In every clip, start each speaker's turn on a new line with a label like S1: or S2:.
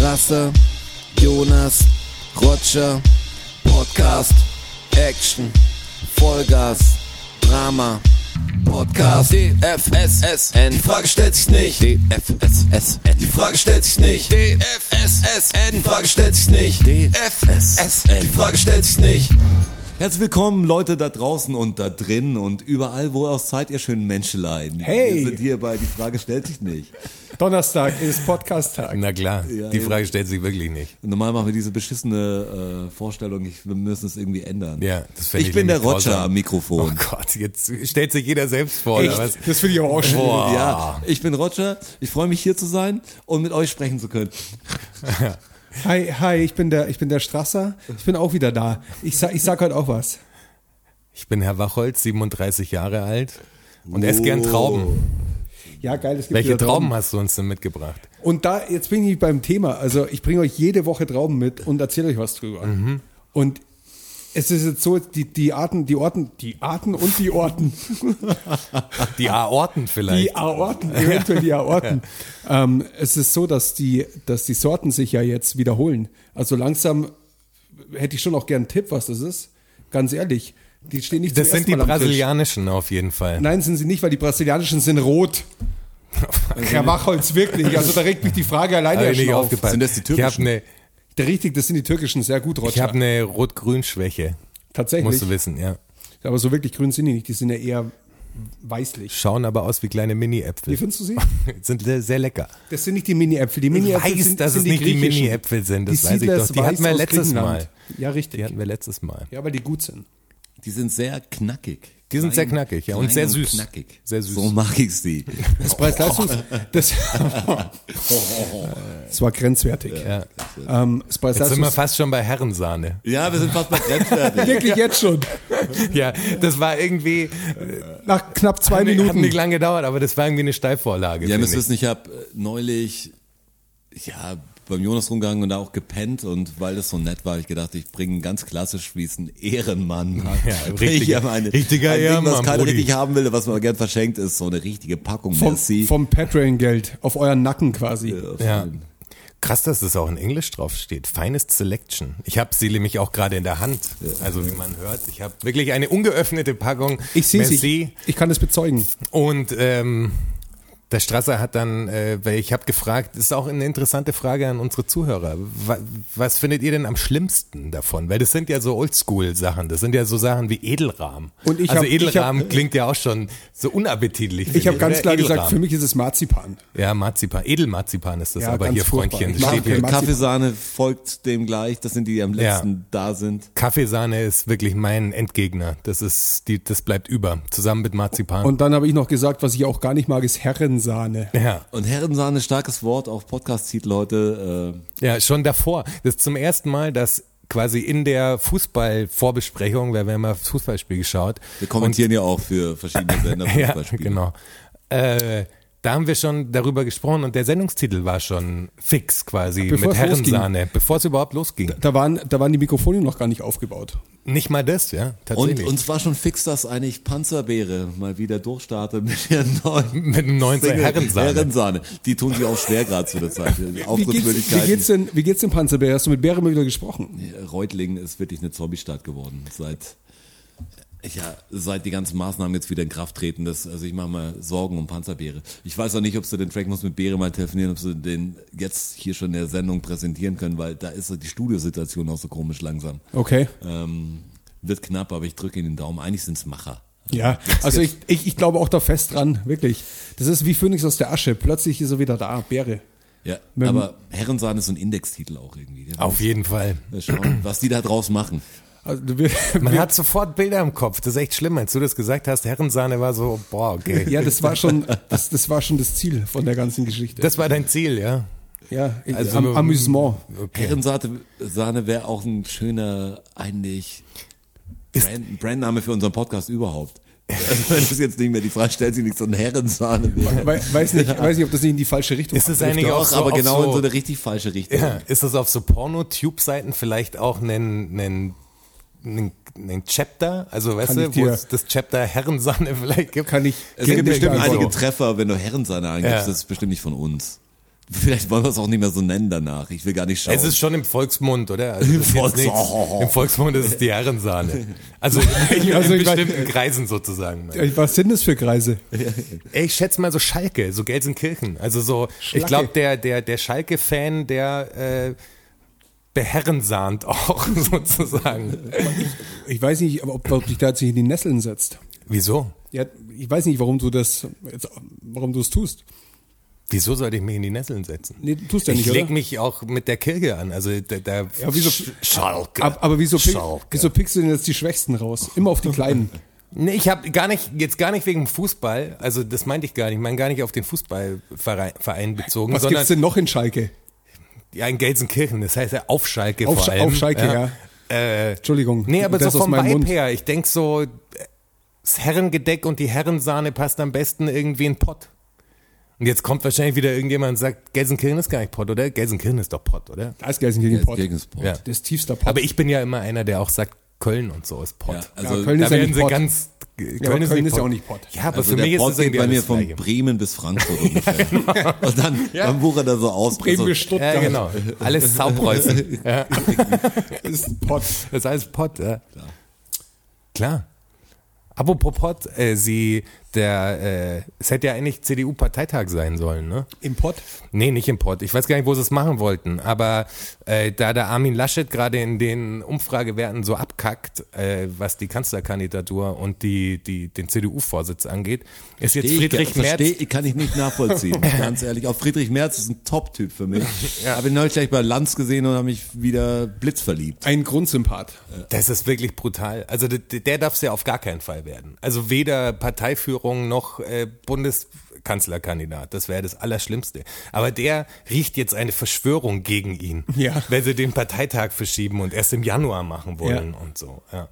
S1: Rasse, Jonas, Roger, Podcast, Action, Vollgas, Drama, Podcast, DFSSN, die Frage stellt sich nicht, DFSSN, die Frage stellt sich nicht, DFSSN, die Frage stellt sich nicht, DFSSN, die Frage stellt sich nicht.
S2: Herzlich willkommen, Leute da draußen und da drin und überall, wo ihr auch seid, ihr schönen Menschlein.
S3: Hey!
S2: Wir sind hier bei Die Frage stellt sich nicht.
S3: Donnerstag ist Podcast-Tag.
S4: Na klar, die
S2: ja.
S4: Frage stellt sich wirklich nicht.
S2: Und normal machen wir diese beschissene äh, Vorstellung, ich, wir müssen es irgendwie ändern.
S4: Ja, das fänd
S2: ich,
S4: ich
S2: bin der
S4: nämlich
S2: Roger
S4: grausam.
S2: am
S4: Oh
S2: Mikrofon.
S4: Gott, jetzt stellt sich jeder selbst vor,
S3: Echt?
S4: oder was?
S3: Das finde ich aber auch schön.
S4: Boah.
S2: Ja, ich bin Roger, ich freue mich hier zu sein und mit euch sprechen zu können.
S3: Hi, hi, ich bin der, ich bin der Strasser. Ich bin auch wieder da. Ich sag, ich sag heute auch was.
S4: Ich bin Herr Wachholz, 37 Jahre alt und esse gern Trauben.
S3: Ja, geil, es gibt
S4: Welche
S3: wieder
S4: Trauben hast du uns denn mitgebracht?
S3: Und da, jetzt bin ich beim Thema. Also, ich bringe euch jede Woche Trauben mit und erzähle euch was drüber.
S4: Mhm.
S3: Und es ist jetzt so, die, die Arten, die Orten, die Arten und die Orten.
S4: Die Aorten vielleicht.
S3: Die Aorten, eventuell die Aorten. ähm, es ist so, dass die, dass die Sorten sich ja jetzt wiederholen. Also langsam hätte ich schon auch gern einen Tipp, was das ist. Ganz ehrlich. Die stehen nicht
S4: das
S3: zum
S4: sind die
S3: ersten Mal am Tisch.
S4: brasilianischen auf jeden Fall.
S3: Nein, sind sie nicht, weil die brasilianischen sind rot. Herr Wachholz, wirklich. Also da regt mich die Frage alleine
S4: Hab
S3: ja
S4: ich nicht
S3: schon auf.
S4: aufgepasst.
S2: Sind das die
S4: Ich habe
S2: türkischen?
S4: eine
S3: Der, richtig, das sind die türkischen. Sehr gut, Roger.
S4: hab ne Rot-Grün-Schwäche, musst
S3: Tatsächlich.
S4: du wissen, ja.
S3: Aber so wirklich grün sind die nicht. Die sind ja eher weißlich.
S4: Schauen aber aus wie kleine
S3: Wie
S4: Mini-Äpfel.
S3: findest du sie?
S4: Sind le- sehr lecker.
S3: Das sind nicht die Mini-Äpfel. Die
S4: Ich
S3: Mini-Äpfel
S4: weiß,
S3: sind,
S4: dass
S3: sind
S4: es nicht die
S3: griechischen.
S4: Mini-Äpfel sind, das
S3: die
S4: weiß ich
S3: Sidlers
S4: doch. Die hatten wir
S3: Weiß aus
S4: letztes Mal.
S3: Griechenland. Ja, richtig.
S4: Die hatten wir Oh. letztes Mal.
S3: Ja, weil die gut sind.
S2: Die sind sehr knackig.
S4: Die sind sehr knackig, ja, und
S2: klein
S4: sehr süß.
S2: Knackig.
S4: Sehr süß.
S2: So mag ich sie.
S3: Das Preis-Leistungs... Das, das war grenzwertig.
S4: Ja.
S3: Ähm, das
S4: Jetzt sind wir
S3: Preis-Leistungs...
S4: fast schon bei Herrensahne.
S2: Ja, wir sind fast bei grenzwertig.
S3: Wirklich jetzt schon.
S4: Ja, das war irgendwie,
S3: Nach knapp zwei
S4: hat nicht- hat
S3: Minuten.
S4: nicht lange gedauert, aber das war irgendwie eine Steilvorlage.
S2: Ja, ihr
S4: finde
S2: müsst
S4: ich.
S2: wissen, ich habe neulich ja, beim Jonas rumgegangen und da auch gepennt und weil das so nett war, hab ich gedacht, ich bringe ganz klassisch, wie es ein Ehrenmann hat.
S4: Ja,
S2: Bring
S4: richtiger-
S2: ich ihm eine,
S4: richtiger
S2: ein Ding, was
S4: Ehrenmann,
S2: keiner
S4: Brudi.
S2: richtig haben will, was man gern verschenkt, ist so eine richtige Packung
S3: Vom,
S2: Merci.
S3: vom Patreon-Geld. Auf euren Nacken quasi.
S4: Ja. Krass, dass das auch in Englisch draufsteht. Finest Selection. Ich habe sie nämlich auch gerade in der Hand. Also wie man hört, ich habe wirklich eine ungeöffnete Packung.
S3: Ich sehe
S4: Merci.
S3: sie. Ich kann das bezeugen.
S4: Und ähm, der Strasser hat dann, äh, weil ich habe gefragt, ist auch eine interessante Frage an unsere Zuhörer. Wa- was findet ihr denn am schlimmsten davon? Weil das sind ja so Oldschool-Sachen. Das sind ja so Sachen wie Edelrahm.
S3: Und ich
S4: also
S3: hab- ich
S4: Edelrahm
S3: hab-
S4: klingt ja auch schon so unappetitlich. finde ne?
S3: Ich habe ganz
S4: oder?
S3: klar gesagt,
S4: Edelrahm.
S3: für mich ist es Marzipan.
S4: Ja, Marzipan. Edelmarzipan ist das
S3: Ja,
S4: aber
S3: ganz
S4: hier,
S3: furchtbar.
S4: Freundchen.
S3: Ich
S4: Das
S3: mag
S4: steht hier.
S3: kein Marzipan.
S2: Kaffeesahne folgt dem gleich, das sind die, die am letzten da sind.
S4: Kaffeesahne ist wirklich mein Endgegner. Das ist, die, das bleibt über. Zusammen mit Marzipan.
S3: Und dann habe ich noch gesagt, was ich auch gar nicht mag, ist Herrensahne.
S4: ja.
S2: Und Herrensahne, starkes Wort, auch Podcast-Titel heute. Äh,
S4: Ja, schon davor. Das ist zum ersten Mal, dass quasi in der Fußball-Vorbesprechung, weil wir haben ja das Fußballspiel geschaut.
S2: wir kommentieren ja auch für verschiedene Sender.
S4: Ja,
S2: Fußballspiele.
S4: genau. Äh, da haben wir schon darüber gesprochen und der Sendungstitel war schon fix quasi
S3: Bevor
S4: mit
S3: es losging.
S4: Herrensahne, bevor es überhaupt losging.
S3: Da waren, da waren die Mikrofone noch gar nicht aufgebaut.
S4: Nicht mal das, ja,
S2: Und
S4: tatsächlich.
S2: uns war schon fix, dass eigentlich Panzerbeere mal wieder durchstartet mit ihren neuen
S4: mit einem neuen
S2: Single
S4: Herrensahne.
S2: Herrensahne. Die tun sich auch schwer gerade zu der Zeit. Die
S3: Wie geht's, wie geht's
S2: Auftrittsmöglichkeiten.
S3: denn, wie geht's denn Panzerbär? Hast du mit Bären mal wieder gesprochen?
S2: Reutlingen ist wirklich eine Zombie-Stadt geworden. Seit, ja, seit die ganzen Maßnahmen jetzt wieder in Kraft treten. Das, also ich mache mal Sorgen um Panzerbeere. Ich weiß auch nicht, ob sie den Track muss mit Beere mal telefonieren, ob sie den jetzt hier schon in der Sendung präsentieren können, weil da ist so die Studiosituation auch so komisch langsam.
S3: Okay.
S2: Ähm, wird knapp, aber ich drücke ihnen den Daumen. Eigentlich sind's Macher.
S3: Ja, also ich, ich, ich glaube auch da fest dran, wirklich. Das ist wie Phönix aus der Asche. Plötzlich ist er wieder da, Bäre.
S2: Ja,
S3: Wenn-
S2: aber Herrensahne ist so ein Indextitel auch irgendwie. gell?
S4: Auf jeden Fall.
S2: Mal Schauen, was die da draus machen.
S3: Also wir,
S4: Man
S3: wir,
S4: hat sofort Bilder im Kopf. Das ist echt schlimm, als du das gesagt hast. Herrensahne war so, boah, okay.
S3: ja, das war schon das, das war schon das Ziel von der ganzen Geschichte.
S4: Das war dein Ziel, ja?
S3: ja, ich-
S4: also-
S3: am, Amüsement.
S4: Okay.
S2: Herrensahne Sahne wäre auch ein schöner, eigentlich Brand, Brandname für unseren Podcast überhaupt. Also Wenn das jetzt nicht mehr die Frage stellt, sich nicht so ein Herrensahne wäre.
S3: Wei- Weiß nicht, weiß nicht, ob das nicht in die falsche Richtung
S4: Ist es
S3: abdriftet.
S4: eigentlich auch
S2: Doch,
S4: so,
S2: aber
S4: auf
S2: genau
S4: so
S2: in so eine richtig falsche Richtung.
S4: Ja, ist das auf so Porno-Tube-Seiten vielleicht auch ein, ein, ein, ein Chapter? Also, weißt
S3: Kann ich
S4: du, wo
S3: dir-
S4: es das Chapter Herrensahne vielleicht gibt?
S3: Kann ich-
S2: Es gibt
S3: Gibt
S2: bestimmt
S3: mir gar
S2: einige
S3: nicht.
S2: Treffer, wenn du Herrensahne eingibst,
S4: also Ja.
S2: das ist bestimmt nicht von uns. Vielleicht wollen wir es auch nicht mehr so nennen danach. Ich will gar nicht schauen.
S4: Es ist schon im Volksmund, oder? Also Im,
S2: Volks-
S4: Im Volksmund ist es die Herrensahne. Also in,
S3: Also
S4: in
S3: ich weiß-
S4: bestimmten Kreisen sozusagen.
S3: Äh, Was sind das für Kreise?
S4: Ey, Ich schätze mal so Schalke, so Gelsenkirchen. Also so, ich
S3: Schlacke.
S4: glaube, der, der, der Schalke-Fan, der äh, beherrensahnt auch sozusagen.
S3: Ich weiß nicht, ob, ob dich da jetzt nicht in die Nesseln setzt.
S4: Wieso?
S3: Ja, ich weiß nicht, warum du das, jetzt, warum du es tust.
S4: Wieso sollte ich mich in die Nesseln setzen?
S3: Nee, du tust ja
S4: Ich
S3: nicht,
S4: leg
S3: oder?
S4: mich auch mit der Kirche an. Also da, da
S3: Ja, wieso-
S4: Sch- Schalke.
S3: Ab, aber wieso, pick,
S4: Schalke.
S3: wieso pickst du denn jetzt die Schwächsten raus? Immer auf die Kleinen.
S4: Nee, ich habe gar nicht, jetzt gar nicht wegen Fußball, also das meinte ich gar nicht, ich meine gar nicht auf den Fußballverein Verein bezogen,
S3: Was
S4: sondern
S3: gibt's denn noch in Schalke?
S4: ja, in Gelsenkirchen, das heißt ja auf Schalke
S3: Auf,
S4: vor
S3: Sch-
S4: allem.
S3: auf Schalke, ja.
S4: Äh,
S3: Entschuldigung.
S4: nee, aber so
S3: das aus
S4: vom
S3: meinem
S4: Vibe
S3: Mund.
S4: her, ich denk so, äh, das Herrengedeck und die Herrensahne passt am besten irgendwie in Pott. Und jetzt kommt wahrscheinlich wieder irgendjemand und sagt, Gelsenkirchen ist gar nicht Pott, oder? Gelsenkirchen ist doch Pott, oder?
S3: Da ist Gelsenkirchen Pott.
S2: Gegensport.
S4: Ja.
S3: Das tiefste Pott.
S4: Aber ich bin ja immer einer, der auch sagt, Köln und so ist Pott.
S2: Ja, also
S3: Ja, Köln
S4: da
S3: ist ja
S4: werden
S3: nicht
S4: sie
S3: Pott.
S4: ganz. äh, Köln,
S3: aber Köln ist ja
S4: Pott.
S3: auch nicht Pott.
S4: Ja, aber
S2: Also
S4: für
S2: der
S4: mich ist
S2: Pott
S4: es
S2: geht
S4: irgendwie
S2: bei mir
S4: alles
S2: von
S4: gleich. genau.
S2: Bremen bis Frankfurt ungefähr. Und dann, dann wuchert er so aus.
S3: Bremen bis
S2: also,
S3: Stuttgart.
S4: Ja, genau. Alles Saupreußen. ja.
S3: Ist Pott.
S4: Das ist alles Pott, ja. Klar. Klar. Apropos Pott, äh, sie, der, äh, es hätte ja eigentlich CDU-Parteitag sein sollen, ne?
S3: Im Pott.
S4: Nee, nicht im Pott. Ich weiß gar nicht, wo sie es machen wollten. Aber äh, da der Armin Laschet gerade in den Umfragewerten so abkackt, äh, was die Kanzlerkandidatur und die, die, den CDU-Vorsitz angeht, ist jetzt Friedrich Merz
S2: verstehe, kann ich nicht nachvollziehen, ganz ehrlich. Auch Friedrich Merz ist ein Top-Typ für mich. Habe ihn neulich gleich bei Lanz gesehen und habe mich wieder blitzverliebt.
S3: Ein Grundsympath.
S4: Das ist wirklich brutal. Also der, der darf es ja auf gar keinen Fall werden. Also weder Parteiführung noch äh, Bundeskanzlerkandidat. Das wäre das Allerschlimmste. Aber der riecht jetzt eine Verschwörung gegen ihn,
S3: Ja.
S4: wenn sie den Parteitag verschieben und erst im Januar machen wollen
S3: Ja.
S4: und so. Ja.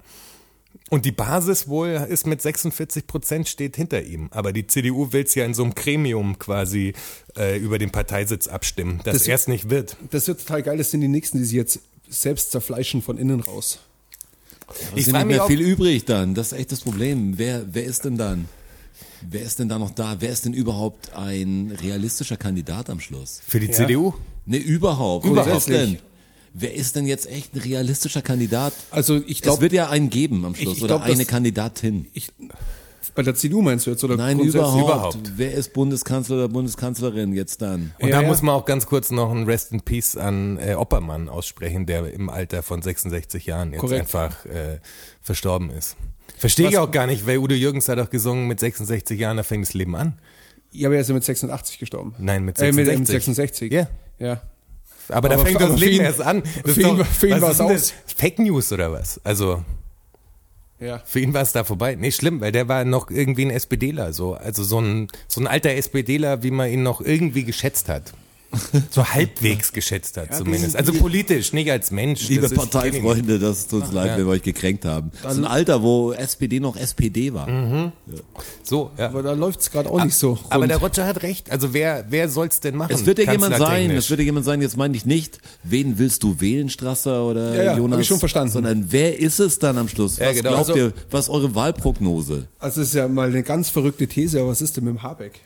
S4: Und die Basis wohl ist mit 46 Prozent steht hinter ihm. Aber die CDU will es ja in so einem Gremium quasi äh, über den Parteisitz abstimmen, dass
S3: Das-
S4: er es nicht wird.
S3: Das wird total geil. Das sind die Nächsten, die sich jetzt selbst zerfleischen von innen raus.
S2: Es
S4: Ich
S2: sind
S4: frag
S2: nicht
S4: mich
S2: mehr
S4: auch-
S2: viel übrig dann. Das ist echt das Problem. Wer, wer ist denn dann? Wer ist denn da noch da? Wer ist denn überhaupt ein realistischer Kandidat am Schluss?
S4: Für die CDU?
S2: Ne, überhaupt. Wer ist
S3: Überhaupt
S2: denn?
S3: nicht.
S2: Wer ist denn jetzt echt ein realistischer Kandidat?
S3: Also ich
S2: es
S3: glaube,
S2: wird ja einen geben am Schluss
S3: ich
S2: oder
S3: glaub,
S2: eine
S3: das-
S2: Kandidatin.
S3: bei der CDU meinst du jetzt? Oder
S2: Nein,
S3: grundsätzlich?
S2: überhaupt.
S4: überhaupt.
S2: Wer ist Bundeskanzler oder Bundeskanzlerin jetzt dann?
S4: Und
S3: Ja,
S4: da
S3: ja.
S4: muss man auch ganz kurz noch ein Rest in Peace an äh, Oppermann aussprechen, der im Alter von 66 Jahren jetzt
S3: Korrekt.
S4: einfach äh, verstorben ist. Verstehe ich
S3: Was-
S4: auch gar nicht, weil Udo Jürgens hat auch gesungen, mit 66 Jahren, da fängt das Leben an.
S3: Ja, aber er ist ja mit 86 gestorben.
S4: Nein, mit
S3: Äh, mit, mit
S4: 66.
S3: 66.
S4: Ja.
S3: Ja.
S4: Aber, da
S3: Aber
S4: fängt
S3: für-
S4: das
S3: aber für
S4: Leben
S3: ihn-
S4: erst an. Das
S3: für
S4: ist
S3: ihn war- für ihn
S4: was
S3: war's
S4: ist denn das?
S3: aus.
S4: Fake News oder was? Also
S3: Ja.
S4: für ihn war es da vorbei. Nee, schlimm, weil der war noch irgendwie ein SPDler. So. Also so ein, so ein alter SPDler, wie man ihn noch irgendwie geschätzt hat. So halbwegs geschätzt hat zumindest. Also politisch, nicht als Mensch.
S2: Liebe
S4: Das ist-
S2: Parteifreunde, das tut uns leid, wenn wir euch gekränkt haben. Das ist ein Alter, wo SPD noch SPD war.
S3: Mhm.
S4: So, ja.
S3: Aber da läuft's grad gerade auch nicht so.
S4: Aber
S3: rund.
S4: der Roger hat recht. Also wer, wer soll's denn machen?
S2: Es wird ja jemand sein,
S4: Kanzlertechnisch.
S2: es wird ja jemand sein, jetzt meine ich nicht, wen willst du wählen, Strasser oder
S3: Ja, ja, hab
S2: Jonas?
S3: ich schon verstanden.
S2: Sondern wer ist es dann am Schluss? Was
S4: Ja, genau.
S2: glaubt
S4: Also-
S2: ihr, was ist eure Wahlprognose?
S3: also das ist ja mal eine ganz verrückte These, aber was ist denn mit dem Habeck?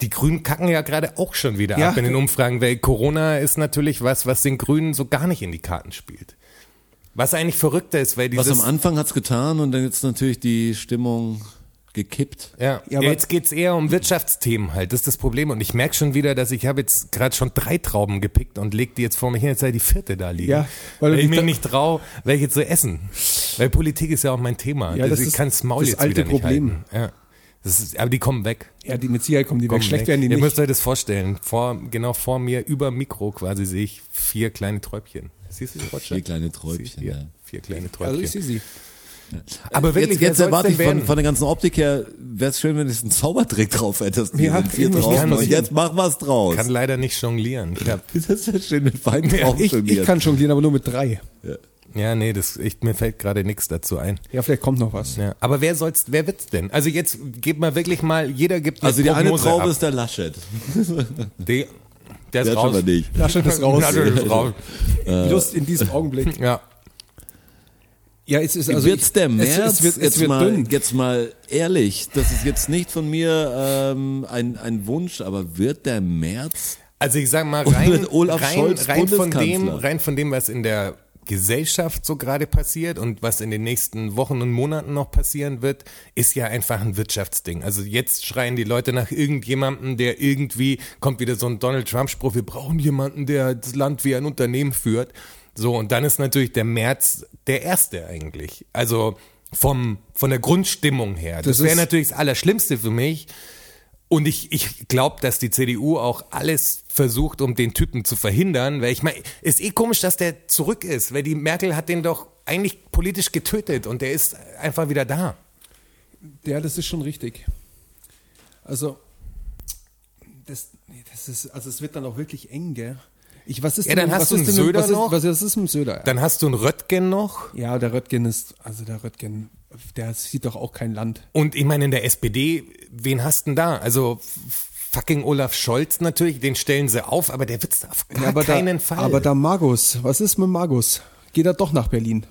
S4: Die Grünen kacken ja gerade auch schon wieder
S3: Ja.
S4: ab in den Umfragen, weil Corona ist natürlich was, was den Grünen so gar nicht in die Karten spielt. Was eigentlich verrückter ist, weil
S2: Was
S4: dieses...
S2: am Anfang hat's getan und dann ist natürlich die Stimmung gekippt.
S4: ja,
S3: Ja, aber-
S4: jetzt geht's eher um Wirtschaftsthemen halt, das ist das Problem. Und ich merke schon wieder, dass ich habe jetzt gerade schon drei Trauben gepickt und leg die jetzt vor mich hin, jetzt sei die vierte da liegen.
S3: Ja, weil
S4: weil,
S3: du
S4: ich
S3: nicht-
S4: mir nicht trau, welche zu essen. Weil Politik ist ja auch mein Thema.
S3: Ja, das
S4: ich
S3: ist
S4: kann's Maul
S3: das
S4: jetzt
S3: alte
S4: wieder nicht
S3: Problem.
S4: Halten. Ja. Das ist, aber die kommen weg.
S3: Ja, die mit Sicherheit kommen die weg.
S4: Kommen
S3: Schlecht
S4: weg.
S3: werden die
S4: Ihr
S3: nicht.
S4: müsst euch das vorstellen. Vor, genau vor mir, über dem Mikro quasi, sehe ich vier kleine Träubchen. Siehst du die Roger?
S2: Vier kleine Träubchen,
S4: Vier,
S2: ja.
S4: vier kleine
S3: Also
S4: Träubchen.
S3: ich sehe sie.
S4: aber wirklich,
S2: jetzt, jetzt
S4: wer soll's
S2: erwarte
S4: denn
S2: ich von,
S4: werden?
S2: von der ganzen Optik her, wäre es schön, wenn du einen Zaubertrick drauf hättest.
S3: Ja,
S2: Diese vier
S3: irgendwas
S2: Trauben.
S4: muss
S2: Und jetzt mach was draus.
S4: kann leider nicht jonglieren. Ich hab,
S2: das wäre schön mit Weintrauben
S3: Ich, ich kann jonglieren, aber nur mit drei.
S4: ja, nee, das, ich, mir fällt gerade nichts dazu ein.
S3: Ja, vielleicht kommt noch was.
S4: Ja, aber wer soll's, wer wird's denn? Also jetzt gebt mal wirklich mal, jeder gibt eine
S2: also die eine
S4: Prognose
S2: Traube
S4: ab.
S2: ist der Laschet.
S4: Die, der ist
S2: Der hat schon
S4: raus.
S2: mal nicht.
S3: Laschet ist raus.
S4: Laschet ist raus.
S3: Just in diesem Augenblick.
S4: Ja.
S3: Ja, es ist also
S2: Wird's der März?
S3: Es, es wird, es
S2: jetzt,
S3: wird
S2: mal,
S3: dünn.
S2: jetzt mal ehrlich, das ist jetzt nicht von mir ähm, ein, ein Wunsch, aber wird der März
S4: Also ich sag mal, rein,
S2: Und Olaf
S4: rein,
S2: Scholz
S4: rein, von dem,
S2: Bundeskanzler.
S4: rein von dem, was in der Gesellschaft so gerade passiert und was in den nächsten Wochen und Monaten noch passieren wird, ist ja einfach ein Wirtschaftsding. Also jetzt schreien die Leute nach irgendjemandem, der irgendwie, kommt wieder so ein Donald Trump-Spruch, wir brauchen jemanden, der das Land wie ein Unternehmen führt. So, und dann ist natürlich der März der erste eigentlich. Also vom, von der Grundstimmung her.
S3: Das
S4: Das, wäre
S3: ist-
S4: natürlich das Allerschlimmste für mich, und ich, ich glaube, dass die CDU auch alles versucht, um den Typen zu verhindern, weil ich meine, ist eh komisch, dass der zurück ist, weil die Merkel hat den doch eigentlich politisch getötet und der ist einfach wieder da.
S3: Ja, das ist schon richtig. Also, das, nee, das ist, also es wird dann auch wirklich eng, gell? Ich, was ist
S4: Ja,
S3: denn,
S4: dann hast
S3: was
S4: du
S3: ist
S4: einen
S3: denn mit-
S4: Söder
S3: was
S4: noch.
S3: Ist, was was ist mit dem Söder?
S4: Dann hast du einen Röttgen noch
S3: ja, der Röttgen ist, also der Röttgen, der sieht doch auch kein Land.
S4: und ich meine, in der SPD, wen hast du denn da? Also f- fucking Olaf Scholz natürlich, den stellen sie auf, aber der wird's auf gar
S3: Ja, aber
S4: keinen
S3: da,
S4: Fall.
S3: Aber da Magus, was ist mit Magus? Geht er doch nach Berlin?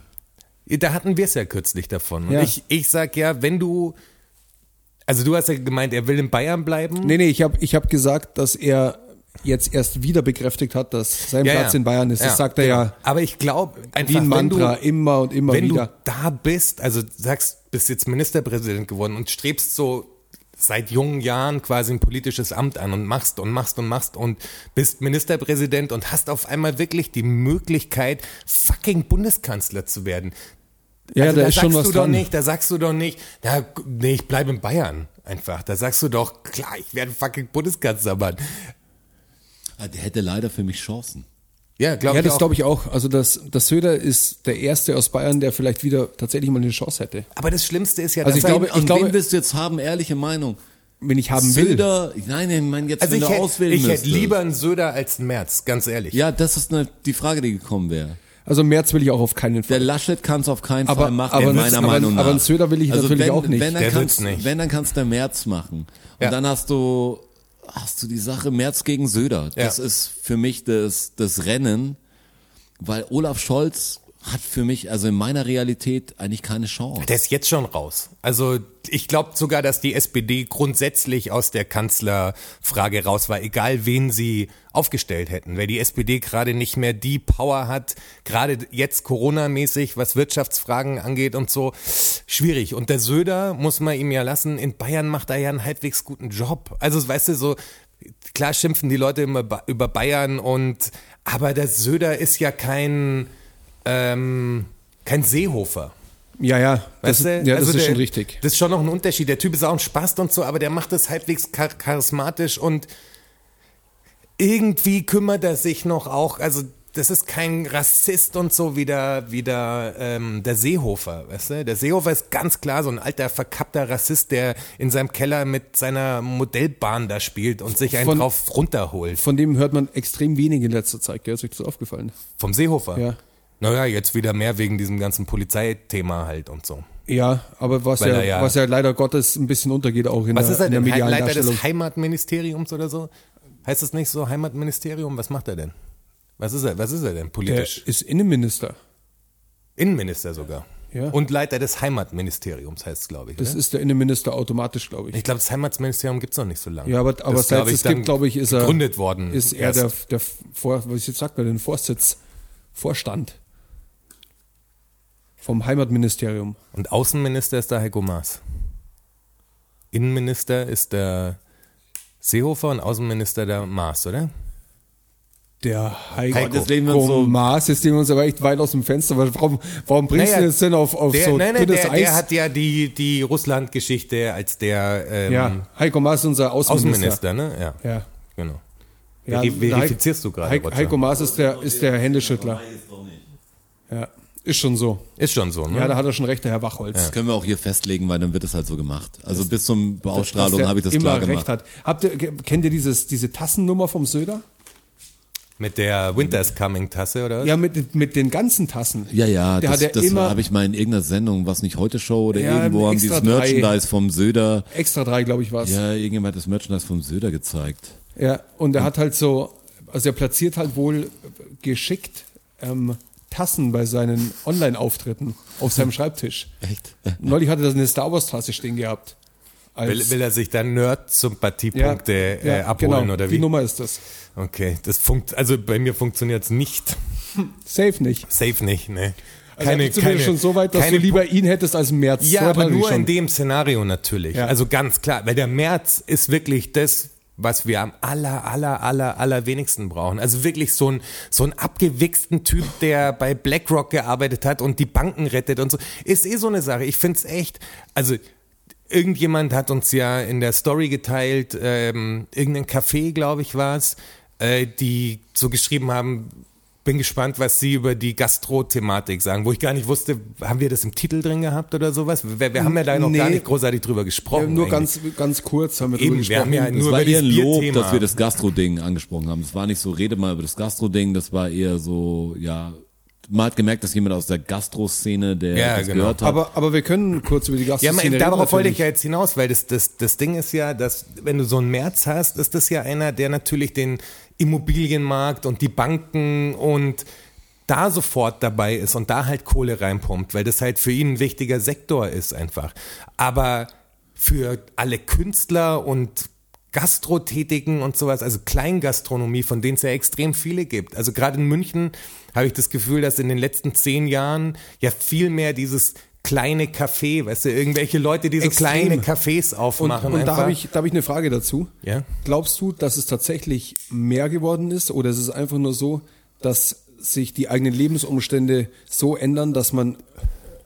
S4: Da hatten wir es ja kürzlich davon. Und
S3: Ja.
S4: ich, ich sag ja, wenn du, also du hast ja gemeint, er will in Bayern bleiben.
S3: Nee, nee, ich habe ich hab gesagt, dass er jetzt erst wieder bekräftigt hat, dass sein
S4: Ja,
S3: Platz
S4: ja.
S3: in Bayern ist. Das
S4: Ja,
S3: sagt er
S4: genau.
S3: ja
S4: Aber ich glaube, einfach
S3: wie ein Mantra,
S4: wenn du,
S3: immer und immer
S4: wenn
S3: wieder.
S4: du da bist, also sagst, bist jetzt Ministerpräsident geworden und strebst so seit jungen Jahren quasi ein politisches Amt an und machst und machst und machst und bist Ministerpräsident und hast auf einmal wirklich die Möglichkeit, fucking Bundeskanzler zu werden.
S3: ja,
S4: also
S3: da
S4: da
S3: ist
S4: sagst
S3: schon was
S4: du
S3: dran.
S4: doch nicht, da sagst du doch nicht, na, nee, ich bleibe in Bayern einfach. Da sagst du doch, klar, ich werde fucking Bundeskanzler, Mann.
S2: Ah, Der hätte leider für mich Chancen.
S4: Ja, glaube
S3: ja,
S4: ich
S3: das
S4: auch.
S3: glaube ich auch. Also das, das Söder ist der erste aus Bayern, der vielleicht wieder tatsächlich mal eine Chance hätte.
S4: Aber das Schlimmste ist ja,
S3: Also
S4: dass
S3: ich
S4: er-
S3: glaube-
S2: An
S3: glaube-
S2: wen willst du jetzt haben, ehrliche Meinung?
S3: Wenn ich haben will.
S2: Söder, nein, ich meine jetzt,
S4: Also
S2: wenn
S4: ich,
S2: du
S4: hätte,
S2: auswählen
S4: ich hätte
S2: müsstest.
S4: lieber einen Söder als einen Merz, ganz ehrlich.
S2: Ja, das ist eine, die Frage, die gekommen wäre.
S3: Also März will ich auch auf keinen
S2: Der
S3: Fall.
S2: Laschet kann es auf keinen
S3: Aber-
S2: Fall machen,
S3: aber
S2: in
S3: ein-
S2: meiner
S3: aber ein-
S2: Meinung nach. Also
S3: aber ein Söder will ich natürlich
S2: wenn,
S3: auch nicht.
S2: Wenn, dann
S4: Der
S2: kannst,
S4: will's nicht.
S2: wenn, dann kannst der Merz machen. Und
S4: Ja.
S2: dann hast du, hast du die Sache Merz gegen Söder. Das
S4: Ja.
S2: ist für mich das, das Rennen, weil Olaf Scholz hat für mich, also in meiner Realität, eigentlich keine Chance.
S4: Der ist jetzt schon raus. Also ich glaube sogar, dass die SPD grundsätzlich aus der Kanzlerfrage raus war, egal wen sie aufgestellt hätten, weil die SPD gerade nicht mehr die Power hat, gerade jetzt Corona-mäßig, was Wirtschaftsfragen angeht und so, schwierig. Und der Söder, muss man ihm ja lassen, in Bayern macht er ja einen halbwegs guten Job. Also weißt du, so klar schimpfen die Leute immer ba- über Bayern und, aber der Söder ist ja kein, ähm, kein Seehofer.
S3: Ja, ja, das,
S4: Weißt
S3: ist-
S4: du?
S3: ja, das
S4: Also
S3: ist
S4: der,
S3: schon richtig.
S4: Das ist schon noch ein Unterschied. Der Typ ist auch ein Spaß und so, aber der macht das halbwegs char charismatisch und irgendwie kümmert er sich noch auch. Also das ist kein Rassist und so wie der, wie der, ähm, der Seehofer. Weißt du? Der Seehofer ist ganz klar so ein alter, verkappter Rassist, der in seinem Keller mit seiner Modellbahn da spielt und sich einen
S3: Von-
S4: drauf runterholt.
S3: Von dem hört man extrem wenig in letzter Zeit, gell? Ist euch das aufgefallen?
S4: Vom Seehofer.
S3: Ja.
S4: Naja, jetzt wieder mehr wegen diesem ganzen Polizeithema halt und so.
S3: Ja, aber was
S4: Weil
S3: ja,
S4: er ja-
S3: was ja leider Gottes ein bisschen untergeht auch in
S4: Was
S3: der,
S4: ist er
S3: in der
S4: denn? Hei-
S3: medialen
S4: Leiter
S3: Darstellung.
S4: des Heimatministeriums oder so? Heißt das nicht so Heimatministerium? Was macht er denn? Was ist er, was ist er denn
S3: Der
S4: politisch?
S3: ist Innenminister.
S4: Innenminister sogar.
S3: Ja.
S4: Und Leiter des Heimatministeriums heißt es, glaube ich.
S3: Das
S4: ne?
S3: ist der Innenminister automatisch, glaube ich.
S4: ich glaube, das Heimatministerium gibt es noch nicht so lange.
S3: Ja, aber, aber
S4: das,
S3: seit
S4: glaube
S3: es
S4: dann
S3: gibt, glaube ich, ist er.
S4: Gegründet worden.
S3: Ist er
S4: erst.
S3: der, der Vor, was jetzt sagt man, den Vorsitz, Vorstand vom Heimatministerium.
S4: Und Außenminister ist der Heiko Maas. Innenminister ist der Seehofer und Außenminister der Maas, oder?
S3: Der Heiko,
S4: Heiko.
S2: Jetzt legen wir uns so-
S3: Maas, jetzt legen wir uns aber echt weit aus dem Fenster. weil Warum, warum bringst
S4: Naja,
S3: du das denn auf, auf
S4: Der,
S3: so
S4: nein, nein,
S3: dünnes
S4: der,
S3: Eis?
S4: der hat ja die, die Russland-Geschichte als der ähm,
S3: ja, Heiko Maas ist unser Außenminister.
S4: Außenminister, ne? Ja.
S3: Ja.
S4: Genau.
S3: Ja,
S4: Veri-
S3: der
S4: verifizierst du gerade,
S3: Heiko,
S4: Roger?
S3: Heiko Maas ist der, ist der Händeschüttler. Ja, ist schon so.
S4: Ist schon so, ne?
S3: Ja, da hat er schon recht, der Herr Wachholz.
S2: Das können wir auch hier festlegen, weil dann wird es halt so gemacht. Also bis zum
S3: Dass
S2: Beausstrahlung
S3: der
S2: habe ich das
S3: immer
S2: klar
S3: recht
S2: gemacht.
S3: hat. Habt ihr, kennt ihr dieses, diese Tassennummer vom Söder?
S4: Mit der Winter's Coming Tasse, oder? was?
S3: Ja, mit, mit den ganzen Tassen.
S2: Ja, ja,
S3: Der
S2: das,
S3: hat ja
S2: das
S3: immer-
S2: habe ich mal in irgendeiner Sendung, was nicht heute Show oder
S3: Ja,
S2: irgendwo, haben
S3: Extra
S2: dieses
S3: drei.
S2: Merchandise vom Söder.
S3: Extra drei, glaube ich, war es. Ja.
S2: Ja, irgendjemand hat das Merchandise vom Söder gezeigt.
S3: Und er hat halt so, also er platziert halt wohl geschickt ähm, Tassen bei seinen Online-Auftritten auf seinem Schreibtisch.
S2: Echt?
S3: Neulich hatte er eine Star Wars-Tasse stehen gehabt.
S4: Will,
S3: als
S4: will er sich dann Nerd-Sympathiepunkte äh, abholen
S3: genau,
S4: oder
S3: Die
S4: wie?
S3: Nummer ist das.
S4: Okay, das funkt, also bei mir funktioniert es nicht.
S3: Safe nicht.
S4: Safe nicht, ne?
S3: Also bist du schon so weit, dass du lieber ihn hättest als Merz. So
S4: Ja,
S3: weit
S4: aber
S3: hatte ich
S4: nur
S3: schon.
S4: in dem Szenario natürlich.
S3: Ja.
S4: Also ganz klar, weil der März ist wirklich das, was wir am aller, aller, aller, aller wenigsten brauchen. Also wirklich so ein, so ein abgewichsten Typ, der bei BlackRock gearbeitet hat und die Banken rettet und so. Ist eh so eine Sache. Ich find's echt, also irgendjemand hat uns ja in der Story geteilt, ähm, irgendein Café, glaube ich, war's, äh, die so geschrieben haben, bin gespannt, was Sie über die Gastro-Thematik sagen, wo ich gar nicht wusste, haben wir das im Titel drin gehabt oder sowas? Wir, wir haben ja da noch gar
S3: Nee.
S4: nicht großartig drüber gesprochen.
S3: Ja, nur
S4: eigentlich.
S3: ganz, ganz kurz haben wir drüber
S4: Eben, wir haben
S3: gesprochen.
S4: ja
S2: Das
S4: nur
S2: war
S4: über
S2: eher ein
S4: dieses
S2: Lob,
S4: Bierthema.
S2: dass wir das Gastro-Ding angesprochen haben. Es war nicht so, rede mal über das Gastro-Ding, das war eher so, ja, man hat gemerkt, dass jemand aus der Gastro-Szene, der
S4: Ja,
S2: das
S4: genau.
S2: gehört hat.
S3: aber, aber wir können kurz über die
S4: ja,
S3: Gastroszene
S4: man,
S3: reden.
S4: darauf wollte ich ja
S3: natürlich.
S4: jetzt hinaus, weil das, das, das Ding ist ja, dass wenn du so einen März hast, ist das ja einer, der natürlich den Immobilienmarkt und die Banken und da sofort dabei ist und da halt Kohle reinpumpt, weil das halt für ihn ein wichtiger Sektor ist einfach. Aber für alle Künstler und Gastrotätigen und sowas, also Kleingastronomie, von denen es ja extrem viele gibt. Also gerade in München habe ich das Gefühl, dass in den letzten zehn Jahren ja viel mehr dieses kleine Café, weißt du, irgendwelche Leute, die so
S3: Extrem.
S4: kleine Cafés aufmachen.
S3: Und, und da
S4: einfach.
S3: habe ich, da hab ich eine Frage dazu.
S4: Ja.
S3: Glaubst du, dass es tatsächlich mehr geworden ist oder ist es einfach nur so, dass sich die eigenen Lebensumstände so ändern, dass man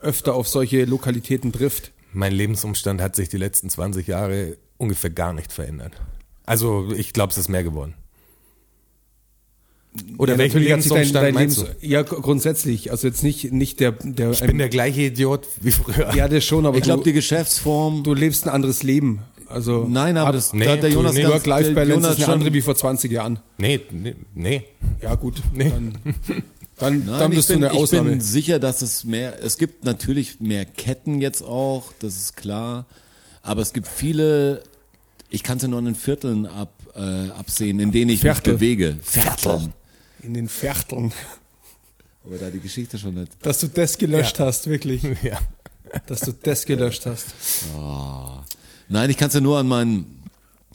S3: öfter auf solche Lokalitäten trifft?
S4: mein Lebensumstand hat sich die letzten 20 Jahre ungefähr gar nicht verändert. Also ich glaube, es ist mehr geworden. Oder
S3: Ja,
S4: welchen
S3: natürlich hat sich dein-
S4: Lebensumstand
S3: dein
S4: meinst
S3: Lebens- Ja, gr- grundsätzlich. Also jetzt nicht, nicht der, der,
S4: du? Ich bin der gleiche Idiot wie früher.
S3: ja, das schon, aber
S2: ich glaube,
S3: du,
S2: die Geschäftsform,
S3: du lebst ein anderes Leben. Also,
S2: nein, aber
S3: ab-
S2: das,
S4: nee,
S2: da hat der
S4: du
S2: Jonas
S4: nicht.
S2: ganz- der
S3: Work-Life-Balance ist
S2: Jonas
S3: eine
S2: schon,
S3: andere wie vor 20 Jahren.
S4: Nee, nee, nee.
S3: Ja, gut.
S4: Nee.
S3: Dann, dann,
S2: Nein,
S3: dann
S2: ich
S3: bist
S2: bin,
S3: du eine Ausnahme.
S2: Ich bin sicher, dass es mehr, es gibt natürlich mehr Ketten jetzt auch, das ist klar. Aber es gibt viele, ich kann es ja nur an den Vierteln ab, äh, absehen, in denen ich
S3: Viertel.
S2: mich bewege. Viertel.
S3: In den Vierteln.
S2: Aber da die Geschichte schon nicht.
S3: Dass du das gelöscht hast, wirklich.
S4: Ja.
S3: Dass du das gelöscht hast.
S2: Oh. Nein, ich kann es ja nur an meinen,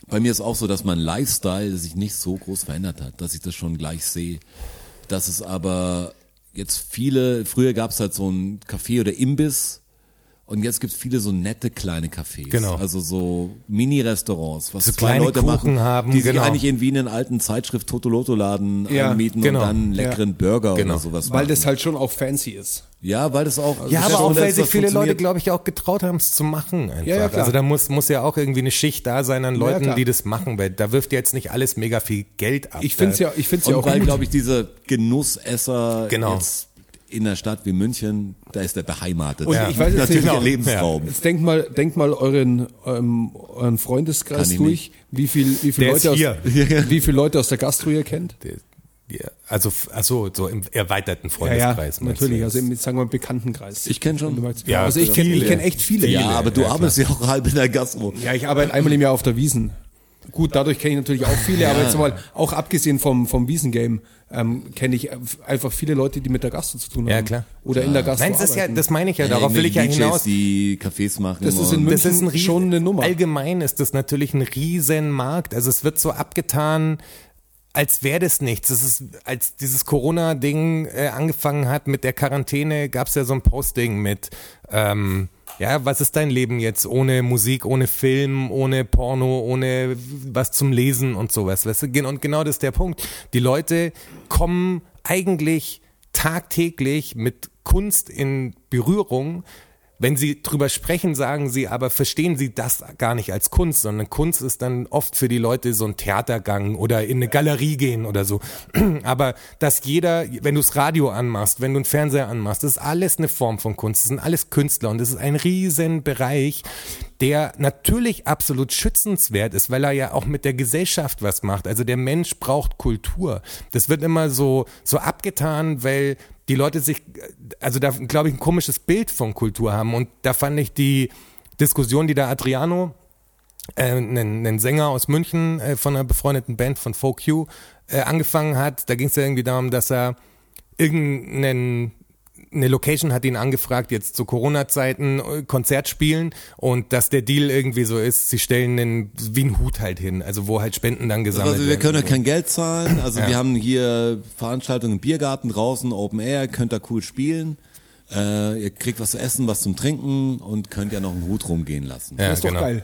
S2: bei mir ist auch so, dass mein Lifestyle sich nicht so groß verändert hat, dass ich das schon gleich sehe. Dass es aber jetzt viele, früher gab es halt so ein Café oder Imbiss und jetzt gibt es viele so nette kleine Cafés.
S4: Genau.
S2: Also so Mini-Restaurants, was
S4: So
S2: zwei
S4: kleine
S2: Leute
S4: Kuchen
S2: machen,
S4: haben,
S2: die
S4: genau.
S2: sich eigentlich in Wien einen alten Zeitschrift Totoloto-Laden
S3: Ja,
S2: anmieten
S4: genau.
S2: und dann einen leckeren Burger
S4: Genau.
S2: oder sowas
S3: Weil
S2: machen.
S3: das halt schon auch fancy ist.
S2: ja, weil das auch...
S4: Ja,
S2: das
S4: aber auch
S2: Wunder
S4: weil
S2: ist,
S4: sich
S2: das
S4: viele Leute,
S2: funktioniert.
S4: glaube ich, auch getraut haben, es zu machen. Einfach.
S3: Ja, ja, klar.
S4: Also da muss, muss ja auch irgendwie eine Schicht da sein an Leuten,
S3: klar.
S4: die das machen, weil da wirft ja jetzt nicht alles mega viel Geld ab.
S3: Ich finde es
S4: Da-
S3: ja, ich find's ja auch
S2: Und weil,
S3: gut.
S2: glaube ich, dieser Genussesser
S4: Genau.
S2: jetzt in einer Stadt wie München, da ist der beheimatet.
S3: Und
S4: Ja.
S3: ich weiß jetzt
S2: Natürlich
S3: nicht,
S2: der
S4: genau.
S2: Lebensraum.
S3: jetzt denkt mal, denkt mal euren, ähm, euren
S2: Kann
S3: Freundeskreis
S2: ich
S3: durch, wie viel, wie viel
S4: Der ist
S3: Leute aus,
S4: hier.
S3: wie viele Leute aus der Gastro ihr kennt.
S4: ja, also, f- ach so, so im erweiterten Freundeskreis. meinst du
S3: natürlich.
S4: jetzt?
S3: Also im, sagen wir, im Bekanntenkreis.
S2: Ich kenn schon.
S3: Wenn du meinst-
S4: Ja,
S3: also ich kenne, ich
S4: viele.
S3: kenne echt viele.
S2: ja, aber du
S4: ja, klar.
S2: arbeitest ja auch halb in der Gastro.
S3: Ja, ich arbeite einmal im Jahr auf der Wiesen. Gut, dadurch kenne ich natürlich auch viele, aber jetzt mal, auch abgesehen vom, vom Wiesengame, ähm, kenne ich einfach viele Leute, die mit der Gastro zu tun haben.
S4: Ja, klar.
S3: Oder in der Gastro
S4: Nein, das, ist ja,
S3: Also, arbeiten.
S4: das meine ich ja, darauf will ich ja
S2: DJs,
S4: hinaus.
S2: die Cafés machen.
S3: Das ist in
S2: und-
S3: München
S4: das ist ein riesen,
S3: schon eine Nummer.
S4: Allgemein ist das natürlich ein riesen Markt. Also es wird so abgetan, als wäre das nichts. Es ist, als dieses Corona-Ding äh, angefangen hat mit der Quarantäne, gab es ja so ein Posting mit, ähm, ja, was ist dein Leben jetzt ohne Musik, ohne Film, ohne Porno, ohne was zum Lesen und sowas. Weißt du? Gen- Und genau das ist der Punkt. Die Leute kommen eigentlich tagtäglich mit Kunst in Berührung, wenn sie drüber sprechen, sagen sie, aber verstehen sie das gar nicht als Kunst, sondern Kunst ist dann oft für die Leute so ein Theatergang oder in eine Galerie gehen oder so. Aber dass jeder, wenn du das Radio anmachst, wenn du einen Fernseher anmachst, das ist alles eine Form von Kunst, das sind alles Künstler und das ist ein riesen Bereich, der natürlich absolut schützenswert ist, weil er ja auch mit der Gesellschaft was macht. Also der Mensch braucht Kultur. Das wird immer so, so abgetan, weil die Leute sich, also da glaube ich, ein komisches Bild von Kultur haben. Und da fand ich die Diskussion, die da Adriano, äh, einen, einen Sänger aus München äh, von einer befreundeten Band von 4Q, äh, angefangen hat, da ging es ja irgendwie darum, dass er irgendeinen eine Location hat ihn angefragt, jetzt zu Corona-Zeiten äh, Konzert spielen und dass der Deal irgendwie so ist, sie stellen den wie einen Hut halt hin, also wo halt Spenden dann gesammelt
S2: Also wir
S4: werden.
S2: können ja kein Geld zahlen. Also
S4: Ja.
S2: wir haben hier Veranstaltungen im Biergarten draußen, Open Air, könnt da cool spielen. Äh, ihr kriegt was zu essen, was zum Trinken und könnt ja noch einen Hut rumgehen lassen.
S4: ja,
S3: das ist doch
S4: genau.
S3: geil.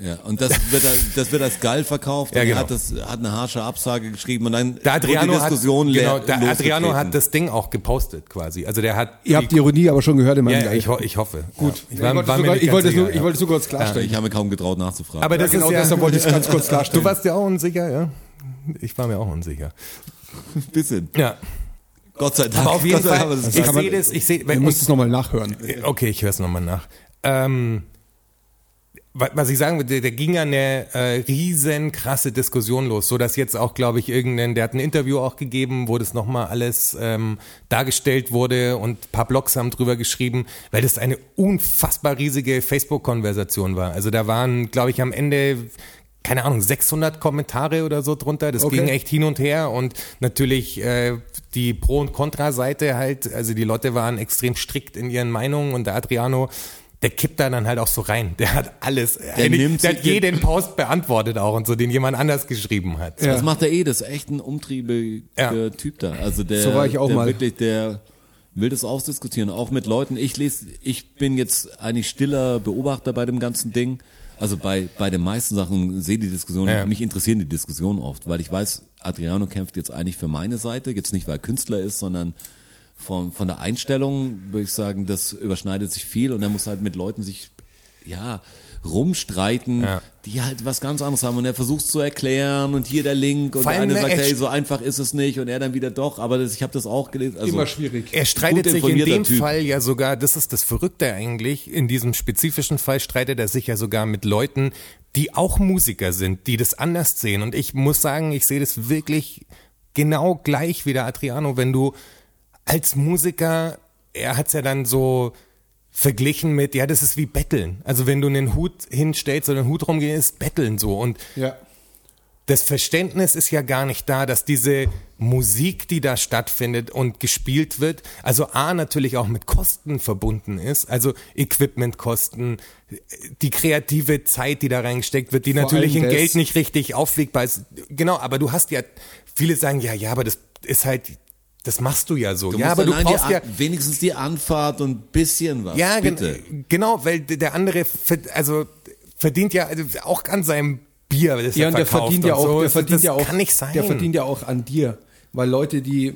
S2: Ja, und das wird, als- das wird als geil verkauft.
S4: Ja,
S2: und
S4: genau.
S2: Er hat, das, hat eine harsche Absage geschrieben und dann
S4: Der Adriano,
S2: wurde die Diskussion
S4: hat, genau,
S2: leer-
S4: der Adriano
S2: losgetreten.
S4: hat das Ding auch gepostet quasi. Also der hat
S3: Ihr habt die Ironie aber schon gehört in meinem
S4: ja,
S3: Gag.
S4: ich, ho- ich hoffe. Gut.
S3: Ich wollte es nur- ich wollte es nur- ich wollte es nur kurz klarstellen.
S2: Ich habe mir kaum getraut nachzufragen.
S4: Aber das
S3: genau
S4: ist ja,
S3: deshalb wollte ich es ganz kurz klarstellen.
S4: Du warst ja auch unsicher, ja? Ich war mir auch unsicher.
S2: ein bisschen.
S4: Ja.
S2: Gott sei Dank.
S4: Aber auf jeden
S2: Gott sei Dank,
S4: Fall,
S2: aber das ist
S4: ich
S2: klar.
S4: sehe das, ich sehe,
S3: Du
S4: wenn
S3: musst es nochmal nachhören.
S4: Okay, ich höre es nochmal nach. Ähm, wa- was ich sagen würde, da ging ja eine äh, riesen krasse Diskussion los, so dass jetzt auch, glaube ich, irgendein, der hat ein Interview auch gegeben, wo das nochmal alles ähm, dargestellt wurde und ein paar Blogs haben drüber geschrieben, weil das eine unfassbar riesige Facebook-Konversation war. Also da waren, glaube ich, am Ende keine Ahnung, 600 Kommentare oder so drunter. Das
S3: Okay.
S4: ging echt hin und her und natürlich äh, die Pro- und Contra-Seite halt, also die Leute waren extrem strikt in ihren Meinungen und der Adriano, der kippt da dann halt auch so rein. Der hat alles, der,
S2: nimmt
S4: der
S2: sich
S4: hat jeden Post beantwortet auch und so, den jemand anders geschrieben hat.
S3: Ja.
S2: Das macht er eh, das ist echt ein umtriebiger
S4: Ja.
S2: Typ da. Also der,
S3: So war ich auch
S2: der
S3: mal.
S2: wirklich, der will das ausdiskutieren, auch mit Leuten. Ich lese, ich bin jetzt eigentlich stiller Beobachter bei dem ganzen Ding. Also bei, bei den meisten Sachen sehe die Diskussion,
S4: Ja.
S2: mich interessieren die Diskussionen oft, weil ich weiß, Adriano kämpft jetzt eigentlich für meine Seite, jetzt nicht, weil er Künstler ist, sondern von, von der Einstellung würde ich sagen, das überschneidet sich viel und er muss halt mit Leuten sich, ja, rumstreiten,
S4: Ja.
S2: die halt was ganz anderes haben und er versucht zu erklären und hier der Link und
S4: Vor
S2: der
S4: allem
S2: eine
S4: eine
S2: sagt,
S4: echt-
S2: hey, so einfach ist es nicht und er dann wieder doch, aber das, ich habe das auch gelesen. Also,
S3: Immer schwierig.
S4: Er
S2: Gut
S4: streitet sich in
S2: informierter
S4: dem
S2: Typ.
S4: Fall ja sogar, das ist das Verrückte eigentlich, in diesem spezifischen Fall streitet er sich ja sogar mit Leuten, die auch Musiker sind, die das anders sehen. Und ich muss sagen, ich sehe das wirklich genau gleich wie der Adriano, wenn du als Musiker, er hat's ja dann so verglichen mit, ja, das ist wie Betteln. Also wenn du einen Hut hinstellst oder einen Hut rumgehst, ist Betteln so. Und
S3: Ja.
S4: das Verständnis ist ja gar nicht da, dass diese Musik, die da stattfindet und gespielt wird, also A natürlich auch mit Kosten verbunden ist, also Equipmentkosten, die kreative Zeit, die da reingesteckt wird, die
S3: Vor
S4: natürlich in
S3: allem das-
S4: Geld nicht richtig aufwegbar ist. Genau, aber du hast ja, viele sagen, ja, ja, aber das ist halt, das machst du ja so.
S2: du
S4: ja,
S2: musst
S4: aber du
S2: allein
S4: brauchst
S2: die,
S4: ja,
S2: An- wenigstens die Anfahrt und ein bisschen was.
S4: ja, gen-
S2: bitte.
S4: genau, weil d- der andere, ver- also verdient ja also auch an seinem Bier, das
S3: Ja,
S4: er
S3: und der
S4: verkauft
S3: verdient ja
S4: und
S3: auch,
S4: so.
S3: der
S4: Das-
S3: verdient
S4: das
S3: ja auch,
S4: kann nicht sein.
S3: der verdient ja auch an dir, weil Leute, die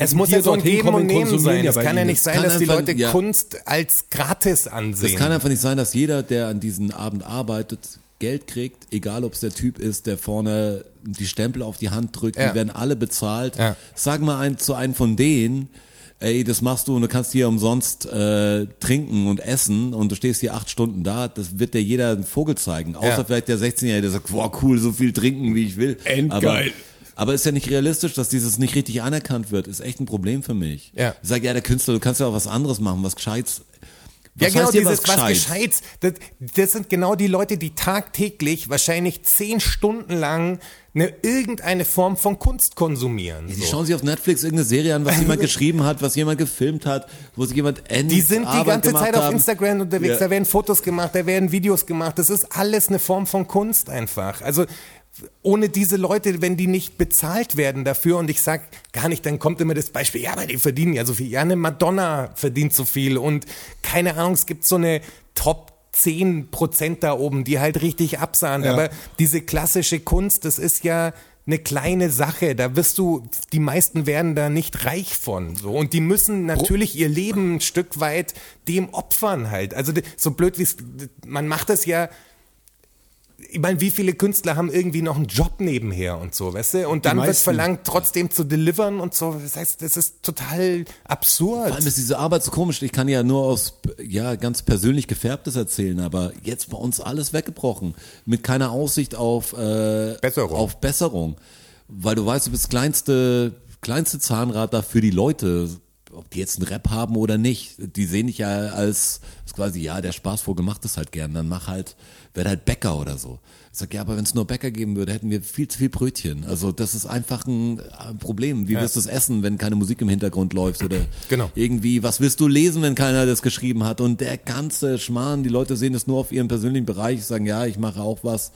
S4: Es muss
S3: Hier
S4: ja so ein
S3: dorthin
S4: Geben
S3: kommen,
S4: und Nehmen
S3: konsumieren
S4: sein.
S3: ja
S4: Es
S3: bei
S4: kann ja
S3: ihnen.
S4: nicht
S3: Es
S4: sein,
S2: kann
S4: dass die
S2: einfach-
S4: Leute
S2: ja.
S4: Kunst als gratis ansehen.
S2: Es kann einfach nicht sein, dass jeder, der an diesen Abend arbeitet, Geld kriegt, egal ob es der Typ ist, der vorne die Stempel auf die Hand drückt,
S4: Ja.
S2: die werden alle bezahlt.
S4: Ja.
S2: Sag mal ein, zu einem von denen, ey, das machst du und du kannst hier umsonst äh, trinken und essen und du stehst hier acht Stunden da, das wird dir jeder einen Vogel zeigen. Außer
S4: Ja.
S2: vielleicht der 16-Jährige, der sagt, boah, cool, so viel trinken, wie ich will.
S3: Endgeil.
S2: Aber, aber ist ja nicht realistisch, dass dieses nicht richtig anerkannt wird. Ist echt ein Problem für mich.
S4: Ja.
S2: Ich sag, ja, der Künstler, du kannst ja auch was anderes machen, was Gescheites.
S4: ja,
S2: Was
S4: genau,
S2: heißt hier
S4: dieses was
S2: Gescheites?
S4: Gescheites. Das, das sind genau die Leute, die tagtäglich wahrscheinlich zehn Stunden lang eine, irgendeine Form von Kunst konsumieren.
S2: Die
S4: so.
S2: schauen sich auf Netflix irgendeine Serie an, was jemand geschrieben hat, was jemand gefilmt hat, wo sich jemand ändert.
S4: Die sind die ganze Zeit auf Instagram unterwegs,
S2: Ja.
S4: da werden Fotos gemacht, da werden Videos gemacht. Das ist alles eine Form von Kunst einfach. Also ohne diese Leute, wenn die nicht bezahlt werden dafür und ich sag gar nicht, dann kommt immer das Beispiel, ja, aber die verdienen ja so viel. Ja, eine Madonna verdient so viel und keine Ahnung, es gibt so eine Top 10 Prozent da oben, die halt richtig absahen.
S3: Ja.
S4: Aber diese klassische Kunst, das ist ja eine kleine Sache, da wirst du, die meisten werden da nicht reich von, so. Und die müssen natürlich ihr Leben ein Stück weit dem opfern halt. Also, d- so blöd wie es, man macht das ja, ich meine, wie viele Künstler haben irgendwie noch einen Job nebenher und so, weißt du? Und dann wird
S3: meisten.
S4: verlangt, trotzdem zu delivern und so. Das heißt, das ist total absurd.
S2: Vor allem ist diese Arbeit so komisch. Ich kann ja nur aus ja ganz persönlich gefärbtes erzählen, aber jetzt bei uns alles weggebrochen mit keiner Aussicht auf äh,
S4: Besserung.
S2: auf Besserung, weil du weißt, du bist kleinste kleinste Zahnrad da für die Leute ob die jetzt einen Rap haben oder nicht, die sehen dich ja als als quasi, ja, der Spaßvogel macht das halt gern, dann mach halt, werd halt Bäcker oder so. Ich sag, ja, aber wenn es nur Bäcker geben würde, hätten wir viel zu viel Brötchen. Also das ist einfach ein äh, Problem. Wie wirst du es essen, wenn keine Musik im Hintergrund läuft oder
S4: Genau.
S2: irgendwie, was willst du lesen, wenn keiner das geschrieben hat? Und der ganze Schmarrn, die Leute sehen es nur auf ihrem persönlichen Bereich, sagen, ja, ich mache auch was.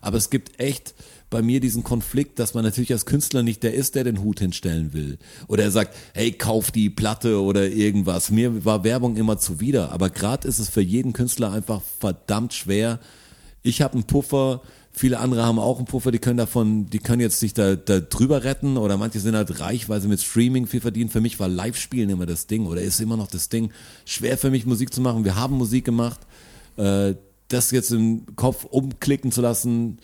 S2: Aber es gibt echt bei mir diesen Konflikt, dass man natürlich als Künstler nicht der ist, der den Hut hinstellen will. Oder er sagt, hey, kauf die Platte oder irgendwas. Mir war Werbung immer zuwider. Aber gerade ist es für jeden Künstler einfach verdammt schwer, ich habe einen Puffer, viele andere haben auch einen Puffer, die können davon, die können jetzt sich da, da drüber retten oder manche sind halt reich, weil sie mit Streaming viel verdienen. Für mich war Live-Spielen immer das Ding oder ist immer noch das Ding. Schwer für mich Musik zu machen. Wir haben Musik gemacht. Äh, das jetzt im Kopf umklicken zu lassen,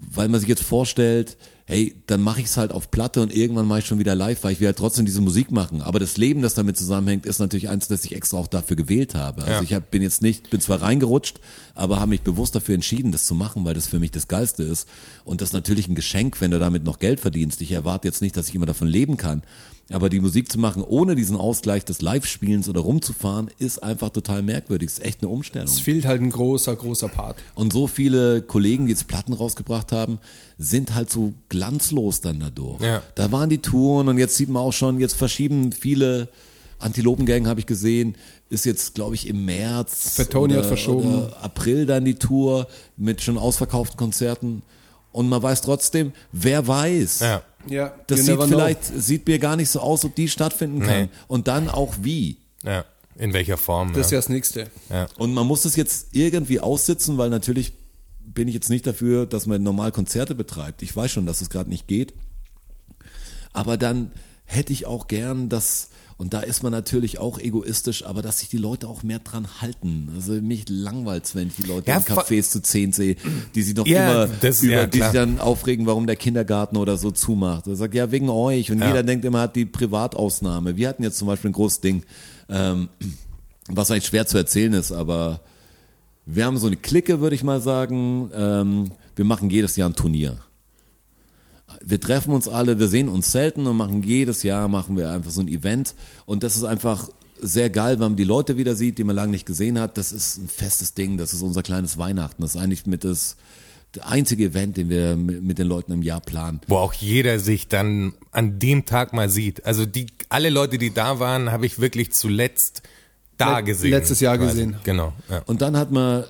S2: weil man sich jetzt vorstellt, hey, dann mache ich es halt auf Platte und irgendwann mache ich schon wieder live, weil ich will halt trotzdem diese Musik machen. Aber das Leben, das damit zusammenhängt, ist natürlich eins, das ich extra auch dafür gewählt habe. Also
S4: Ja.
S2: ich hab, bin jetzt nicht, bin zwar reingerutscht, aber habe mich bewusst dafür entschieden, das zu machen, weil das für mich das Geilste ist. Und das ist natürlich ein Geschenk, wenn du damit noch Geld verdienst. Ich erwarte jetzt nicht, dass ich immer davon leben kann. Aber die Musik zu machen, ohne diesen Ausgleich des Live-Spielens oder rumzufahren, ist einfach total merkwürdig. Ist echt eine Umstellung.
S3: Es fehlt halt ein großer, großer Part.
S2: Und so viele Kollegen, die jetzt Platten rausgebracht haben, sind halt so glanzlos dann dadurch.
S4: Ja.
S2: Da waren die Touren und jetzt sieht man auch schon, jetzt verschieben viele Antilopengang, habe ich gesehen, ist jetzt, glaube ich, im März.
S3: Fat Tony hat verschoben.
S2: Oder April dann die Tour mit schon ausverkauften Konzerten. Und man weiß trotzdem, wer weiß.
S4: Ja.
S3: Ja,
S2: Das
S3: you
S2: sieht
S3: never know.
S2: vielleicht, sieht mir gar nicht so aus, ob die stattfinden kann.
S4: Nee.
S2: Und dann auch wie.
S4: Ja. In welcher Form?
S3: Das ist ja
S4: ja.
S3: das Nächste.
S2: Und man muss das jetzt irgendwie aussitzen, weil natürlich bin ich jetzt nicht dafür, dass man normal Konzerte betreibt. Ich weiß schon, dass es gerade nicht geht. Aber dann hätte ich auch gern, dass, und da ist man natürlich auch egoistisch, aber dass sich die Leute auch mehr dran halten. Also mich langweilt's, wenn ich die Leute
S4: Ja,
S2: in Cafés zu zehn sehe, die sich noch
S4: Ja,
S2: immer
S4: das-
S2: über
S4: ja,
S2: die sich
S4: klar.
S2: dann aufregen, warum der Kindergarten oder so zumacht. Er sagt, ja, wegen euch. Und
S4: Ja.
S2: jeder denkt immer, hat die Privatausnahme. Wir hatten jetzt zum Beispiel ein großes Ding, ähm, was eigentlich schwer zu erzählen ist, aber wir haben so eine Clique, würde ich mal sagen. Ähm, wir machen jedes Jahr ein Turnier. Wir treffen uns alle, wir sehen uns selten und machen jedes Jahr machen wir einfach so ein Event. Und das ist einfach sehr geil, weil man die Leute wieder sieht, die man lange nicht gesehen hat. Das ist ein festes Ding, das ist unser kleines Weihnachten. Das ist eigentlich mit das einzige Event, den wir mit mit den Leuten im Jahr planen.
S4: Wo auch jeder sich dann an dem Tag mal sieht. Also die alle Leute, die da waren, habe ich wirklich zuletzt da
S3: Let-
S4: gesehen.
S3: letztes Jahr
S4: quasi.
S3: gesehen.
S4: Genau. Ja.
S2: Und dann hat man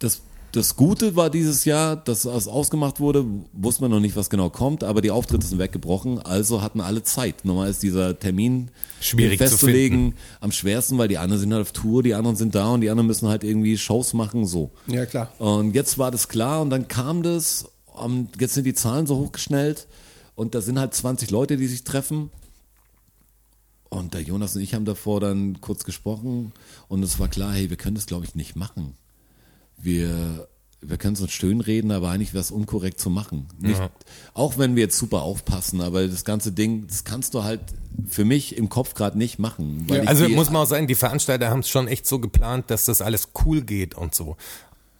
S2: das, das Gute war dieses Jahr, dass es ausgemacht wurde, wusste man noch nicht, was genau kommt, aber die Auftritte sind weggebrochen, also hatten alle Zeit. Normal ist dieser Termin
S4: Schwierig zu
S2: festzulegen am schwersten, weil die anderen sind halt auf Tour, die anderen sind da und die anderen müssen halt irgendwie Shows machen, so.
S3: Ja, klar.
S2: Und jetzt war das klar und dann kam das und jetzt sind die Zahlen so hochgeschnellt und da sind halt 20 Leute, die sich treffen. Und der Jonas und ich haben davor dann kurz gesprochen und es war klar, hey, wir können das glaube ich nicht machen. Wir, wir können es uns schön reden, aber eigentlich wäre es unkorrekt zu machen. Nicht, Auch wenn wir jetzt super aufpassen, aber das ganze Ding, das kannst du halt für mich im Kopf gerade nicht machen. Weil ich
S4: Also
S2: die-
S4: muss man auch sagen, die Veranstalter haben es schon echt so geplant, dass das alles cool geht und so.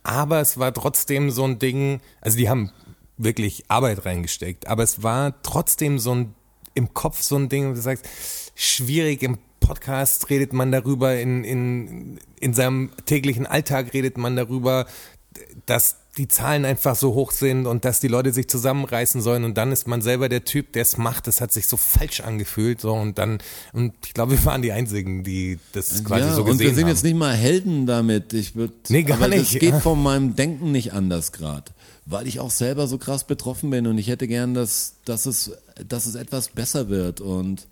S4: Aber es war trotzdem so ein Ding, also die haben wirklich Arbeit reingesteckt, aber es war trotzdem so ein, im Kopf so ein Ding, wo du sagst, schwierig im Podcast redet man darüber, in, in, in seinem täglichen Alltag redet man darüber, dass die Zahlen einfach so hoch sind und dass die Leute sich zusammenreißen sollen und dann ist man selber der Typ, der es macht. Das hat sich so falsch angefühlt so und dann und ich glaube, wir waren die einzigen, die das quasi so gesehen
S2: und wir sind
S4: haben.
S2: jetzt nicht mal Helden damit. Ich würd,
S4: Nee, gar
S2: aber
S4: nicht.
S2: Das geht von meinem Denken nicht anders gerade, weil ich auch selber so krass betroffen bin und ich hätte gern, dass, dass, es, dass es etwas besser wird. Und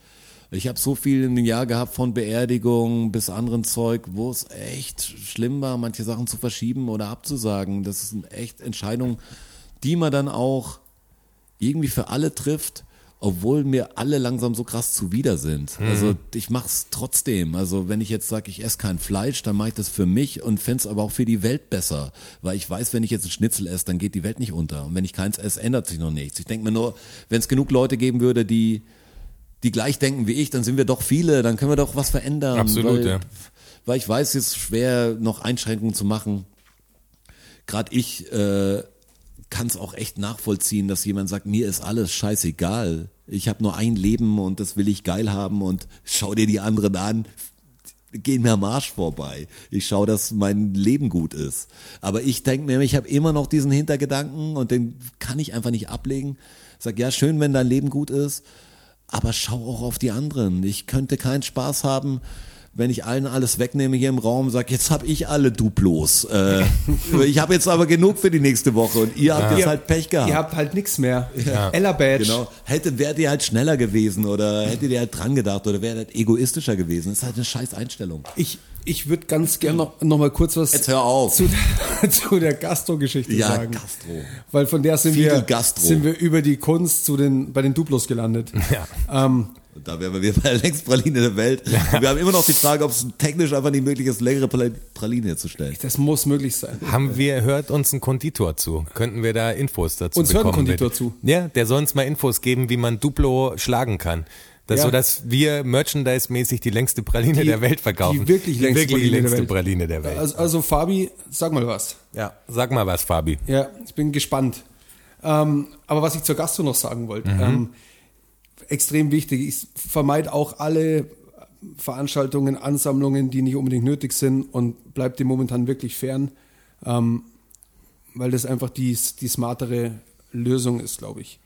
S2: ich habe so viel in dem Jahr gehabt von Beerdigungen bis anderen Zeug, wo es echt schlimm war, manche Sachen zu verschieben oder abzusagen. Das ist echt Entscheidung, die man dann auch irgendwie für alle trifft, obwohl mir alle langsam so krass zuwider sind.
S4: Hm.
S2: Also ich mache es trotzdem. Also wenn ich jetzt sage, ich esse kein Fleisch, dann mache ich das für mich und fänd's aber auch für die Welt besser. Weil ich weiß, wenn ich jetzt einen Schnitzel esse, dann geht die Welt nicht unter. Und wenn ich keins esse, ändert sich noch nichts. Ich denke mir nur, wenn es genug Leute geben würde, die die gleich denken wie ich, dann sind wir doch viele, dann können wir doch was verändern.
S4: Absolut,
S2: weil,
S4: ja.
S2: Weil ich weiß, es ist schwer, noch Einschränkungen zu machen. Gerade ich äh, kann es auch echt nachvollziehen, dass jemand sagt, mir ist alles scheißegal. Ich habe nur ein Leben und das will ich geil haben und schau dir die anderen an. Gehen mir am Arsch vorbei. Ich schaue, dass mein Leben gut ist. Aber ich denke mir, ich habe immer noch diesen Hintergedanken und den kann ich einfach nicht ablegen. Sag, ja, schön, wenn dein Leben gut ist, aber schau auch auf die anderen. Ich könnte keinen Spaß haben, wenn ich allen alles wegnehme hier im Raum, sag jetzt habe ich alle Duplos. Äh, ich habe jetzt aber genug für die nächste Woche und ihr habt jetzt halt Pech gehabt.
S3: Ihr habt halt nichts mehr. Ella Badge.
S2: Genau. Hätte, wärt ihr halt schneller gewesen oder hättet ihr halt dran gedacht oder wärt halt egoistischer gewesen. Das ist halt eine scheiß Einstellung.
S3: Ich, ich würde ganz gerne noch, noch mal kurz was
S2: Jetzt hör auf.
S3: zu, zu der Gastro-Geschichte
S2: Ja,
S3: sagen.
S2: Gastro.
S3: Weil von der sind
S2: Fidel
S3: wir,
S2: Gastro.
S3: sind wir über die Kunst zu den, bei den Duplos gelandet. Ähm,
S2: Und da wären wir wieder bei der längsten Praline der Welt. Und wir haben immer noch die Frage, ob es technisch einfach nicht möglich ist, längere Prali- Pralinen herzustellen.
S3: das muss möglich sein.
S4: Haben wir, hört uns ein Konditor zu? Könnten wir da Infos dazu
S3: Uns hört ein
S4: bekommen?
S3: Konditor
S4: bitte?
S3: zu.
S4: Ja, der soll uns mal Infos geben, wie man Duplo schlagen kann. Das
S3: Ja.
S4: So dass wir merchandise-mäßig die längste Praline
S3: Die-
S4: der Welt verkaufen.
S3: die wirklich längste
S4: wirklich
S3: Praline der
S4: längste
S3: Welt.
S4: Praline der Welt.
S3: Also, also Fabi, sag mal was.
S4: ja. Sag mal was, Fabi.
S3: Ja, ich bin gespannt. Ähm, aber was ich zur Gastro noch sagen wollte, ähm, extrem wichtig, ich vermeide auch alle Veranstaltungen, Ansammlungen, die nicht unbedingt nötig sind und bleibt dem momentan wirklich fern, ähm, weil das einfach die, die smartere Lösung ist, glaube ich.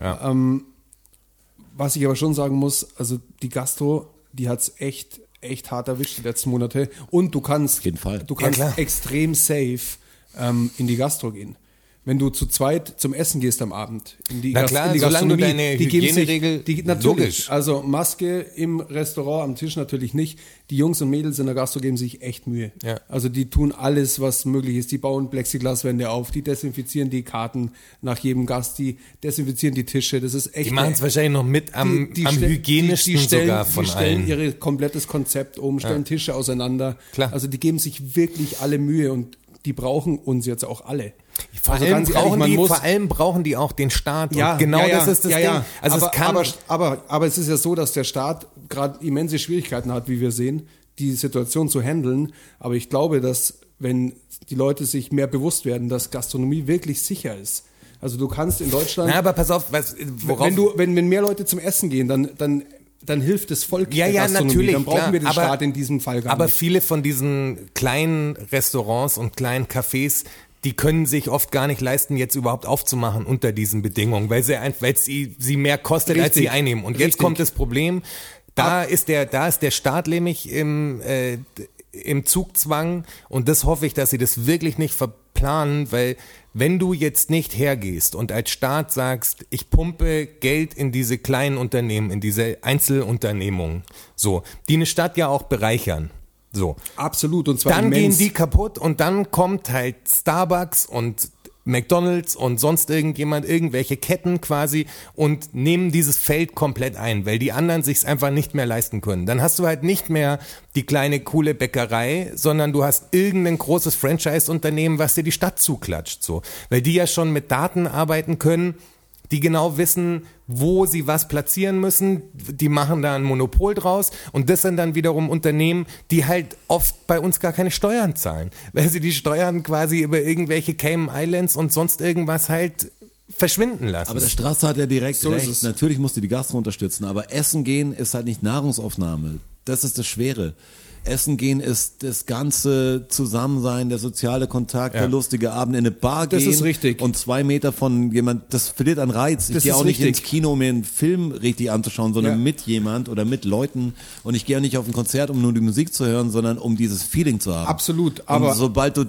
S4: Ja.
S3: Ähm, was ich aber schon sagen muss, also die Gastro, die hat's echt, echt hart erwischt die letzten Monate. Und du kannst,
S2: jeden Fall.
S3: du kannst
S4: klar.
S3: extrem safe ähm, in die Gastro gehen. Wenn du zu zweit zum Essen gehst am Abend, in die,
S4: Na
S3: Gas-
S4: klar,
S3: in die
S4: solange du
S3: Gastronomie,
S4: deine
S3: die geben
S4: Hygieneregel-
S3: sich, die, natürlich,
S4: logisch.
S3: also Maske im Restaurant, am Tisch natürlich nicht. Die Jungs und Mädels in der Gastro geben sich echt Mühe.
S4: Ja.
S3: Also die tun alles, was möglich ist. Die bauen Plexiglaswände auf, die desinfizieren die Karten nach jedem Gast, die desinfizieren die Tische. Das ist echt
S4: Die machen es wahrscheinlich noch mit am, am
S3: stell-
S4: hygienischsten
S3: die, die stellen,
S4: sogar von
S3: die stellen
S4: allen.
S3: ihr komplettes Konzept um, stellen Tische auseinander.
S4: Klar.
S3: Also die geben sich wirklich alle Mühe und die brauchen uns jetzt auch alle.
S4: Vor
S3: Also
S4: allem, brauchen die, vor allem brauchen die auch den Staat.
S3: ja,
S4: und genau
S3: ja, ja,
S4: das ist das
S3: ja,
S4: Ding.
S3: Ja.
S4: Also
S3: aber,
S4: es kann,
S3: aber, aber, aber es ist ja so, dass der Staat gerade immense Schwierigkeiten hat, wie wir sehen, die Situation zu handeln. Aber ich glaube, dass wenn die Leute sich mehr bewusst werden, dass Gastronomie wirklich sicher ist. Also du kannst in Deutschland
S4: na, aber pass auf, was, worauf,
S3: wenn, du, wenn, wenn mehr Leute zum Essen gehen, dann, dann, dann hilft das Volk
S4: Ja,
S3: der
S4: ja,
S3: Gastronomie.
S4: natürlich,
S3: Dann brauchen
S4: klar,
S3: wir den
S4: aber-
S3: Staat in diesem Fall gar
S4: Aber
S3: nicht.
S4: viele von diesen kleinen Restaurants und kleinen Cafés, die können sich oft gar nicht leisten, jetzt überhaupt aufzumachen unter diesen Bedingungen, weil sie, ein- weil sie, sie mehr kostet, als
S3: Richtig.
S4: sie einnehmen. Und jetzt
S3: Richtig.
S4: kommt das Problem, da ist der, da ist der Staat nämlich im, äh, im Zugzwang und das hoffe ich, dass sie das wirklich nicht verplanen, weil wenn du jetzt nicht hergehst und als Staat sagst, ich pumpe Geld in diese kleinen Unternehmen, in diese Einzelunternehmungen, so, die eine Stadt ja auch bereichern. So.
S3: Absolut, und zwar
S4: Dann
S3: immens.
S4: gehen die kaputt und dann kommt halt Starbucks und McDonalds und sonst irgendjemand, irgendwelche Ketten quasi und nehmen dieses Feld komplett ein, weil die anderen sich's einfach nicht mehr leisten können. Dann hast du halt nicht mehr die kleine coole Bäckerei, sondern du hast irgendein großes Franchise-Unternehmen, was dir die Stadt zuklatscht, so. Weil die ja schon mit Daten arbeiten können, die genau wissen, wo sie was platzieren müssen. Die machen da ein Monopol draus. Und das sind dann wiederum Unternehmen, die halt oft bei uns gar keine Steuern zahlen, weil sie die Steuern quasi über irgendwelche Cayman Islands und sonst irgendwas halt verschwinden lassen.
S2: Aber der Straße hat ja direkt
S3: So ist
S2: recht.
S3: es.
S2: Natürlich musst du die Gastro unterstützen, aber Essen gehen ist halt nicht Nahrungsaufnahme. Das ist das Schwere. Essen gehen ist das ganze Zusammensein, der soziale Kontakt, der lustige Abend in eine Bar
S3: Das
S2: gehen.
S3: ist richtig.
S2: Und zwei Meter von jemand, das verliert an Reiz. Ich
S3: Das
S2: gehe
S3: ist
S2: auch nicht
S3: richtig.
S2: ins Kino, um mir einen Film richtig anzuschauen, sondern
S3: Ja.
S2: mit jemand oder mit Leuten. Und ich gehe auch nicht auf ein Konzert, um nur die Musik zu hören, sondern um dieses Feeling zu haben.
S3: Absolut,
S2: und
S3: aber-
S2: sobald du,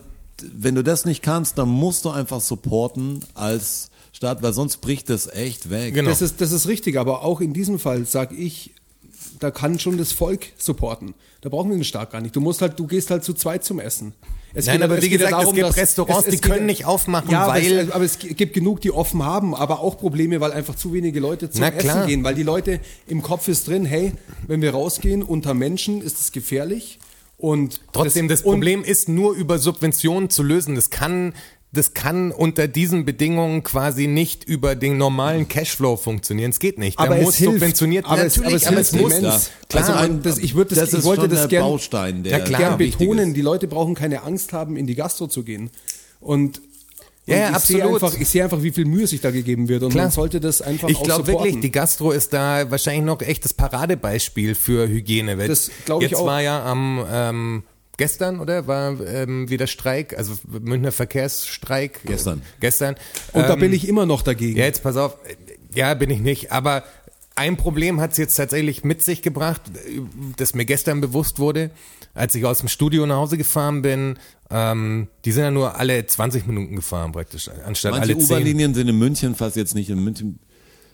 S2: wenn du das nicht kannst, dann musst du einfach supporten als Staat, weil sonst bricht das echt weg.
S4: Genau.
S3: Das ist, das ist richtig, aber auch in diesem Fall sage ich, da kann schon das Volk supporten. Da brauchen wir den Staat gar nicht. Du musst halt, du gehst halt zu zweit zum Essen. Es
S4: Nein, aber
S3: es
S4: wie
S3: ja
S4: gesagt, es gibt Restaurants, die können nicht aufmachen,
S3: ja, Aber
S4: weil-
S3: es, äh, aber es gibt genug, die offen haben, aber auch Probleme, weil einfach zu wenige Leute zum
S4: Na
S3: Essen
S4: klar.
S3: gehen, weil die Leute im Kopf ist drin, hey, wenn wir rausgehen unter Menschen, ist es gefährlich. Und
S4: Trotzdem, das
S3: und-
S4: Problem ist nur über Subventionen zu lösen. Das kann, das kann unter diesen Bedingungen quasi nicht über den normalen Cashflow funktionieren. Es geht nicht.
S3: Aber
S4: da
S3: es
S4: muss
S3: hilft.
S4: subventioniert
S3: Aber es-
S4: Natürlich,
S3: aber es hilft
S4: muss.
S3: immens.
S4: Klar,
S3: Also man-
S4: und-
S3: das- ich würd das- ich
S2: ist
S3: wollte
S2: schon
S3: das
S2: der
S3: gern-
S2: Baustein, der
S4: Ja, klar.
S3: gern
S2: wichtig
S3: betonen,
S2: ist.
S3: die Leute brauchen keine Angst haben, in die Gastro zu gehen. Und Und
S4: Ja, ja,
S3: ich Sehe
S4: absolut.
S3: einfach, ich sehe einfach, wie viel Mühe sich da gegeben wird. Und
S4: Klar.
S3: man sollte das einfach
S4: Ich
S3: auch
S4: glaube
S3: supporten.
S4: wirklich, die Gastro ist da wahrscheinlich noch echt das Paradebeispiel für Hygiene. Weil
S3: Das glaub ich
S4: jetzt
S3: auch.
S4: war ja am ähm, gestern, oder? War ähm, wieder Streik, also Münchner Verkehrsstreik.
S2: Gestern.
S4: Gestern. Ähm,
S3: Und da bin ich immer noch dagegen.
S4: Ja, jetzt pass auf. Ja, bin ich nicht. Aber ein Problem hat es jetzt tatsächlich mit sich gebracht, das mir gestern bewusst wurde, als ich aus dem Studio nach Hause gefahren bin. Ähm, die sind ja nur alle 20 Minuten gefahren praktisch, anstatt
S2: Manche
S4: alle 10.
S2: U-Bahn-Linien sind in München, falls jetzt nicht in München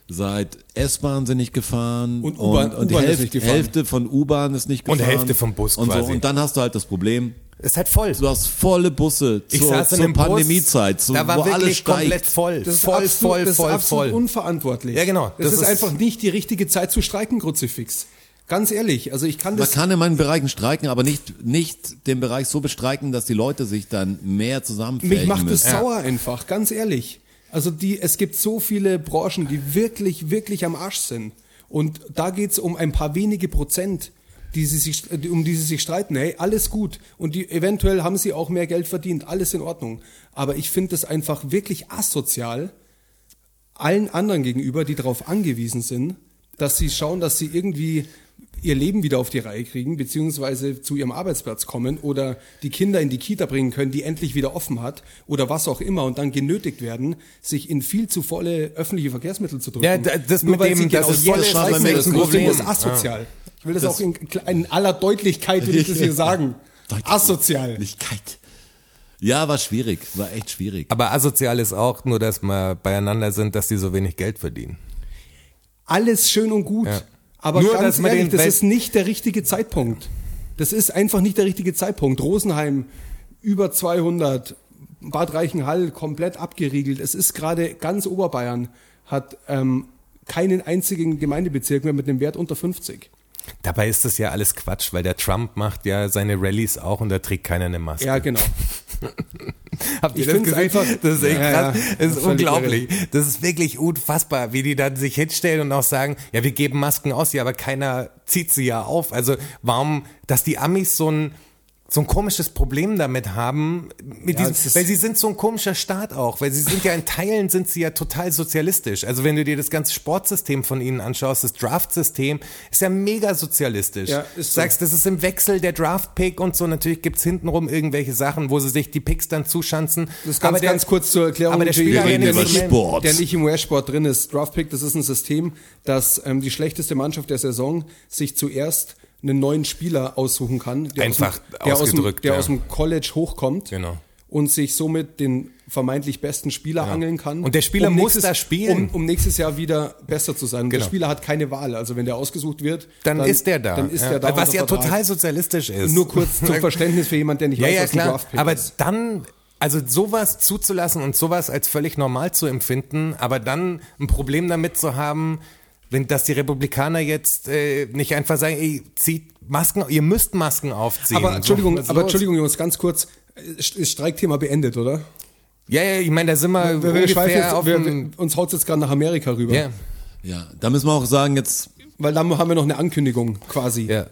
S2: seid, S-Bahn sind nicht gefahren
S3: Und U-Bahn-
S2: und, und die
S3: U-Bahn ist
S2: Hälfte,
S3: nicht gefahren.
S2: Hälfte von U-Bahn ist nicht
S4: Und
S2: gefahren.
S4: Hälfte vom Bus
S2: und
S4: quasi.
S2: So. Und dann hast du halt das Problem,
S4: Es ist halt voll.
S2: du hast volle Busse
S4: Ich
S2: zur,
S4: saß in
S2: zur
S4: einem Bus,
S2: Pandemiezeit, zu,
S4: da war
S2: wo alles
S4: wirklich
S2: steigt.
S4: komplett voll.
S3: Das ist
S4: voll,
S3: absolut,
S4: voll,
S3: das ist
S4: voll,
S3: absolut
S4: voll.
S3: unverantwortlich.
S4: Ja, genau.
S3: Das,
S4: Das
S3: ist,
S4: ist-
S3: einfach nicht die richtige Zeit zu streiken, Kruzifix. Ganz ehrlich, also ich kann
S2: Man
S3: das.
S2: kann in manchen Bereichen streiken, aber nicht, nicht den Bereich so bestreiken, dass die Leute sich dann mehr zusammenfällen.
S3: mich macht es
S2: müssen.
S3: sauer einfach, ganz ehrlich. Also die, es gibt so viele Branchen, die wirklich, wirklich am Arsch sind. Und da geht's um ein paar wenige Prozent, die sie sich, die- um die sie sich streiten. Hey, alles gut. Und die, eventuell haben sie auch mehr Geld verdient. Alles in Ordnung. Aber ich finde das einfach wirklich asozial, allen anderen gegenüber, die darauf angewiesen sind, dass sie schauen, dass sie irgendwie ihr Leben wieder auf die Reihe kriegen, beziehungsweise zu ihrem Arbeitsplatz kommen oder die Kinder in die Kita bringen können, die endlich wieder offen hat oder was auch immer und dann genötigt werden, sich in viel zu volle öffentliche Verkehrsmittel zu drücken.
S4: Ja, da- das
S3: Nur
S4: mit
S3: weil
S4: dem-
S3: sie
S4: das
S3: genau
S4: ist
S3: volle
S4: voll-
S3: Scheiße
S2: das ist
S3: müssen,
S2: das
S3: ich finde
S4: Problem.
S3: das asozial. Ich will das, auch in, in aller Deutlichkeit will ich das hier sagen. Asozial.
S2: Deutlichkeit. Ja, war schwierig, war echt schwierig.
S4: Aber asozial ist auch nur, dass wir beieinander sind, dass die so wenig Geld verdienen.
S3: alles schön und gut.
S4: Ja.
S3: Aber
S4: Nur,
S3: ganz
S4: dass man
S3: ehrlich,
S4: den
S3: das
S4: Welt-
S3: ist nicht der richtige Zeitpunkt. Das ist einfach nicht der richtige Zeitpunkt. Rosenheim über 200, Bad Reichenhall komplett abgeriegelt. Es ist gerade ganz Oberbayern hat ähm, keinen einzigen Gemeindebezirk mehr mit einem Wert unter 50.
S4: Dabei ist das ja alles Quatsch, weil der Trump macht ja seine Rallyes auch und da trägt keiner eine Maske.
S3: Ja, genau.
S4: Habt ihr
S3: Ich
S4: das
S3: find's
S4: gesehen?
S3: einfach-
S4: das ist echt
S3: Ja, ja,
S4: krass.
S3: ja.
S4: Das ist
S3: Völlig
S4: unglaublich. Das ist wirklich unfassbar, wie die dann sich hinstellen und auch sagen, ja, wir geben Masken aus, ja, aber keiner zieht sie ja auf. Also warum, dass die Amis so ein so ein komisches Problem damit haben, mit
S3: Ja, es
S4: diesem,
S3: ist-
S4: weil sie sind so ein komischer Staat auch, weil sie sind ja in Teilen sind sie ja total sozialistisch. Also wenn du dir das ganze Sportsystem von ihnen anschaust, das Draftsystem ist ja mega sozialistisch.
S3: Ja, ist so.
S4: Sagst sagst, das ist im Wechsel der Draft-Pick und so. Natürlich gibt's hintenrum irgendwelche Sachen, wo sie sich die Picks dann zuschanzen.
S3: Das ganz,
S4: aber der,
S3: ganz kurz zur Erklärung.
S4: aber der
S3: Jay,
S4: Spieler
S2: Wir reden
S4: der
S2: über
S4: nicht im-
S2: Sport.
S3: der nicht im US-Sport drin ist. Draftpick, das ist ein System, dass ähm, die schlechteste Mannschaft der Saison sich zuerst einen neuen Spieler aussuchen kann, der
S4: Einfach
S3: aus dem, der, aus dem,
S4: ausgedrückt,
S3: der
S4: ja.
S3: aus dem College hochkommt
S4: Genau.
S3: und sich somit den vermeintlich besten Spieler angeln kann.
S4: Und der Spieler muss da spielen.
S3: Um, um nächstes Jahr wieder besser zu sein. Und Der
S4: Genau.
S3: Spieler hat keine Wahl. Also wenn der ausgesucht wird,
S4: Dann, ist der da.
S3: Dann ist
S4: ja.
S3: der da.
S4: Was
S3: unter
S4: ja
S3: Vertrag.
S4: total sozialistisch ist.
S3: Nur kurz zum Verständnis für jemanden, der nicht
S4: ja,
S3: weiß,
S4: ja,
S3: was ein
S4: klar.
S3: Draftpick
S4: Aber
S3: ist.
S4: dann, also sowas zuzulassen und sowas als völlig normal zu empfinden, aber dann ein Problem damit zu haben, wenn, dass die Republikaner jetzt äh, nicht einfach sagen, ey, zieht Masken, ihr müsst Masken aufziehen.
S3: Aber
S4: So,
S3: Entschuldigung,
S4: was ist
S3: aber
S4: los?
S3: Entschuldigung, Jungs, ganz kurz. Ist ist Streikthema beendet, oder?
S4: Ja, ja, ich meine, da sind wir,
S3: Wir, wir schweifen
S4: ungefähr
S3: jetzt,
S4: auf
S3: wir,
S4: dem-
S3: wir- uns haut jetzt gerade nach Amerika rüber.
S4: ja.
S2: Ja, da müssen wir auch sagen, jetzt
S3: Weil da haben wir noch eine Ankündigung quasi.
S4: Ja.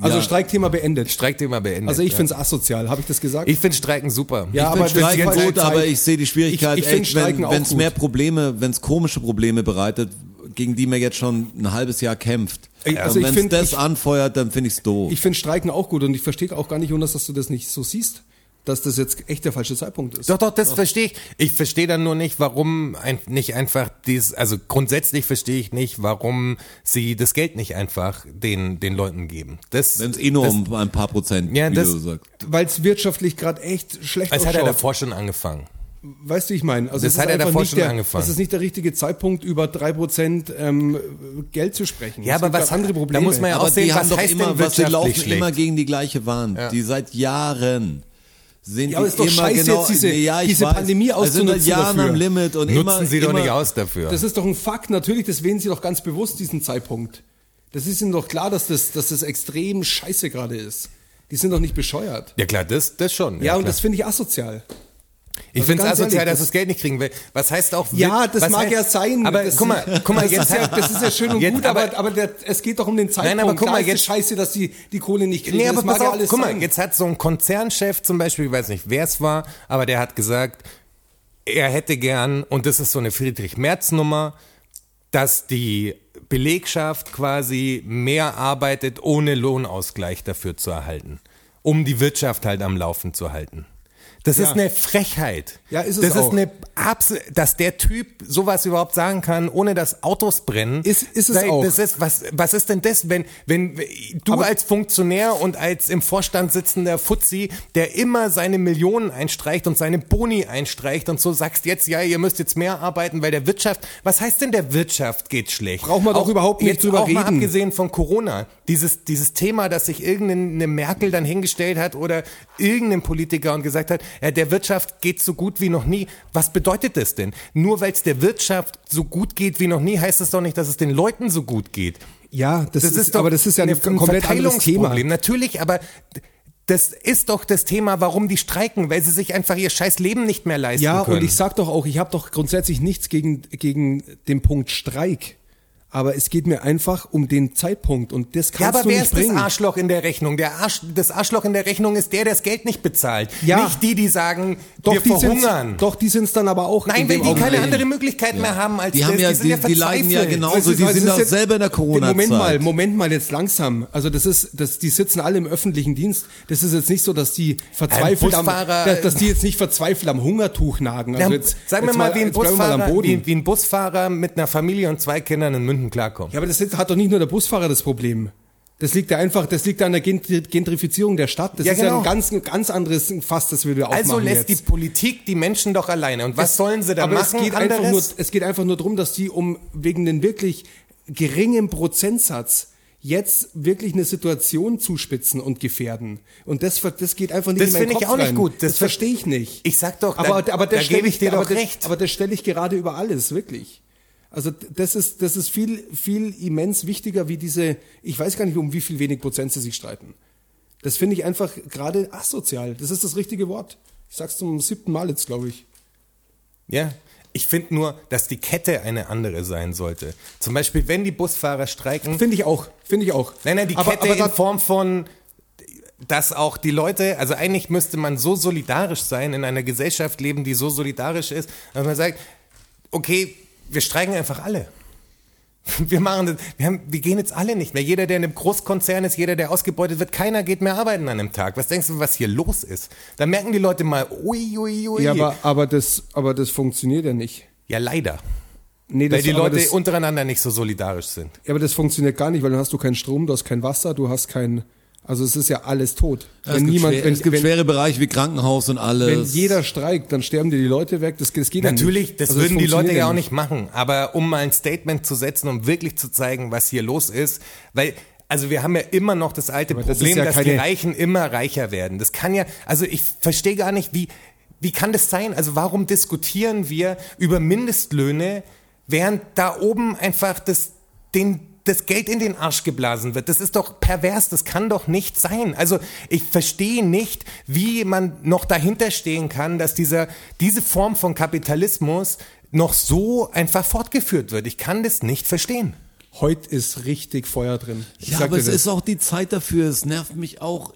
S3: Also
S2: Ja.
S3: Streikthema beendet.
S4: Streikthema beendet.
S3: also ich
S4: ja.
S3: finde es asozial, habe ich das gesagt?
S4: ich finde Streiken super.
S3: Ja,
S4: ich
S3: aber
S4: find
S3: das
S2: Streiken
S3: ist jetzt
S2: gut,
S3: Zeit.
S2: aber ich sehe die Schwierigkeit,
S3: Ich- ich find
S2: echt,
S3: Streiken auch
S2: wenn es
S3: gut.
S2: mehr Probleme, wenn es komische Probleme bereitet, gegen die man jetzt schon ein halbes Jahr kämpft.
S3: Ich- also
S2: und
S3: ich
S2: wenn es
S3: find-
S2: das
S3: ich-
S2: anfeuert, dann finde ich es doof.
S3: ich finde Streiken auch gut und ich verstehe auch gar nicht, Jonas, dass du das nicht so siehst, dass das jetzt echt der falsche Zeitpunkt ist.
S4: Doch, doch, das verstehe ich. Ich verstehe dann nur nicht, warum ein, nicht einfach dies, also grundsätzlich verstehe ich nicht, warum sie das Geld nicht einfach den, den Leuten geben. Das,
S2: wenn es eh nur
S4: das,
S2: um ein paar Prozent,
S4: Ja,
S2: wie
S4: das-
S2: du sagst.
S3: Weil es wirtschaftlich gerade echt schlecht
S4: das hat er
S3: ausschaut.
S4: davor schon angefangen.
S3: Weißt du, wie ich meine? Also
S4: Das
S3: es
S4: hat
S3: ist
S4: er
S3: einfach
S4: davor
S3: nicht
S4: schon
S3: der,
S4: angefangen.
S3: Es ist nicht der richtige Zeitpunkt, über 3% ähm, Geld zu sprechen.
S4: Ja,
S3: Es
S4: aber
S3: gibt
S4: was
S3: grad
S4: hat-
S3: andere
S4: da
S3: Probleme?
S4: muss man ja
S2: Aber
S4: aussehen,
S2: die haben
S4: was
S2: doch
S4: heißt
S2: immer,
S4: denn
S2: was sie laufen
S4: wirtschaftlich
S2: immer
S4: schlecht?
S2: gegen die gleiche Wand. Die seit Jahren sind
S3: Ja, aber
S2: die
S3: ist doch
S2: immer
S3: scheiße,
S2: genau,
S3: jetzt diese-
S2: ja, ich
S3: diese
S2: weiß,
S3: Pandemie
S2: also sind seit
S3: auszunutzen
S2: Jahren
S3: dafür.
S2: am Limit und
S4: Nutzen
S2: immer,
S4: sie doch
S2: immer,
S4: nicht aus dafür.
S3: Das ist doch ein Fakt, natürlich, das wählen sie doch ganz bewusst, diesen Zeitpunkt. Das ist ihnen doch klar, dass das, dass das extrem scheiße gerade ist. Die sind doch nicht bescheuert.
S4: ja klar, das, das schon.
S3: Ja,
S4: klar.
S3: und das finde ich asozial.
S4: Ich
S3: Also
S4: finde es
S3: ganz
S4: asozial,
S3: ehrlich,
S4: dass
S3: das-
S4: das Geld nicht kriegen will. Was heißt auch...
S3: Ja, das
S4: was
S3: mag
S4: heißt,
S3: ja sein.
S4: Aber
S3: das,
S4: guck mal, guck mal,
S3: das
S4: jetzt
S3: ist ja, das ist ja schön und
S4: jetzt
S3: gut, aber, aber der, es geht doch um den Zeitpunkt.
S4: aber guck
S3: Klar
S4: mal,
S3: ist es
S4: jetzt-
S3: scheiße, dass die die Kohle nicht kriegen.
S4: Nee, aber
S3: das mag
S4: pass
S3: ja
S4: auf,
S3: alles
S4: guck mal,
S3: sein.
S4: jetzt hat so ein Konzernchef zum Beispiel, ich weiß nicht, wer es war, aber der hat gesagt, er hätte gern, und das ist so eine Friedrich-Merz-Nummer, dass die Belegschaft quasi mehr arbeitet, ohne Lohnausgleich dafür zu erhalten, um die Wirtschaft halt am Laufen zu halten. Das ist eine Frechheit.
S3: Ja, ist es
S4: das
S3: auch.
S4: ist eine Abs dass der Typ sowas überhaupt sagen kann, ohne dass Autos brennen.
S3: Ist- ist es
S4: Sei-
S3: auch.
S4: Das ist was was ist denn das, wenn wenn du
S3: Aber-
S4: als Funktionär und als im Vorstand sitzender Fuzzi, der immer seine Millionen einstreicht und seine Boni einstreicht und so sagst jetzt ja, ihr müsst jetzt mehr arbeiten, weil der Wirtschaft, was heißt denn der Wirtschaft geht schlecht?
S3: Braucht man doch überhaupt nicht
S4: jetzt
S3: drüber
S4: auch Mal
S3: reden.
S4: abgesehen von Corona, dieses, dieses Thema, dass sich irgendeine Merkel dann hingestellt hat oder irgendein Politiker und gesagt hat, ja, der Wirtschaft geht so gut wie noch nie. Was bedeutet das denn? Nur weil es der Wirtschaft so gut geht wie noch nie, heißt es doch nicht, dass es den Leuten so gut geht.
S3: Ja, das,
S4: Das
S3: ist, aber das ist ja ein komplett anderes Thema.
S4: Verteilungsproblem. Natürlich, aber das ist doch das Thema, warum die streiken, weil sie sich einfach ihr scheiß Leben nicht mehr leisten
S3: Ja,
S4: können.
S3: und ich sag doch auch, ich habe doch grundsätzlich nichts gegen, gegen den Punkt Streik. Aber es geht mir einfach um den Zeitpunkt und das
S4: Ja,
S3: kannst
S4: aber
S3: du
S4: wer
S3: nicht
S4: ist
S3: bringen.
S4: das Arschloch in der Rechnung? Der Arsch, das Arschloch in der Rechnung ist der, der das Geld nicht bezahlt.
S3: Ja.
S4: Nicht die, die sagen, wir
S3: doch, die
S4: verhungern.
S3: sind's, doch, die sind's dann aber auch. in
S4: Nein, halt
S3: dem
S4: weil die keine
S3: Augenblick.
S4: andere Möglichkeit mehr haben als
S2: Die haben
S4: das.
S2: ja-
S4: die, sind
S2: die-
S4: ja
S2: die leiden ja
S4: verzweifelt.
S2: genau
S3: Also,
S2: so, die
S3: also,
S2: sind
S3: das
S2: auch
S3: ist jetzt-
S2: selber in der Corona-Zeit.
S3: Moment mal, Moment mal, jetzt langsam. Also das ist, das, die sitzen alle im öffentlichen Dienst. Das ist jetzt nicht so, dass die verzweifelt am,
S4: Busfahrer-
S3: dass, dass die jetzt nicht verzweifelt am Hungertuch nagen. Also
S4: Ja,
S3: jetzt,
S4: sagen wir
S3: jetzt
S4: mal, wie ein,
S3: jetzt bleiben wir mal
S4: Busfahrer,
S3: am Boden.
S4: wie, wie ein Busfahrer mit einer Familie und zwei Kindern in München klarkommt.
S3: Ja, aber das hat doch nicht nur der Busfahrer das Problem. Das liegt ja einfach, das liegt an der Gentri- Gentrifizierung der Fact. Das
S4: Ja,
S3: ist ja
S4: genau.
S3: ein ganz, ein ganz anderes Fass, das wir wieder aufmachen
S4: Also lässt
S3: jetzt.
S4: die Politik die Menschen doch alleine. Und was sollen sie da
S3: aber
S4: machen?
S3: Es geht, einfach nur, es geht einfach nur darum, dass die um wegen den wirklich geringen Prozentsatz jetzt wirklich eine Situation zuspitzen und gefährden. Und das, ver- das geht einfach nicht
S4: Das
S3: in meinen
S4: finde ich
S3: Kopf
S4: auch nicht
S3: rein.
S4: gut. Das
S3: Das, verstehe ich nicht.
S4: Ich sag doch,
S3: aber,
S4: da-
S3: aber
S4: da
S3: das stelle
S4: gebe ich dir
S3: aber
S4: doch
S3: das,
S4: recht.
S3: Aber das stelle ich gerade über alles, wirklich. Also d- das ist, das ist viel, viel immens wichtiger wie diese, ich weiß gar nicht, um wie viel wenig Prozent sie sich streiten. Das finde ich einfach gerade asozial. Das ist das richtige Wort. Ich sag's zum siebten Mal jetzt, glaube ich.
S4: Ja. Ich finde nur, dass die Kette eine andere sein sollte. Zum Beispiel, wenn die Busfahrer streiken,
S3: Finde ich auch, finde ich auch.
S4: Nein, nein, die
S3: aber,
S4: Kette
S3: aber
S4: in Form von, dass auch die Leute, also eigentlich müsste man so solidarisch sein, in einer Gesellschaft leben, die so solidarisch ist, dass man sagt, okay, wir streiken einfach alle. Wir machen das, wir, haben, wir gehen jetzt alle nicht mehr. Jeder, der in einem Großkonzern ist, jeder, der ausgebeutet wird, keiner geht mehr arbeiten an einem Tag. Was denkst du, was hier los ist? Da merken die Leute mal, ui, ui, ui.
S3: ja, aber, aber, das, aber das funktioniert ja nicht.
S4: ja leider.
S3: Nee,
S4: Weil die
S3: aber
S4: Leute
S3: das,
S4: untereinander nicht so solidarisch sind.
S3: ja, aber das funktioniert gar nicht, weil dann hast du keinen Strom, du hast kein Wasser, du hast kein. Also es ist ja alles tot.
S2: Ja, es,
S3: wenn
S2: gibt
S3: niemand,
S2: schwer,
S3: wenn,
S2: es gibt
S3: wenn,
S2: schwere Bereiche wie Krankenhaus und alles.
S3: wenn jeder streikt, dann sterben dir die Leute weg. Das, das geht ja
S4: Natürlich,
S3: nicht.
S4: das
S3: Also
S4: würden die Leute
S3: funktioniert
S4: ja auch nicht machen. Aber um mal ein Statement zu setzen, um wirklich zu zeigen, was hier los ist, weil also wir haben ja immer noch das alte
S3: Aber das ist
S4: Problem,
S3: ja
S4: dass die
S3: keine-
S4: Reichen immer reicher werden. Das kann ja, also ich verstehe gar nicht, wie wie kann das sein? Also warum diskutieren wir über Mindestlöhne, während da oben einfach das den das Geld in den Arsch geblasen wird. Das ist doch pervers, das kann doch nicht sein. Also ich verstehe nicht, wie man noch dahinter stehen kann, dass dieser, diese Form von Kapitalismus noch so einfach fortgeführt wird. Ich kann das nicht verstehen.
S3: Heute ist richtig Feuer drin. Ich
S2: ja,
S3: sag
S2: aber
S3: dir
S2: es
S3: das.
S2: ist auch die Zeit dafür. Es nervt mich auch.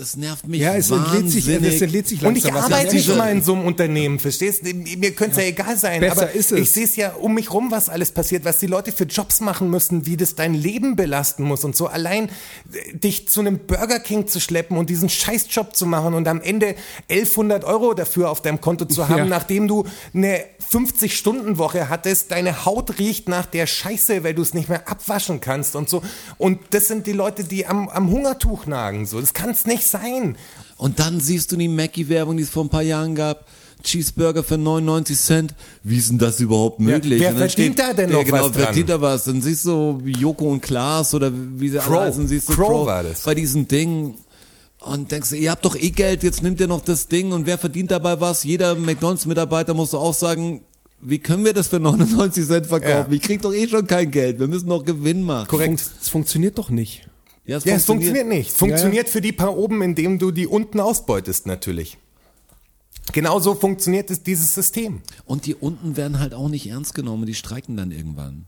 S2: Es nervt mich
S3: ja, es entlädt sich, es
S2: wahnsinnig.
S3: entlädt sich
S4: Und ich
S3: langsam. was.
S4: arbeite
S2: diese-
S4: nicht mal in so einem Unternehmen, verstehst du? Mir könnte es ja. egal sein,
S3: Besser
S4: aber
S3: ist es.
S4: ich sehe es ja um mich rum, was alles passiert, was die Leute für Jobs machen müssen, wie das dein Leben belasten muss und so. Allein äh, dich zu einem Burger King zu schleppen und diesen Scheißjob zu machen und am Ende 1100 Euro dafür auf deinem Konto zu haben,
S3: Ja.
S4: nachdem du eine 50-Stunden-Woche hattest, deine Haut riecht nach der Scheiße, weil du es nicht mehr abwaschen kannst und so. Und das sind die Leute, die am, am Hungertuch nagen. So, das kann es nicht sein.
S2: Und dann siehst du die Mackie-Werbung, die es vor ein paar Jahren gab. Cheeseburger für 99 Cent. Wie ist denn das überhaupt möglich?
S4: wer
S2: Und dann
S4: verdient da denn
S2: Ja,
S4: noch
S2: genau,
S4: was
S2: Wer
S4: dran?
S2: verdient da was? Dann siehst du Joko und Klaas oder wie sie alle
S4: Crow.
S2: heißen. Siehst du
S4: Crow war das.
S2: Bei diesem Ding. Und denkst, du, ihr habt doch eh Geld, jetzt nimmt ihr noch das Ding. Und wer verdient dabei was? Jeder McDonalds-Mitarbeiter muss auch sagen, wie können wir das für 99 Cent verkaufen?
S4: Ja.
S2: Ich krieg doch eh schon kein Geld. Wir müssen noch Gewinn machen.
S4: Korrekt.
S3: Es funktioniert doch nicht.
S2: Ja, es
S4: Ja, es funktioniert nicht. Funktioniert für die paar oben, indem du die unten ausbeutest, natürlich. Genauso funktioniert es, dieses System.
S2: Und die unten werden halt auch nicht ernst genommen. Die streiken dann irgendwann.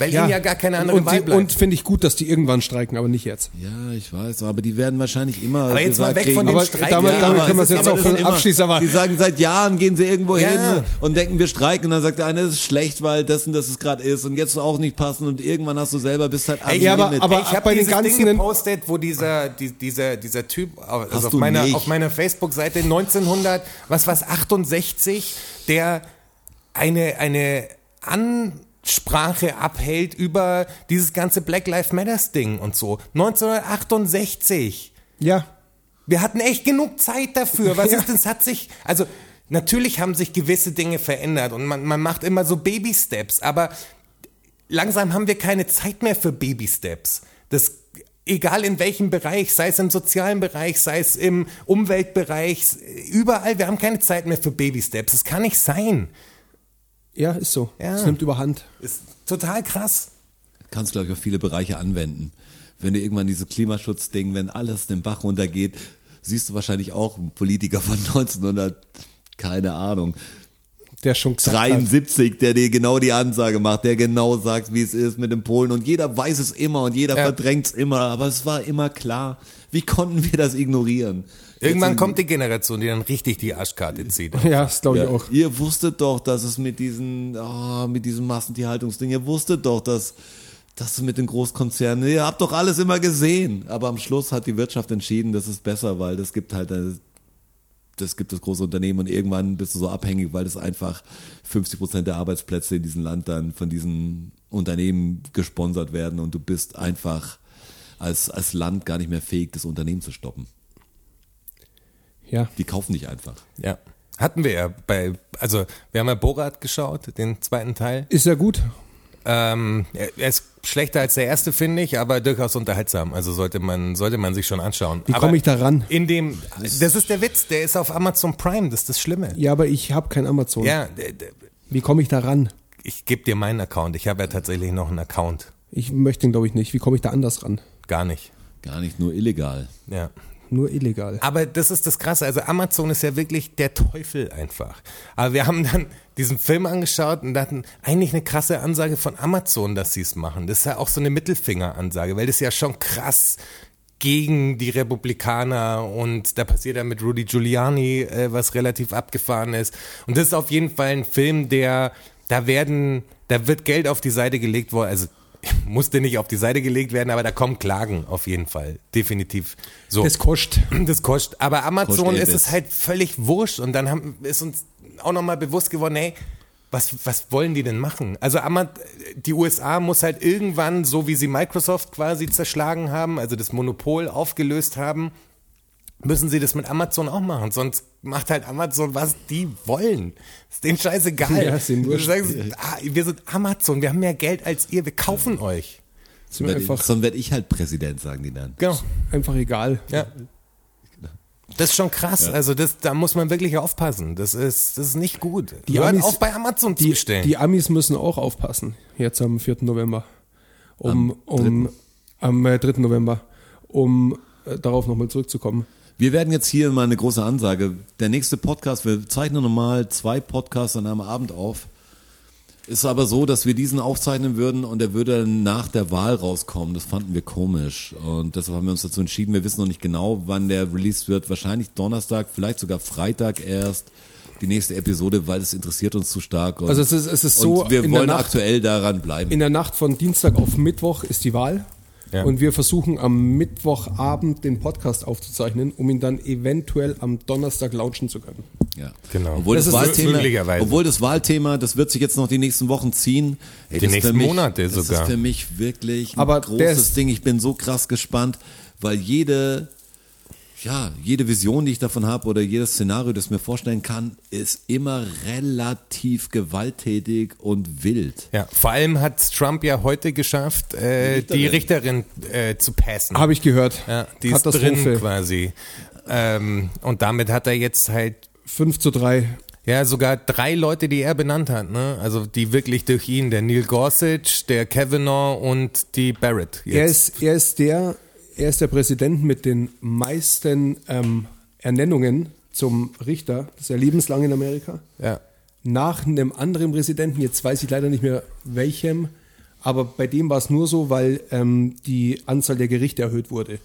S4: Weil ihnen ja gar keine andere
S3: und,
S4: Wahl
S3: die-
S4: bleibt.
S3: Und finde ich gut, dass die irgendwann streiken, aber nicht jetzt.
S2: Ja, ich weiß, aber die werden wahrscheinlich immer.
S4: Aber jetzt
S2: gesagt
S4: mal weg
S2: kriegen,
S4: von dem
S2: aber-
S3: Aber
S4: Streik,
S3: damit,
S4: ja,
S3: damit
S2: aber
S3: können wir es
S2: es ist
S3: jetzt
S2: aber
S3: auch
S2: das ist immer-
S3: abschließen, aber
S2: Die sagen, seit Jahren gehen sie irgendwo
S4: Ja.
S2: hin und denken, wir streiken. Und dann sagt der eine, es ist schlecht, weil das und das es gerade ist. Und jetzt auch nicht passen. Und irgendwann hast du selber, bist halt am
S4: ja, aber-
S2: Limit.
S3: aber-
S4: ich habe
S3: bei den
S4: dieses
S3: ganzen-
S4: Ding gepostet, wo dieser, die, dieser, dieser Typ auf- also auf,
S2: du
S4: meiner,
S2: nicht.
S4: auf meiner Facebook-Seite 1900, was was 68, der eine eine Ansprache abhält über dieses ganze Black Lives Matters Ding und so 1968.
S3: ja.
S4: Wir hatten echt genug Zeit dafür. Was
S3: Ja.
S4: ist denn, es hat sich, also natürlich haben sich gewisse Dinge verändert und man, man macht immer so Baby-Steps, aber langsam haben wir keine Zeit mehr für Baby-Steps. Das, egal in welchem Bereich, sei es im sozialen Bereich, sei es im Umweltbereich, überall, wir haben keine Zeit mehr für Baby-Steps. Das kann nicht sein.
S3: Ja, ist so.
S4: Ja.
S3: Es nimmt überhand.
S4: Ist total krass.
S2: kannst, glaube ich, auf viele Bereiche anwenden. Wenn du irgendwann dieses Klimaschutzding, wenn alles den Bach runtergeht, siehst du wahrscheinlich auch einen Politiker von 1900, keine Ahnung,
S3: Der schon gesagt hat.
S2: 73, der dir genau die Ansage macht, der genau sagt, wie es ist mit den Polen. Und jeder weiß es immer und jeder
S4: Ja.
S2: verdrängt es immer, aber es war immer klar. Wie konnten wir das ignorieren?
S4: Irgendwann kommt die Generation, die dann richtig die Arschkarte zieht.
S3: Ja, das glaube ich
S2: Ja.
S3: auch.
S2: Ihr wusstet doch, dass es mit diesen, ah, mit diesem Massentierhaltungsding, ihr wusstet doch, dass das mit den Großkonzernen, ihr habt doch alles immer gesehen. Aber am Schluss hat die Wirtschaft entschieden, das ist besser, weil das gibt halt eine, das gibt das große Unternehmen und irgendwann bist du so abhängig, weil das einfach 50 Prozent der Arbeitsplätze in diesem Land dann von diesen Unternehmen gesponsert werden und du bist einfach als, als Land gar nicht mehr fähig, das Unternehmen zu stoppen.
S3: Ja.
S2: Die kaufen dich einfach.
S4: Ja. Hatten wir ja bei, also wir haben ja Borat geschaut, den zweiten Teil.
S3: Ist ja gut.
S4: Ähm, er er ist schlechter als der erste, finde ich, aber durchaus unterhaltsam. Also sollte man, sollte man sich schon anschauen.
S3: Wie
S4: Aber
S3: komme ich da ran?
S4: In dem, das ist der Witz, der ist auf Amazon Prime, das ist das Schlimme.
S3: Ja, aber ich habe kein Amazon.
S4: Ja, d- d-
S3: Wie komme ich da ran?
S4: ich gebe dir meinen Account. Ich habe ja tatsächlich noch einen Account.
S3: Ich möchte ihn, glaube ich, nicht. Wie komme ich da anders ran?
S4: Gar nicht.
S2: Gar nicht nur illegal.
S4: Ja.
S3: Nur illegal.
S4: Aber das ist das Krasse. Also Amazon ist ja wirklich der Teufel einfach. Aber wir haben dann diesen Film angeschaut und hatten eigentlich eine krasse Ansage von Amazon, dass sie es machen. Das ist ja auch so eine Mittelfingeransage, weil das ja schon krass gegen die Republikaner und da passiert dann mit Rudy Giuliani äh, was relativ abgefahren ist. Und das ist auf jeden Fall ein Film, der, da werden, da wird Geld auf die Seite gelegt worden. Also musste nicht auf die Seite gelegt werden, aber da kommen Klagen auf jeden Fall. Definitiv. So.
S3: Das kostet.
S4: Das kostet. Aber Amazon
S2: Kostet
S4: ist es
S2: etwas.
S4: halt völlig wurscht. Und dann haben, ist uns auch nochmal bewusst geworden, hey, was, was wollen die denn machen? Also Ama die USA muss halt irgendwann, so wie sie Microsoft quasi zerschlagen haben, also das Monopol aufgelöst haben, müssen sie das mit Amazon auch machen. Sonst macht halt Amazon, was die wollen. Ist denen scheißegal.
S3: Ja, ist denen wurscht.
S4: Sagen sie, ah, wir sind Amazon, wir haben mehr Geld als ihr, wir kaufen euch.
S3: Ist mir
S2: Sonst
S3: einfach,
S2: werde werd ich halt Präsident, sagen die dann.
S4: Genau.
S3: einfach egal.
S4: Ja. Das ist schon krass. Also das, da muss man wirklich aufpassen. Das ist, das ist nicht gut. Die Hört
S3: Amis-
S4: auf bei Amazon zu
S3: Die,
S4: bestellen.
S3: die Amis müssen auch aufpassen. Jetzt am 4. November. Um, um, am äh, 3. November. Um äh, darauf nochmal zurückzukommen.
S2: Wir werden jetzt hier mal eine große Ansage. Der nächste Podcast, wir zeichnen normal zwei Podcasts an einem Abend auf. Ist aber so, dass wir diesen aufzeichnen würden und der würde dann nach der Wahl rauskommen. Das fanden wir komisch. Und deshalb haben wir uns dazu entschieden. Wir wissen noch nicht genau, wann der released wird. Wahrscheinlich Donnerstag, vielleicht sogar Freitag erst. Die nächste Episode, weil es interessiert uns zu stark. Und,
S3: Also es ist- es ist so,
S2: Und wir
S3: in der
S2: wollen
S3: Nacht-
S2: aktuell daran bleiben.
S3: In der Nacht von Dienstag auf Mittwoch ist die Wahl.
S4: Ja.
S3: Und wir versuchen am Mittwochabend den Podcast aufzuzeichnen, um ihn dann eventuell am Donnerstag launchen zu können.
S2: Ja.
S4: Genau.
S2: Obwohl das,
S4: Das ist
S2: Wahlthema,
S4: möglicherweise.
S2: obwohl das Wahlthema, das wird sich jetzt noch die nächsten Wochen ziehen. Hey,
S4: Die
S2: das ist für
S4: nächsten Monate
S2: Das
S4: sogar.
S2: ist für mich wirklich ein
S3: Aber der
S2: großes
S3: ist-
S2: Ding. Ich bin so krass gespannt, weil jede, ja, jede Vision, die ich davon habe oder jedes Szenario, das ich mir vorstellen kann, ist immer relativ gewalttätig und wild.
S4: ja, vor allem hat Trump ja heute geschafft, äh, die Richterin, äh, zu passen.
S3: Habe ich gehört.
S4: ja, die ist drin quasi. Ähm, und damit hat er jetzt halt
S3: 5 zu 3.
S4: ja sogar drei Leute, die er benannt hat. Ne? Also die wirklich durch ihn, der Neil Gorsuch, der Kavanaugh und die Barrett. Jetzt.
S3: Er ist, er, ist der, er ist der Präsident mit den meisten ähm, Ernennungen zum Richter. Das ist ja lebenslang in Amerika.
S4: ja.
S3: Nach einem anderen Präsidenten, jetzt weiß ich leider nicht mehr welchem, Aber bei dem war es nur so, weil ähm, die Anzahl der Gerichte erhöht wurde.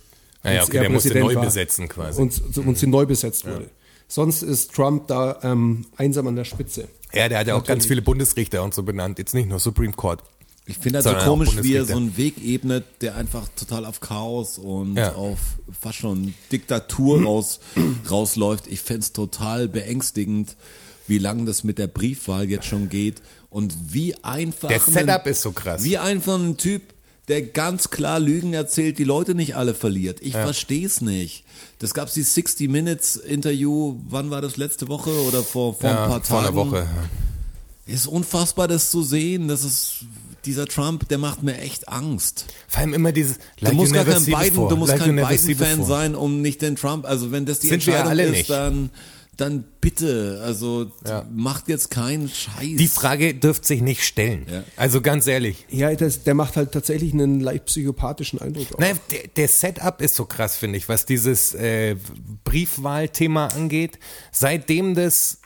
S4: Naja,
S3: als
S4: Ah okay,
S3: er
S4: der musste
S3: Präsident
S4: neu
S3: war
S4: besetzen quasi. Mhm.
S3: Und, und sie neu besetzt wurde. Sonst ist Trump da ähm, einsam an der Spitze.
S4: Ja, der hat ja auch ganz viele Bundesrichter und so benannt. Jetzt nicht nur Supreme Court.
S2: Ich finde das so
S4: Sondern auch
S2: komisch, wie er
S4: Bundesrichter.
S2: so einen Weg ebnet, der einfach total auf Chaos und
S4: Ja.
S2: auf fast schon Diktatur raus, rausläuft. Ich fänd's total beängstigend, wie lang das mit der Briefwahl jetzt schon geht und wie einfach.
S4: Der
S2: ein-
S4: Setup ist so krass.
S2: Wie einfach ein Typ, der ganz klar Lügen erzählt, die Leute nicht alle verliert. Ich verstehe es nicht. Das gab's die 60 Minutes Interview, wann war das letzte Woche oder vor, vor ein paar
S4: vor
S2: Tagen?
S4: einer Woche.
S2: Ist unfassbar, das zu sehen. Das ist dieser Trump, der macht mir echt Angst.
S4: Vor allem immer dieses
S2: Du
S4: like
S2: musst
S4: you
S2: gar
S4: never
S2: kein
S4: see
S2: Biden,
S4: before,
S2: du musst
S4: like you
S2: kein
S4: never see
S2: Biden-Fan
S4: before.
S2: sein, um nicht den Trump. Also wenn das die
S4: Sind wir
S2: Entscheidung
S4: alle
S2: ist,
S4: nicht.
S2: dann dann bitte. Also macht jetzt keinen Scheiß.
S4: Die Frage dürft sich nicht stellen.
S2: Ja.
S4: Also ganz ehrlich.
S3: Ja, das, der macht halt tatsächlich einen leicht psychopathischen Eindruck. Auf.
S4: Naja, der, der Setup ist so krass, finde ich, was dieses äh, Briefwahlthema angeht. Seitdem das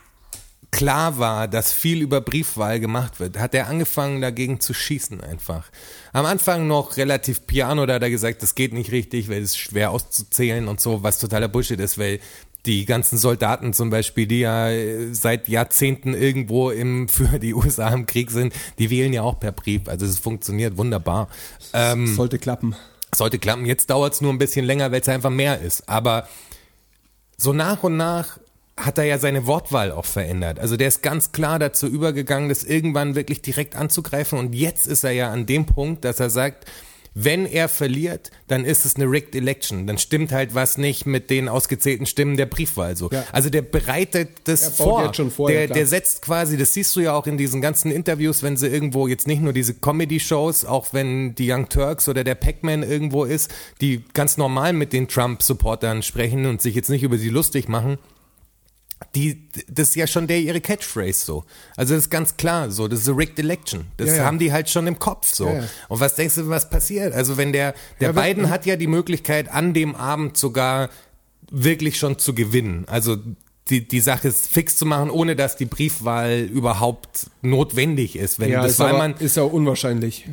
S4: klar war, dass viel über Briefwahl gemacht wird, hat er angefangen dagegen zu schießen einfach. Am Anfang noch relativ piano, da hat er gesagt, das geht nicht richtig, weil es ist schwer auszuzählen und so, was totaler Bullshit ist, weil die ganzen Soldaten zum Beispiel, die ja äh, seit Jahrzehnten irgendwo im, für die USA im Krieg sind, die wählen ja auch per Brief. Also es funktioniert wunderbar.
S3: Sollte klappen.
S4: Sollte klappen. Jetzt dauert es nur ein bisschen länger, weil es einfach mehr ist. Aber so nach und nach hat er ja seine Wortwahl auch verändert. Also der ist ganz klar dazu übergegangen, das irgendwann wirklich direkt anzugreifen. Und jetzt ist er ja an dem Punkt, dass er sagt, wenn er verliert, dann ist es eine rigged Election. Dann stimmt halt was nicht mit den ausgezählten Stimmen der Briefwahl. So.
S3: Ja.
S4: Also der bereitet das
S3: Er baut
S4: vor.
S3: jetzt schon vor, ja,
S4: der,
S3: klar.
S4: der setzt quasi, das siehst du ja auch in diesen ganzen Interviews, wenn sie irgendwo jetzt nicht nur diese Comedy-Shows, auch wenn die Young Turks oder der Pac-Man irgendwo ist, die ganz normal mit den Trump-Supportern sprechen und sich jetzt nicht über sie lustig machen. Die, das ist ja schon der ihre Catchphrase so. Also das ist ganz klar so, das ist a rigged election. Das
S3: Ja, ja.
S4: haben die halt schon im Kopf so.
S3: Ja, ja.
S4: Und was denkst du, was passiert? Also wenn der, der
S3: Ja, wenn-
S4: Biden hat ja die Möglichkeit, an dem Abend sogar wirklich schon zu gewinnen. Also die, die Sache ist fix zu machen, ohne dass die Briefwahl überhaupt notwendig ist. Wenn
S3: Ja,
S4: das
S3: ist,
S4: weil
S3: aber,
S4: man
S3: ist ja unwahrscheinlich.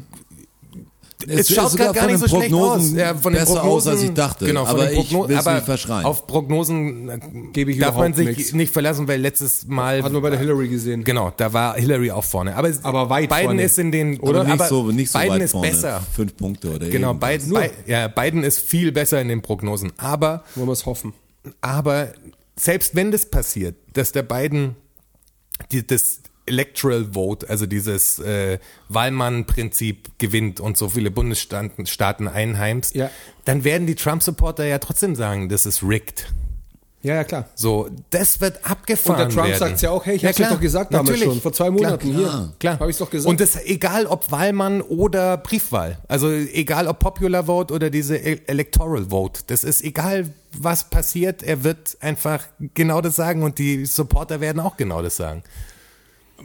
S4: es, schaut
S2: sogar
S4: gar, gar
S2: von
S4: nicht so
S2: den
S4: schlecht aus.
S2: Prognosen
S4: Ja,
S2: besser aus, als ich dachte.
S4: Genau, von
S2: aber
S4: den
S2: ich
S4: Prognosen,
S2: will's
S4: aber
S2: nicht verschreien.
S4: auf Prognosen äh,
S3: Gebe ich
S4: darf man
S3: überhaupt
S4: sich
S3: nichts.
S4: nicht verlassen, weil letztes Mal
S2: Also-
S3: Hat man bei der Hillary gesehen.
S4: Genau, da war Hillary auch vorne. Aber,
S3: Aber weit
S4: Biden
S3: vorne.
S4: ist in den,
S2: oder
S4: oder?
S2: nicht
S4: aber
S2: so, nicht so
S4: Biden
S2: weit
S4: ist
S2: vorne.
S4: besser.
S2: Fünf Punkte oder
S4: Genau,
S2: irgendwas.
S4: Biden, Bi- ja, Biden ist viel besser in den Prognosen. Aber,
S3: Wollen wir es hoffen.
S4: aber selbst wenn das passiert, dass der Biden die, das Electoral Vote, also dieses äh, Wahlmann-Prinzip gewinnt und so viele Bundesstaaten Staaten einheimst,
S3: Ja.
S4: dann werden die Trump-Supporter ja trotzdem sagen, das ist rigged.
S3: Ja, ja, klar.
S4: So, das wird abgefahren
S3: Und der Trump
S4: werden.
S3: sagt ja auch, hey, ich hab's
S4: klar,
S3: doch gesagt damals
S4: natürlich.
S3: schon, vor zwei Monaten
S4: klar,
S3: hier.
S4: Klar.
S3: Hab ich's doch gesagt.
S4: Und das egal ob Wahlmann oder Briefwahl. Also egal ob Popular Vote oder diese E- Electoral Vote. Das ist egal, was passiert, er wird einfach genau das sagen und die Supporter werden auch genau das sagen.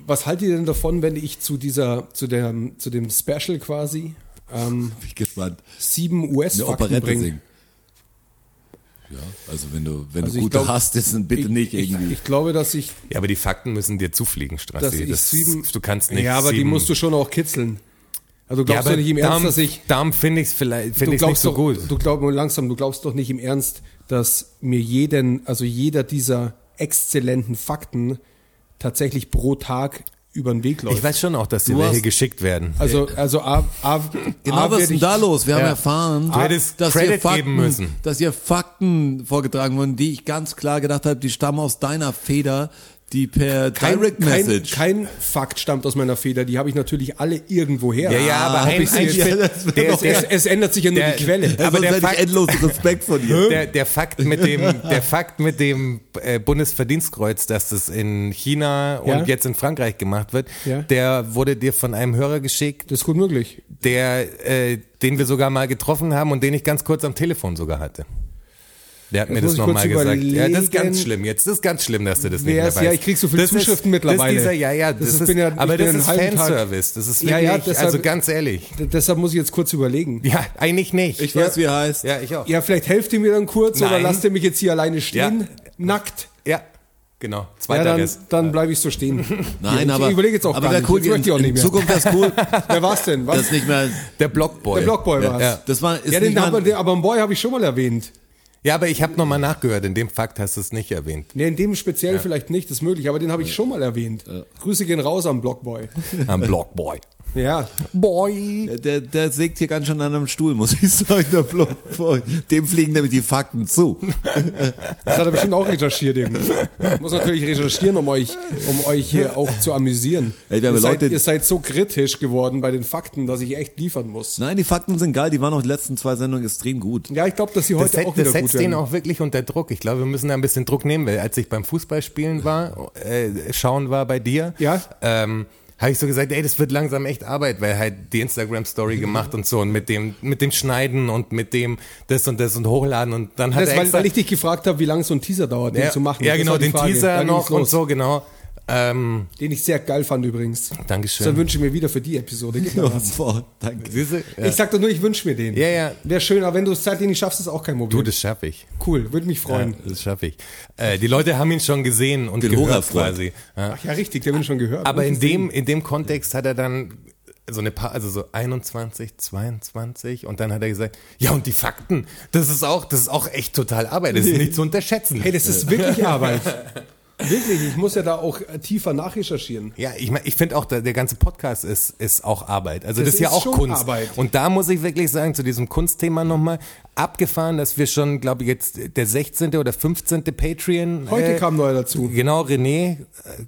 S3: Was haltet ihr denn davon, wenn ich zu dieser, zu dem, zu dem Special quasi ähm,
S2: Bin ich gespannt.
S3: sieben
S2: Eine
S3: US-Fakten
S2: Operette
S3: bringe?
S2: singen. Ja, also wenn du, wenn
S3: Also
S2: du
S3: ich
S2: gute
S3: glaub-
S2: hast, ist dann bitte
S3: Ich,
S2: nicht
S3: ich,
S2: irgendwie.
S3: ich glaube, dass ich,
S4: Ja, aber die Fakten müssen dir zufliegen, Strassi.
S3: dass ich
S4: Also, Das-
S3: sieben.
S4: du kannst nicht
S3: Ja, aber die
S4: sieben-
S3: musst du schon auch kitzeln. Also
S4: ja,
S3: glaubst
S4: aber
S3: du nicht im
S4: darum,
S3: Ernst, dass ich.
S4: Darum finde ich es vielleicht
S3: Du
S4: find ich's
S3: glaubst
S4: nicht so
S3: doch,
S4: gut.
S3: Du glaubst langsam, du glaubst doch nicht im Ernst, dass mir jeden, also jeder dieser exzellenten Fakten tatsächlich pro Tag über den Weg läuft.
S4: ich weiß schon auch, dass dir
S2: Du
S4: welche
S2: hast-
S4: geschickt werden.
S3: also, also A, A, A
S2: Genau, was
S3: werd
S2: ist denn
S3: ich-
S2: da los? Wir haben erfahren,
S4: hättest
S2: dass
S4: Credit
S2: hier, Fakten,
S4: geben müssen.
S2: dass hier Fakten vorgetragen wurden, die ich ganz klar gedacht habe, die stammen aus deiner Feder, die per
S3: Kein,
S2: Direct
S3: kein,
S2: Message.
S3: kein Fakt stammt aus meiner Feder, die habe ich natürlich alle irgendwo her.
S4: Ja, ja, aber
S3: Ob
S4: ein-
S3: ich sie
S4: ein-
S3: jetzt-
S4: ja,
S2: das wär
S3: der,
S4: doch-
S3: es, es ändert sich ja nur
S4: der-
S3: die Quelle.
S4: der-
S2: aber
S4: aber
S2: der hätte
S4: Fakt-
S2: ich endlosen Respekt von dir.
S4: der, der Fakt mit dem, der Fakt mit dem äh, Bundesverdienstkreuz, dass das in China
S3: Ja.
S4: und jetzt in Frankreich gemacht wird,
S3: Ja.
S4: der wurde dir von einem Hörer geschickt,
S3: Das ist gut möglich.
S4: der, äh, den wir sogar mal getroffen haben und den ich ganz kurz am Telefon sogar hatte. Der hat mir
S3: muss
S4: das
S3: ich kurz
S4: nochmal gesagt. Ja, das ist ganz
S3: überlegen.
S4: schlimm. Jetzt das ist ganz schlimm, dass du das nicht
S3: Wer
S4: mehr
S3: ist-
S4: weißt.
S3: ja, ich krieg so viele
S4: das
S3: Zuschriften
S4: ist,
S3: mittlerweile.
S4: Das ist dieser, ja, ja,
S3: Das
S4: das,
S3: ist-
S4: ist,
S3: bin ja-
S4: aber
S3: ich bin
S4: das
S3: ja
S4: ist
S3: einen halben Tag-
S4: Fanservice. Das ist wirklich,
S3: Ja, ja, deshalb-
S4: also ganz ehrlich.
S3: D deshalb muss ich jetzt kurz überlegen.
S4: Ja, eigentlich nicht.
S2: Ich weiß, wie er heißt.
S4: ja, ich auch.
S3: Ja, vielleicht helft ihr mir dann kurz oder
S4: Nein.
S3: lasst ihr mich jetzt hier alleine stehen,
S4: Ja.
S3: nackt.
S4: ja. Genau. Zweiter
S3: Ja, dann,
S4: Rest.
S3: dann bleibe ich so stehen.
S2: Nein,
S3: ich,
S2: aber.
S3: Ich überlege jetzt auch
S2: aber
S3: gar
S2: wär
S3: nicht.
S2: Cool,
S3: Jetzt möchte ich auch
S2: in
S3: nicht mehr.
S2: Zukunft wäre es cool,
S3: Wer war's denn? Was?
S2: dass nicht mehr.
S4: Der Blockboy.
S3: der Blockboy
S4: ja,
S3: war's.
S4: Ja.
S2: Das war, ist
S3: ja,
S2: nicht
S3: den
S2: mal,
S3: haben wir, den, aber einen Boy habe ich schon mal erwähnt.
S4: ja, aber ich habe nochmal nachgehört. In dem Fakt hast du es nicht erwähnt.
S3: Nee, in dem speziell vielleicht nicht, ist möglich, aber den habe ich schon mal erwähnt. Grüße gehen raus am Blockboy.
S4: Am Blockboy.
S3: Ja,
S4: Boy.
S2: Der, der sägt hier ganz schön an einem Stuhl, muss ich sagen, der Blockboy. Dem fliegen nämlich die Fakten zu.
S3: das hat er bestimmt auch recherchiert irgendwie. Muss natürlich recherchieren, um euch, um euch hier auch zu amüsieren.
S2: Ey, wir haben
S3: ihr, seid,
S2: Leute-
S3: ihr seid so kritisch geworden bei den Fakten, dass ich echt liefern muss.
S2: Nein, die Fakten sind geil, die waren auch die letzten zwei Sendungen extrem gut.
S3: Ja, ich glaube, dass sie
S4: Das,
S3: heute
S4: set,
S3: auch
S4: das
S3: wieder gut
S4: setzt den
S3: werden.
S4: auch wirklich unter Druck. Ich glaube, wir müssen da ein bisschen Druck nehmen, weil als ich beim Fußballspielen war, äh, schauen war bei dir,
S3: Ja.
S4: ähm, habe ich so gesagt, ey, das wird langsam echt Arbeit, weil halt die Instagram-Story gemacht und so und mit dem, mit dem Schneiden und mit dem das und das und hochladen und dann hat
S3: Das,
S4: er
S3: weil,
S4: extra,
S3: weil ich dich gefragt habe, wie lange so ein Teaser dauert, den
S4: ja,
S3: zu machen.
S4: Ja,
S3: Das
S4: genau,
S3: war die
S4: den
S3: Frage. Da
S4: Teaser
S3: ging's
S4: noch und
S3: los.
S4: so, genau. Ähm,
S3: Den ich sehr geil fand übrigens.
S4: Dankeschön.
S3: So wünsche ich mir wieder für die Episode. Gib mir was.
S2: Boah, danke.
S4: Siehste?
S3: Ich sag doch nur, ich wünsche mir den.
S4: Ja, ja.
S3: Wäre schön, aber wenn du es zeitlich nicht schaffst, ist auch kein Problem.
S4: Du, das schaffe ich.
S3: cool, würde mich freuen.
S4: Das schaffe ich. Äh, die Leute haben ihn schon gesehen und
S2: Bin
S4: gehört
S2: hocherfreut.
S4: quasi. Ja.
S3: Ach ja, richtig, der wird schon gehört.
S4: Aber in dem, in dem Kontext hat er dann so eine paar, also so 21, 22 und dann hat er gesagt, ja und die Fakten, das ist auch, das ist auch echt total Arbeit, das ist nicht zu unterschätzen.
S3: Hey, das ist wirklich Arbeit. Wirklich, ich muss ja da auch äh, tiefer nachrecherchieren.
S4: ja, ich meine, ich finde auch, der, der ganze Podcast ist, ist auch Arbeit. Also das,
S3: Das
S4: ist ja
S3: ist
S4: auch
S3: schon
S4: Kunst.
S3: Arbeit.
S4: Und da muss ich wirklich sagen, zu diesem Kunstthema nochmal, abgefahren, dass wir schon, glaube ich, jetzt der 16. oder 15. Patreon
S3: Heute
S4: äh,
S3: kam neuer dazu.
S4: Genau, René, äh,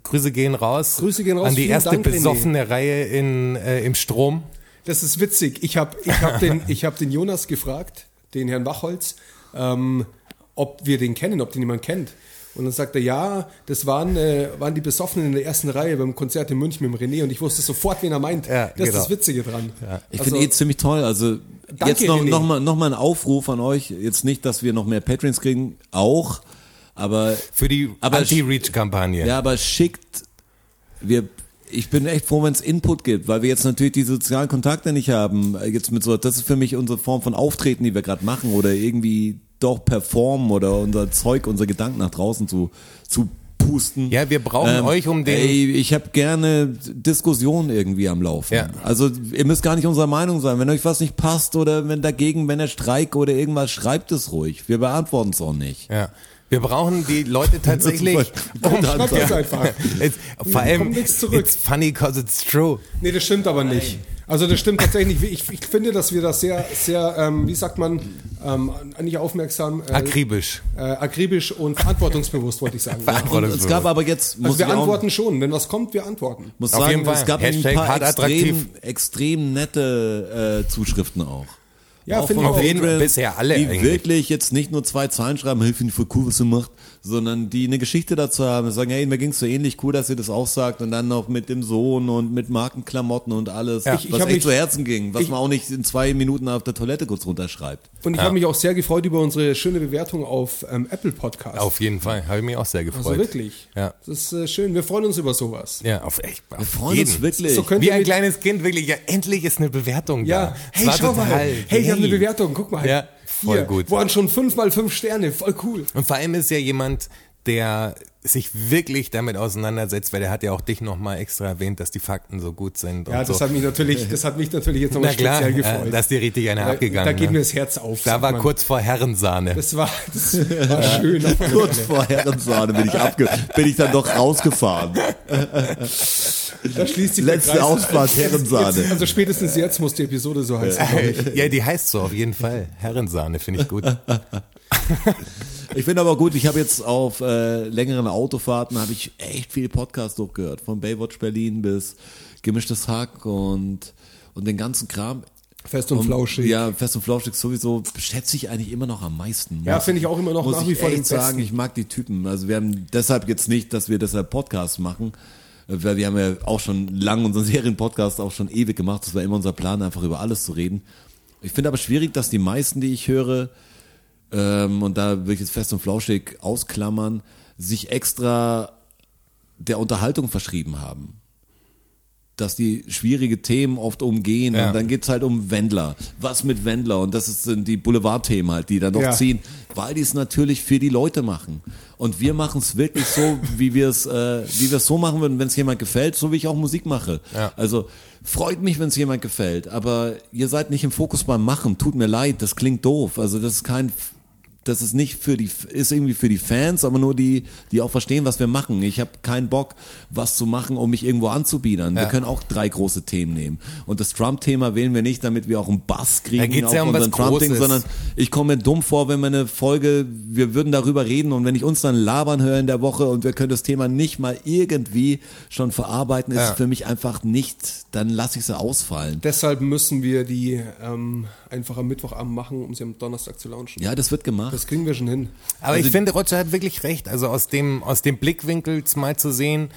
S4: Grüße gehen raus.
S3: Grüße gehen raus,
S4: An die
S3: vielen
S4: erste
S3: Dank, René.
S4: besoffene Reihe in, äh, im Strom.
S3: Das ist witzig. Ich habe ich hab den, ich hab den Jonas gefragt, den Herrn Wachholz, ähm, ob wir den kennen, ob den jemand kennt. Und dann sagt er, ja, das waren, äh, waren die Besoffenen in der ersten Reihe beim Konzert in München mit dem René und ich wusste sofort, wen er meint.
S4: Ja,
S3: das ist
S4: genau.
S3: das Witzige dran.
S2: Ich
S3: Also-
S2: finde eh ziemlich toll. Also
S3: Danke,
S2: jetzt noch,
S3: René.
S2: noch, mal, noch mal ein Aufruf an euch. Jetzt nicht, dass wir noch mehr Patrons kriegen, auch. Aber
S4: Für die
S2: Aber
S4: Anti-Reach-Kampagne.
S2: Ja, aber schickt. Wir, ich bin echt froh, wenn es Input gibt, weil wir jetzt natürlich die sozialen Kontakte nicht haben. äh, Jetzt mit so, das ist für mich unsere Form von Auftreten, die wir gerade machen oder irgendwie doch performen oder unser Zeug, unsere Gedanken nach draußen zu, zu pusten. Ähm,
S4: Ja, wir brauchen euch, um den-
S2: Ey, ich habe gerne Diskussionen irgendwie am Laufen.
S4: Ja.
S2: Also ihr müsst gar nicht unserer Meinung sein. Wenn euch was nicht passt oder wenn dagegen, wenn der Streik oder irgendwas, schreibt es ruhig. Wir beantworten es auch nicht.
S4: Ja. Wir brauchen die Leute tatsächlich.
S2: Das ist voll-
S4: um-
S3: Schreibt Oh, das einfach.
S4: It's, vor
S3: Kommt
S4: allem,
S3: nichts zurück.
S4: it's funny cause it's true.
S3: Nee, das stimmt aber nicht. Also das stimmt tatsächlich nicht. Ich, ich finde, dass wir das sehr, sehr, ähm, wie sagt man, ähm, nicht aufmerksam, äh,
S4: Akribisch.
S3: äh, akribisch und verantwortungsbewusst, wollte ich sagen. Ja.
S2: Und es gab aber jetzt, muss
S3: Also wir
S2: ich auch-
S3: antworten schon, wenn was kommt, wir antworten.
S2: muss
S4: Auf
S2: sagen,
S4: jeden Fall.
S2: es gab
S4: Hashtag
S2: ein paar
S4: hart attraktiv.
S2: extrem, extrem nette äh, Zuschriften auch.
S3: Ja,
S2: Auch
S3: finde
S2: von
S3: ich auch.
S4: Auf jeden Fall
S2: Patreons,
S4: bisher alle
S2: Die
S4: eigentlich.
S2: wirklich jetzt nicht nur zwei Zahlen schreiben, hilf ihnen für cool, was ihr macht, sondern die eine Geschichte dazu haben. Die Sagen, hey, mir ging's so ähnlich, cool, dass ihr das auch sagt. Und dann noch mit dem Sohn und mit Markenklamotten und alles,
S3: Ja.
S2: was
S3: Ich- ich
S2: echt
S3: hab mich-
S2: zu Herzen ging. Was
S3: ich-
S2: man auch nicht in zwei Minuten auf der Toilette kurz runterschreibt.
S3: Und ich habe mich auch sehr gefreut über unsere schöne Bewertung auf ähm, Apple Podcast.
S4: Auf jeden Fall. Habe ich mich auch sehr gefreut.
S3: also wirklich.
S4: Ja.
S3: Das ist äh, schön. Wir freuen uns über sowas.
S4: Ja, auf echt. Auf
S2: Wir freuen
S4: jeden.
S2: uns wirklich.
S3: So könnt
S4: Wie
S3: ihr
S4: ein
S3: mit,
S4: kleines Kind wirklich. Ja, endlich ist eine Bewertung
S3: ja,
S4: da. halt.
S3: hey,
S4: Es war
S3: schau mal.
S4: total-
S3: Hey, hey, wir haben eine Bewertung. Guck mal.
S4: Ja, voll
S3: Hier,
S4: gut.
S3: Waren schon fünf mal fünf Sterne. Voll cool.
S4: Und vor allem ist ja jemand, der sich wirklich damit auseinandersetzt, weil der hat ja auch dich nochmal extra erwähnt, dass die Fakten so gut sind.
S3: Ja,
S4: und
S3: das
S4: so.
S3: hat mich natürlich, das hat mich natürlich jetzt
S4: Na
S3: nochmal
S4: klar,
S3: speziell
S4: äh,
S3: gefreut.
S4: da ist dir richtig einer
S3: da,
S4: abgegangen.
S3: da geht
S4: ne?
S3: mir das Herz auf.
S4: da
S3: sagt
S4: war
S3: man.
S4: kurz vor Herrensahne.
S3: Das war, das war schön.
S2: Kurz vor Herrensahne bin ich abge, bin ich dann doch rausgefahren.
S3: Da schließt sich der
S2: Letzte
S3: Kreis.
S2: Ausfahrt Herrensahne.
S3: Jetzt, also spätestens jetzt muss die Episode so heißen.
S4: ja, die heißt so auf jeden Fall. Herrensahne finde ich gut.
S2: Ich finde aber gut, ich habe jetzt auf äh, längeren Autofahrten habe ich echt viel Podcast durchgehört, von Baywatch Berlin bis gemischtes Hack und und den ganzen Kram.
S3: Fest und flauschig.
S2: Ja, fest und flauschig sowieso schätze ich eigentlich immer noch am meisten.
S3: Ja,
S2: Muss-
S3: finde ich auch immer noch
S2: muss
S3: nach
S2: ich
S3: wie vor
S2: echt
S3: den besten.
S2: sagen, ich mag die Typen. Also wir haben deshalb jetzt nicht, dass wir deshalb Podcasts machen, äh, weil wir haben ja auch schon lang unseren Serienpodcast auch schon ewig gemacht. Das war immer unser Plan, einfach über alles zu reden. Ich finde aber schwierig, dass die meisten, die ich höre, ähm, und da will ich jetzt fest und flauschig ausklammern, sich extra der Unterhaltung verschrieben haben. dass die schwierige Themen oft umgehen.
S4: Ja.
S2: Und dann geht's halt um Wendler. Was mit Wendler? Und das ist- sind die Boulevardthemen halt, die dann noch
S3: Ja.
S2: ziehen, weil die es natürlich für die Leute machen. Und wir machen es wirklich so, wie wir es äh, wie wir es so machen würden, wenn es jemand gefällt, so wie ich auch Musik mache.
S4: Ja.
S2: Also freut mich, wenn es jemand gefällt, aber ihr seid nicht im Fokus beim Machen. Tut mir leid, das klingt doof. Also das ist kein das ist nicht für die ist irgendwie für die Fans, aber nur die die auch verstehen, was wir machen. Ich habe keinen Bock, was zu machen, um mich irgendwo anzubiedern.
S4: Ja.
S2: Wir können auch drei große Themen nehmen und das Trump Thema wählen wir nicht, damit wir auch einen Bass kriegen
S4: Da geht's
S2: auf
S4: ja um was
S2: unseren Trump-Ding,
S4: Großes.
S2: sondern ich komme mir dumm vor, wenn wir eine Folge, wir würden darüber reden und wenn ich uns dann labern höre in der Woche und wir können das Thema nicht mal irgendwie schon verarbeiten, ist
S4: Ja.
S2: es für mich einfach nicht, dann lasse ich sie ausfallen.
S3: Deshalb müssen wir die ähm, einfach am Mittwochabend machen, um sie am Donnerstag zu launchen.
S2: Ja, das wird gemacht.
S3: Das kriegen wir schon hin.
S4: Aber
S3: Also
S4: ich finde, Roger hat wirklich recht. Also aus dem, aus dem Blickwinkel mal zu sehen,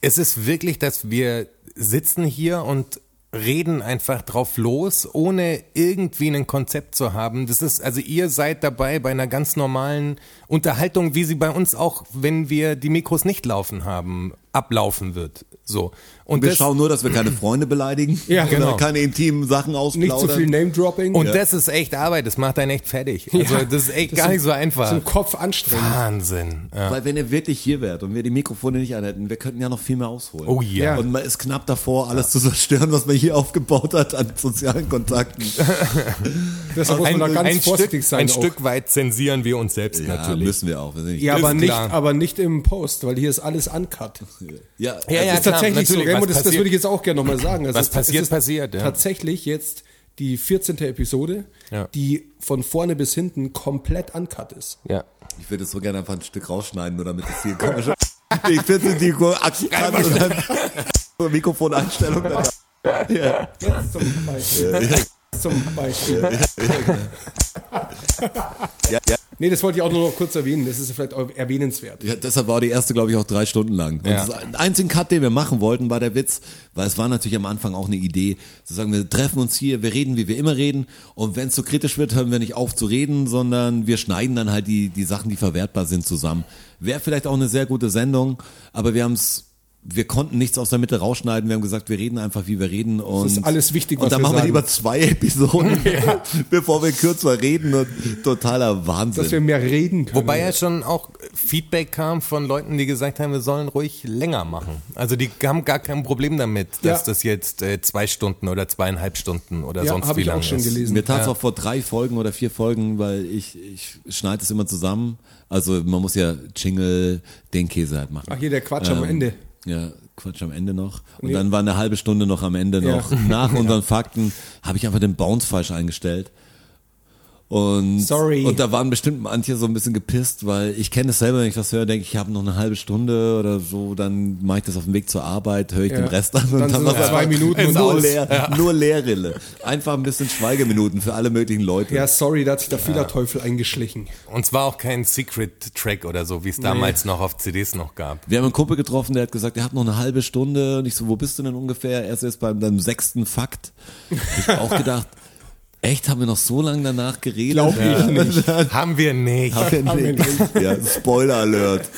S4: es ist wirklich, dass wir sitzen hier und reden einfach drauf los, ohne irgendwie ein Konzept zu haben. Das ist, also ihr seid dabei bei einer ganz normalen Unterhaltung, wie sie bei uns auch, wenn wir die Mikros nicht laufen haben, ablaufen wird. So. Und
S2: wir
S4: das,
S2: schauen nur, dass wir keine Freunde beleidigen.
S3: Ja,
S2: oder
S4: genau.
S2: Keine intimen Sachen
S3: Nicht
S2: ausplaudern.
S3: zu viel Name-Dropping.
S4: und das ist echt Arbeit, das macht einen echt fertig. Also
S3: Ja.
S4: das ist echt
S3: Das
S4: gar
S3: ist-
S4: nicht so einfach.
S3: Zum Kopf anstrengend.
S4: Wahnsinn. Ja.
S2: Weil wenn ihr wirklich hier wärt und wir die Mikrofone nicht anhätten, wir könnten ja noch viel mehr ausholen.
S4: Oh yeah.
S3: Ja.
S2: Und man ist knapp davor, alles zu zerstören, was man hier aufgebaut hat an sozialen Kontakten.
S3: Deshalb muss man da ganz vorsichtig
S4: Stück,
S3: sein.
S4: Ein
S3: auch.
S4: Stück weit zensieren wir uns selbst natürlich.
S2: müssen wir auch. Wir sind nicht
S3: ja,
S4: ist
S3: aber nicht,
S4: klar.
S3: aber nicht im Post, weil hier ist alles uncut.
S2: Ja, also
S4: Ja, ja,
S3: Das ist tatsächlich so.
S4: natürlich,
S3: Remo,
S4: was
S3: das, das
S4: passiert-
S3: würde ich jetzt auch gerne nochmal sagen. Also
S4: Was
S3: es-
S4: passiert,
S3: es ist
S4: passiert, ja.
S3: Tatsächlich jetzt die 14. Episode,
S4: Ja.
S3: die von vorne bis hinten komplett uncut ist.
S4: Ja.
S2: Ich würde es so gerne einfach ein Stück rausschneiden, nur damit es hier komisch Ich finde die Aktion und dann so Mikrofoneinstellung. Ja.
S3: Jetzt zum Beispiel. zum Beispiel.
S2: Ja, ja.
S3: Nee, das wollte ich auch nur noch kurz erwähnen. Das ist vielleicht auch erwähnenswert.
S2: Ja, deshalb war die erste, glaube ich, auch drei Stunden lang. Und
S4: Ja.
S2: das ein- einzigen Cut, den wir machen wollten, war der Witz, weil es war natürlich am Anfang auch eine Idee, zu sagen, wir treffen uns hier, wir reden, wie wir immer reden und wenn es zu kritisch wird, hören wir nicht auf zu reden, sondern wir schneiden dann halt die, die Sachen, die verwertbar sind, zusammen. Wäre vielleicht auch eine sehr gute Sendung, aber wir haben es wir konnten nichts aus der Mitte rausschneiden. Wir haben gesagt, wir reden einfach, wie wir reden. Und
S3: ist alles wichtig,
S2: Und
S3: was
S2: dann
S3: wir
S2: machen
S3: sagen.
S2: wir lieber zwei Episoden, bevor wir kürzer reden. Und totaler Wahnsinn.
S3: Dass wir mehr reden können.
S4: Wobei ja schon auch Feedback kam von Leuten, die gesagt haben, wir sollen ruhig länger machen. Also die haben gar kein Problem damit,
S3: Ja.
S4: dass das jetzt äh, zwei Stunden oder zweieinhalb Stunden oder
S3: ja,
S4: sonst
S3: habe
S4: wie
S3: ich
S4: lang
S3: auch schon
S4: ist.
S3: gelesen.
S2: Mir tat es auch vor drei Folgen oder vier Folgen, weil ich, ich schneide es immer zusammen. Also man muss ja Jingle, den Käse halt machen.
S3: Ach, hier der Quatsch am Ende.
S2: Ja, Quatsch am Ende noch. Und dann war eine halbe Stunde noch am Ende
S3: Ja.
S2: noch. Nach unseren Fakten habe ich einfach den Bounce falsch eingestellt. Und,
S3: Sorry.
S2: und da waren bestimmt manche so ein bisschen gepisst, weil ich kenne es selber, wenn ich was höre, denke ich, ich habe noch eine halbe Stunde oder so, dann mache ich das auf dem Weg zur Arbeit, höre ich
S3: Ja.
S2: den Rest an und
S3: Dann
S2: dann,
S3: sind
S2: noch
S3: es zwei Minuten und
S2: nur,
S3: aus.
S2: leer, nur Leerrille. Einfach ein bisschen Schweigeminuten für alle möglichen Leute.
S3: Ja, sorry, da hat sich der Fehlerteufel eingeschlichen.
S4: Und es war auch kein Secret-Track oder so, wie es damals noch auf CDs noch gab.
S2: Wir haben einen Kumpel getroffen, der hat gesagt, er hat noch eine halbe Stunde. Und ich so, wo bist du denn ungefähr? Er ist jetzt bei deinem sechsten Fakt. Ich hab auch gedacht, echt, haben wir noch so lange danach geredet?
S3: Glaub ich
S2: ja.
S3: nicht.
S4: Haben wir nicht.
S3: Haben wir nicht.
S2: Ja, Spoiler Alert.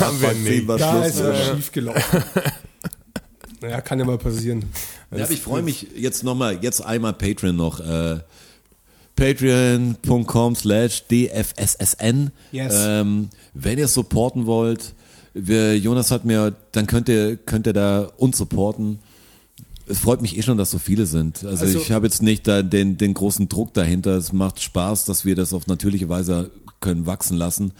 S4: Haben wir nicht.
S2: War
S3: Da
S2: Schluss,
S3: ist
S2: ne?
S3: was schiefgelaufen. Naja, kann ja mal passieren.
S2: Ja, aber ich freue mich jetzt nochmal, jetzt einmal Patreon noch. Äh, Patreon.com slash DFSSN.
S3: Yes.
S2: Ähm, wenn ihr supporten wollt, wir, Jonas hat mir, dann könnt ihr, könnt ihr da uns supporten. Es freut mich eh schon, dass so viele sind. Also,
S3: Also-
S2: ich habe jetzt nicht da den, den großen Druck dahinter. Es macht Spaß, dass wir das auf natürliche Weise können wachsen lassen.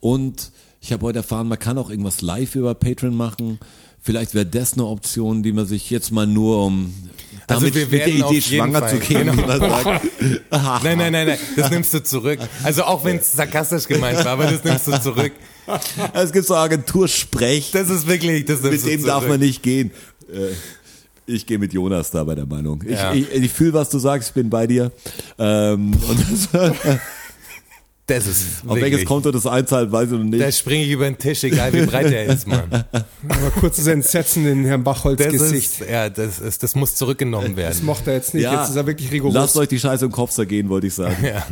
S2: Und ich habe heute erfahren, man kann auch irgendwas live über Patreon machen. Vielleicht wäre das eine Option, die man sich jetzt mal nur um
S4: Also
S2: damit
S4: wir
S2: mit der
S4: werden auf
S2: Idee
S4: jeden
S2: schwanger
S4: Fall- Genau.
S2: zu gehen, wie man sagt.
S4: Nein, nein, nein, nein, das nimmst du zurück. Also auch wenn es sarkastisch gemeint war, aber das nimmst du zurück.
S2: Also Es gibt so Agentursprech,
S4: Das ist wirklich, das
S2: mit
S4: nimmst du
S2: dem
S4: zurück.
S2: darf man nicht gehen. Äh, Ich gehe mit Jonas da bei der Meinung. Ich,
S4: Ja.
S2: ich, ich fühle, was du sagst, ich bin bei dir. Ähm, und das,
S4: Das ist
S2: auf welches Konto das einzahlt, weiß ich noch nicht.
S4: Da springe ich über den Tisch, egal wie breit der ist, Mann.
S3: Aber kurzes Entsetzen in Herrn Bachholz
S4: Das
S3: Gesicht.
S4: ist, ja, das ist, das muss zurückgenommen
S3: Das
S4: werden.
S3: mochte er jetzt nicht.
S2: Ja.
S3: Jetzt ist er wirklich rigoros.
S2: Lasst euch die Scheiße im Kopf zergehen, wollte ich sagen.
S4: Ja.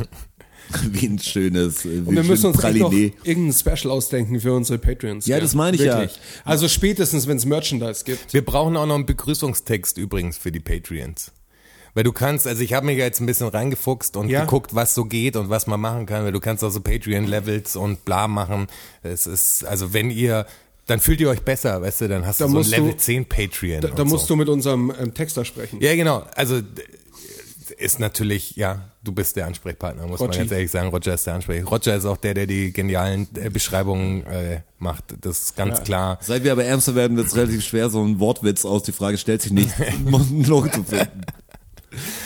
S2: wie ein schönes, äh, wie
S3: Und
S2: ein
S3: wir
S2: schönes
S3: müssen uns echt noch
S2: Praliné.
S3: irgendein Special ausdenken für unsere Patreons.
S2: Ja,
S3: gell?
S2: das meine ich ja.
S3: Wirklich. Also spätestens, wenn es Merchandise gibt.
S4: Wir brauchen auch noch einen Begrüßungstext übrigens für die Patreons. Weil du kannst, also ich habe mich ja jetzt ein bisschen reingefuchst und
S3: Ja.
S4: geguckt, was so geht und was man machen kann, weil du kannst auch so Patreon-Levels und bla machen. Es ist, also wenn ihr, dann fühlt ihr euch besser, weißt du, dann hast
S3: Da
S4: du so ein
S3: musst du-
S4: Level 10 Patreon.
S3: Da, da
S4: und
S3: musst
S4: so.
S3: du mit unserem ähm, Texter sprechen.
S4: Ja, genau. Also d- ist natürlich, ja, du bist der Ansprechpartner, muss man
S3: Roger.
S4: ganz ehrlich sagen. Roger ist der Ansprechpartner. Roger ist auch der, der die genialen äh, Beschreibungen äh, macht. Das ist ganz klar.
S2: Seit wir aber ernster werden, wird es relativ schwer, so ein Wortwitz aus, die Frage stellt sich nicht, um einen Logo zu finden.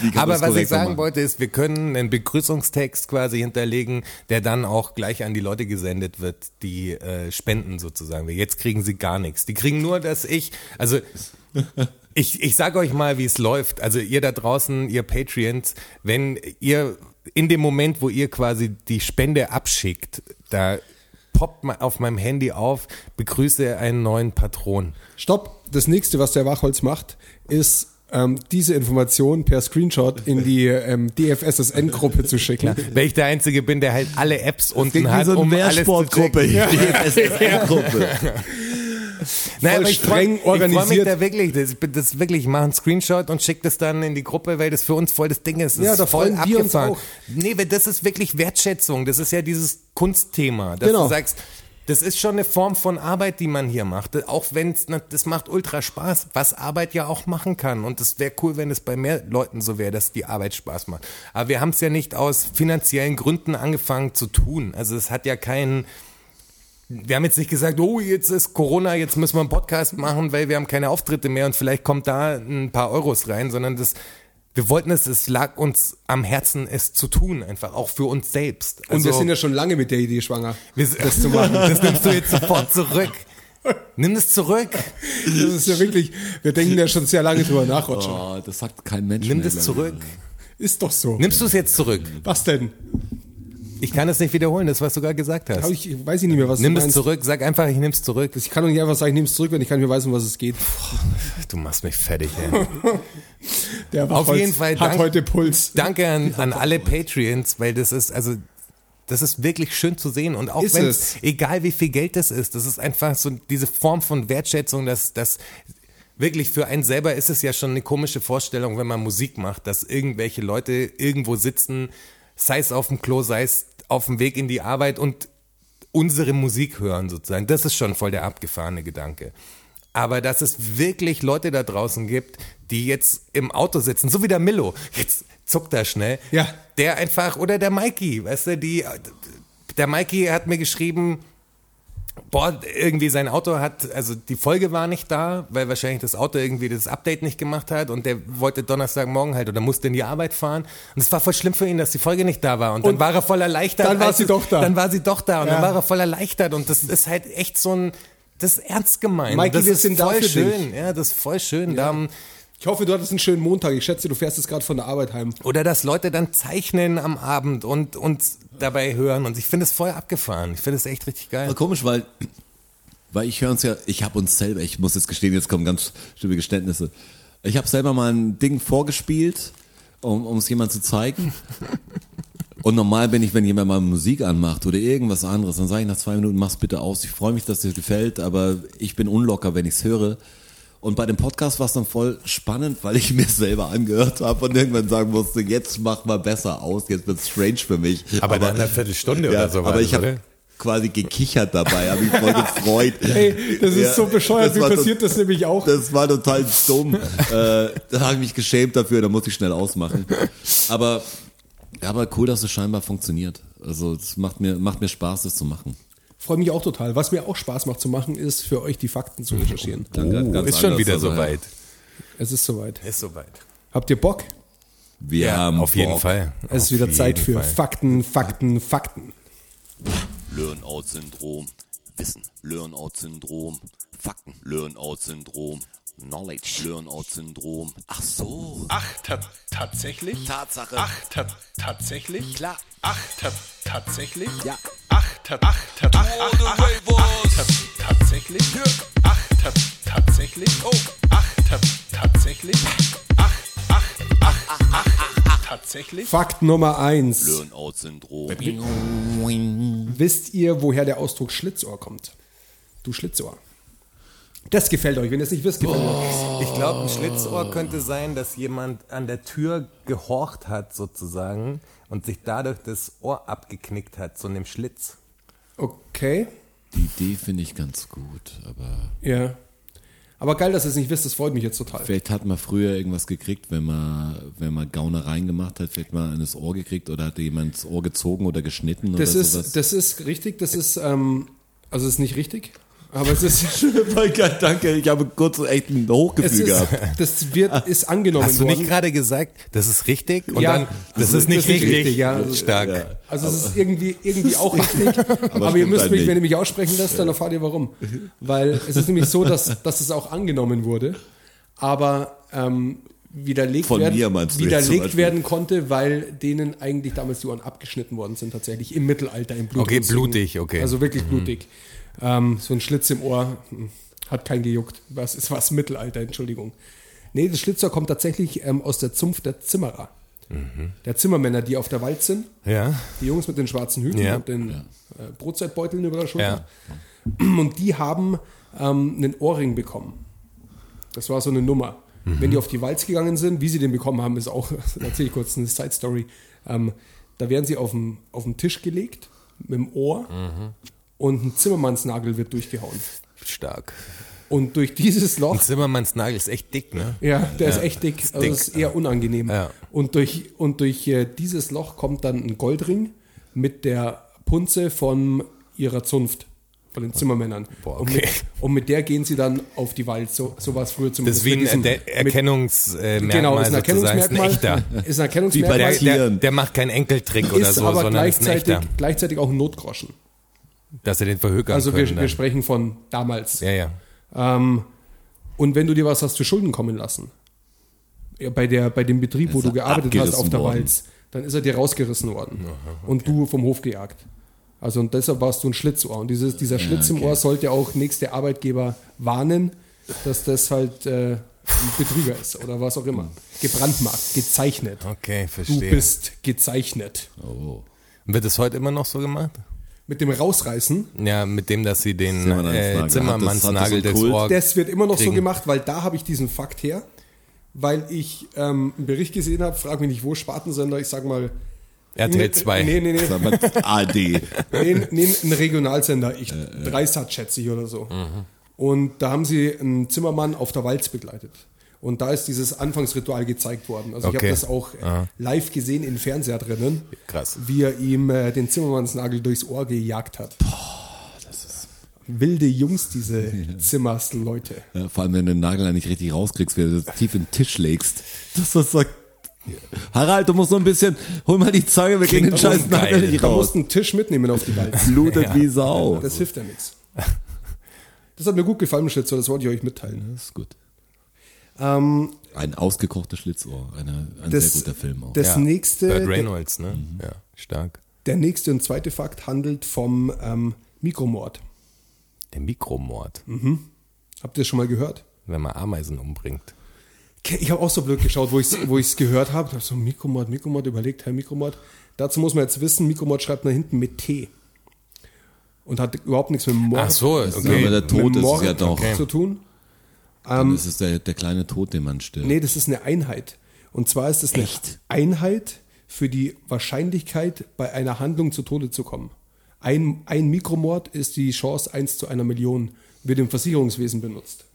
S2: Wie kann man
S4: Aber
S2: das
S4: was ich
S2: korrekter
S4: sagen
S2: machen?
S4: wollte, ist, wir können einen Begrüßungstext quasi hinterlegen, der dann auch gleich an die Leute gesendet wird, die äh, spenden sozusagen. Weil Jetzt kriegen sie gar nichts. Die kriegen nur, dass ich, also ich, ich sage euch mal, wie es läuft. Also ihr da draußen, ihr Patreons, wenn ihr in dem Moment, wo ihr quasi die Spende abschickt, da poppt ma- auf meinem Handy auf, begrüße einen neuen Patron.
S3: Stopp. Das nächste, was der Wachholz macht, ist ähm, diese Information per Screenshot in die ähm, DFSSN-Gruppe zu schicken.
S4: Weil ich der Einzige bin, der halt alle Apps unten
S2: Wie
S4: hat,
S2: so eine
S4: um alles zu checken.
S2: Wehrsportgruppe, die FSSR-Gruppe.
S4: Nein,
S3: Voll
S4: aber
S3: streng
S4: ich freu- Ich freue mich
S3: organisiert.
S4: da wirklich, das, das wirklich, ich mache einen Screenshot und schicke das dann in die Gruppe, weil das für uns voll das Ding ist. Das
S3: Ja,
S4: ist
S3: da
S4: voll
S3: freuen wir uns
S4: abgefahren.
S3: auch.
S4: Nee, weil das ist wirklich Wertschätzung. Das ist ja dieses Kunstthema, dass
S3: Genau.
S4: du sagst, das ist schon eine Form von Arbeit, die man hier macht. Auch wenn es, das macht ultra Spaß, was Arbeit ja auch machen kann. Und es wäre cool, wenn es bei mehr Leuten so wäre, dass die Arbeit Spaß macht. Aber wir haben es ja nicht aus finanziellen Gründen angefangen zu tun. Also es hat ja keinen, wir haben jetzt nicht gesagt, oh, jetzt ist Corona, jetzt müssen wir einen Podcast machen, weil wir haben keine Auftritte mehr und vielleicht kommt da ein paar Euros rein, sondern das, wir wollten es, es lag uns am Herzen, es zu tun, einfach auch für uns selbst.
S3: Und wir
S4: Also,
S3: sind ja schon lange mit der Idee schwanger.
S4: wir sind- das zu machen. Das nimmst du jetzt sofort zurück. Nimm es zurück.
S3: Das ist ja wirklich, wir denken ja schon sehr lange drüber nach, Roger.
S2: Oh, das sagt kein Mensch
S4: Nimm
S2: mehr,
S4: das
S2: glaub ich.
S4: zurück.
S3: Ist doch so.
S4: Nimmst du es jetzt zurück?
S3: Was denn?
S4: Ich kann es nicht wiederholen, das, was du gerade gesagt
S3: Hab
S4: hast.
S3: ich, ich weiß ich nicht mehr, was
S4: Nimm
S3: du
S4: es
S3: meinst.
S4: zurück, sag einfach, ich nimm's zurück.
S3: Ich kann doch nicht einfach sagen, ich nehme es zurück, wenn ich gar nicht mehr weiß, um was es geht.
S4: Du machst mich fertig, ey.
S3: Der Wachholz
S4: jeden Fall
S3: hat
S4: dank-
S3: heute Puls.
S4: Danke an, an alle Patreons, weil das ist, also, das ist wirklich schön zu sehen. Und auch
S3: Ist
S4: wenn
S3: es.
S4: egal wie viel Geld das ist, das ist einfach so diese Form von Wertschätzung, dass dass wirklich für einen selber ist es ja schon eine komische Vorstellung, wenn man Musik macht, dass irgendwelche Leute irgendwo sitzen, sei es auf dem Klo, sei es auf dem Weg in die Arbeit und unsere Musik hören sozusagen. Das ist schon voll der abgefahrene Gedanke. Aber dass es wirklich Leute da draußen gibt, die jetzt im Auto sitzen, so wie der Millo, jetzt zuckt er schnell,
S3: Ja.
S4: der einfach, oder der Mikey, weißt du, die, der Mikey hat mir geschrieben, boah, irgendwie sein Auto hat, also die Folge war nicht da, weil wahrscheinlich das Auto irgendwie das Update nicht gemacht hat und der wollte Donnerstagmorgen halt oder musste in die Arbeit fahren. Und es war voll schlimm für ihn, dass die Folge nicht da war. Und, dann
S3: Und
S4: war er voll erleichtert.
S3: dann war
S4: als
S3: sie
S4: es-
S3: doch da.
S4: Dann war sie doch da und
S3: Ja.
S4: dann war er voll erleichtert. Und das ist halt echt so ein, das ist ernst gemeint.
S3: Mikey,
S4: das
S3: wir
S4: ist
S3: sind da
S4: voll
S3: für dich.
S4: schön. Ja, das ist voll schön. Da haben-
S3: Ich hoffe, du hattest einen schönen Montag. Ich schätze, du fährst jetzt gerade von der Arbeit heim.
S4: Oder dass Leute dann zeichnen am Abend und uns dabei hören. Und ich finde es voll abgefahren. Ich finde es echt richtig geil.
S2: Aber komisch, weil, weil ich höre uns ja, ich habe uns selber, ich muss jetzt gestehen, jetzt kommen ganz schlimme Geständnisse. Ich habe selber mal ein Ding vorgespielt, um um es jemand zu zeigen. Und normal bin ich, wenn jemand mal Musik anmacht oder irgendwas anderes, dann sage ich nach zwei Minuten, mach's bitte aus. Ich freue mich, dass dir das gefällt, aber ich bin unlocker, wenn ich's höre. Und bei dem Podcast war es dann voll spannend, weil ich mir selber angehört habe und irgendwann sagen musste, jetzt mach mal besser aus, jetzt wird's strange für mich.
S4: Aber nach einer Viertelstunde oder so war
S2: Aber
S4: das,
S2: ich habe
S4: oder?
S2: quasi gekichert dabei, habe mich voll gefreut.
S3: Ey, das ist
S2: Ja,
S3: so bescheuert.
S2: das
S3: Mir
S2: war
S3: passiert das nämlich auch.
S2: das war total dumm. äh, da habe ich mich geschämt dafür, da musste ich schnell ausmachen. Aber, aber cool, dass es scheinbar funktioniert. Also es macht mir, macht mir Spaß, das zu machen.
S3: Freue mich auch total. Was mir auch Spaß macht zu machen, ist für euch die Fakten
S4: Mhm.
S3: zu recherchieren.
S2: Danke, ganz
S4: Uh, ist schon
S2: anders, also,
S4: wieder
S2: aber ja.
S4: soweit.
S3: Es ist soweit.
S4: Ist soweit.
S3: Habt ihr Bock?
S2: Wir haben
S4: auf jeden
S2: Bock.
S4: Fall.
S3: Es ist
S4: Auf
S3: wieder Zeit
S4: jeden
S3: für
S4: Fall.
S3: Fakten, Fakten, Fakten.
S5: Learn-out-Syndrom, Wissen, Learn-out-Syndrom, Fakten, Learn-out-Syndrom, Knowledge, Learn-out-Syndrom. Ach so.
S6: Ach, ta tatsächlich?
S5: Tatsache.
S6: Ach, ta tatsächlich?
S5: Klar.
S6: Ach, ta tatsächlich?
S5: Ja.
S6: Ach, ta ach, ta ach, ach, ach, ach, ta tatsächlich? Ach, ta tatsächlich? Oh. Ach, ta tatsächlich? Ach, ach, ach, ach, ach, ach, tatsächlich?
S3: Fakt Nummer eins.
S5: Burnout-Syndrom.
S3: Wisst ihr, woher der Ausdruck Schlitzohr kommt? Du Schlitzohr. Das gefällt euch. Wenn ihr es nicht wisst, gefällt euch.
S4: Ich glaube, ein Schlitzohr könnte sein, dass jemand an der Tür gehorcht hat sozusagen und sich dadurch das Ohr abgeknickt hat, so einem Schlitz.
S3: Okay.
S2: Die Idee finde ich ganz gut, aber
S3: Ja. Aber geil, dass ihr es nicht wisst, das freut mich jetzt total.
S2: vielleicht hat man früher irgendwas gekriegt, wenn man, wenn man Gaunereien gemacht hat, vielleicht mal eines Ohr gekriegt oder hat jemand das Ohr gezogen oder geschnitten
S3: Das
S2: oder
S3: ist,
S2: sowas.
S3: das ist richtig, das ist, ähm, also es ist nicht richtig, aber es ist,
S2: mein Gott, danke, ich habe kurz echt ein
S3: es
S2: Hochgefühl
S3: ist das wird, ist angenommen
S4: Hast du nicht
S3: worden.
S4: gerade gesagt, das ist richtig? Und
S3: Ja.
S4: dann, das, ist nicht richtig.
S3: ja.
S4: Das ist Stark.
S3: Also es ist irgendwie, irgendwie auch richtig, aber, ihr
S2: stimmt
S3: müsst
S2: halt
S3: mich,
S2: nicht.
S3: wenn ihr mich aussprechen lasst, dann erfahrt ihr warum. Weil es ist nämlich so, dass, dass es auch angenommen wurde, aber ähm, widerlegt,
S2: Von mir
S3: werden,
S2: meinst du jetzt zum
S3: widerlegt
S2: Beispiel?
S3: werden konnte, weil denen eigentlich damals die Ohren abgeschnitten worden sind, tatsächlich im Mittelalter, im Blut.
S4: Okay, blutig, okay. Mhm.
S3: Also wirklich blutig. Ähm, so ein Schlitz im Ohr hm, hat kein gejuckt. Was ist was? Mittelalter, Entschuldigung. Nee, das Schlitzohr kommt tatsächlich ähm, aus der Zunft der Zimmerer.
S4: Mhm.
S3: Der Zimmermänner, die auf der Wald sind.
S4: Ja.
S3: Die Jungs mit den schwarzen Hüten
S4: Ja.
S3: und den äh, Brotzeitbeuteln über der Schulter.
S4: Ja.
S3: Und die haben ähm, einen Ohrring bekommen. Das war so eine Nummer.
S4: Mhm.
S3: Wenn die auf die Walz gegangen sind, wie sie den bekommen haben, ist auch, erzähle ich kurz eine Side-Story. Ähm, da werden sie auf dem auf den Tisch gelegt mit dem Ohr
S4: Mhm.
S3: und ein Zimmermannsnagel wird durchgehauen.
S4: Stark.
S3: Und durch dieses Loch
S4: Zimmermanns Nagel ist echt dick, ne?
S3: ja, der ist echt dick. Also
S4: dick.
S3: das ist eher unangenehm.
S4: Ja.
S3: Und durch, und durch äh, dieses Loch kommt dann ein Goldring mit der Punze von ihrer Zunft, von den Zimmermännern.
S4: Boah,
S3: und,
S4: okay.
S3: mit, und mit der gehen sie dann auf die Wald. So, so war es früher
S4: Das
S3: zumindest.
S4: ist wie
S3: mit
S4: ein
S3: diesem-
S4: Er-
S3: mit-
S4: Erkennungsmerkmal.
S3: Genau, ist ein
S4: sozusagen.
S3: Erkennungsmerkmal.
S4: Ist ein echter.
S3: Ist
S2: Wie bei
S3: ein Erkennungsmerkmal.
S4: Der, der,
S2: Passieren.
S4: der macht keinen Enkeltrick oder
S3: ist
S4: so,
S3: aber
S4: sondern ist ein
S3: gleichzeitig,
S4: echter.
S3: gleichzeitig auch ein Notgroschen.
S4: Dass er den verhökern
S3: Also wir,
S4: können
S3: wir
S4: dann.
S3: sprechen von damals.
S4: Ja, ja.
S3: Ähm, und wenn du dir was hast zu Schulden kommen lassen, ja, bei, der, bei dem Betrieb, wo
S2: Ist er
S3: du gearbeitet hast auf
S2: abgerissen
S3: der
S2: worden.
S3: Walz, dann ist er dir rausgerissen worden und du vom Hof gejagt. Also und deshalb warst du ein Schlitzohr. Und dieses, dieser Schlitz im
S2: okay.
S3: Ohr sollte auch nächste Arbeitgeber warnen, dass das halt äh, ein Betrüger ist oder was auch immer. Gebrandmarkt, gezeichnet.
S4: Okay, verstehe.
S3: Du bist gezeichnet.
S2: Oh.
S4: Wird das heute immer noch so gemacht?
S3: Mit dem Rausreißen,
S4: Ja, mit dem, dass sie den
S2: Zimmermannsnagel.
S4: äh, Zimmermannsnagel
S2: Hat das- hat das
S4: des
S2: so einen
S4: Ohr...
S3: Das wird immer noch so
S4: kriegen.
S3: gemacht, weil da habe ich diesen Fakt her, weil ich ähm, einen Bericht gesehen habe, frag mich nicht wo, Spartensender, ich sag mal. ne,
S4: RTL 2.
S3: Nee, nee, nee.
S2: Sag mal, AD.
S3: nee, nee ein ne, Regionalsender, ich,
S4: Äh,
S3: Dreisat schätze ich oder so.
S4: Mhm.
S3: Und da haben sie einen Zimmermann auf der Walz begleitet. Und da ist dieses Anfangsritual gezeigt worden. Also ich habe
S4: Okay.
S3: das auch äh, live gesehen im Fernseher drinnen,
S4: Krass.
S3: wie er ihm äh, den Zimmermannsnagel durchs Ohr gejagt hat. Wilde Jungs, diese Zimmersleute.
S2: Ja, vor allem, wenn du den Nagel da nicht richtig rauskriegst, wenn du das tief in den Tisch legst. Das ist so... Harald, du musst so ein bisschen... Hol mal die Zange, wir kriegen den
S4: Klingt
S2: scheiß Nagel
S4: ungeil.
S2: nicht
S3: Da musst
S2: raus.
S3: du einen Tisch mitnehmen auf die Walz.
S2: Blutet wie Sau.
S3: Das hilft ja nichts. Das hat mir gut gefallen, Schlitzer, das wollte ich euch mitteilen. ne?
S2: Das ist gut.
S3: Ähm,
S2: Ein ausgekochtes Schlitzohr. Eine, ein
S3: das
S2: sehr guter Film auch.
S3: das
S4: Ja.
S3: nächste, Mhm.
S4: Burt
S3: der,
S4: Reynolds, ne? Ja, stark.
S3: der nächste und zweite Fakt handelt vom ähm, Mikromord.
S4: Der Mikromord,
S3: Habt ihr das schon mal gehört?
S4: wenn man Ameisen umbringt.
S3: Ke- Ich habe auch so blöd geschaut, wo ich es wo ich's gehört habe. Ich habe so Mikromord, Mikromord überlegt, Herr Mikromord. Dazu muss man jetzt wissen, Mikromord schreibt nach hinten mit T. Und hat überhaupt nichts mit Mord,
S4: Ach so,
S2: aber
S4: okay.
S2: der Tod
S3: mit
S2: ist es
S3: Mord
S2: ja doch.
S3: zu tun.
S2: Dann ist es der, der kleine Tod, den man stirbt.
S3: Nee, das ist eine Einheit. Und zwar ist das eine Einheit für die Wahrscheinlichkeit, bei einer Handlung zu Tode zu kommen. Ein, ein Mikromord ist die Chance 1 zu einer Million, wird im Versicherungswesen benutzt.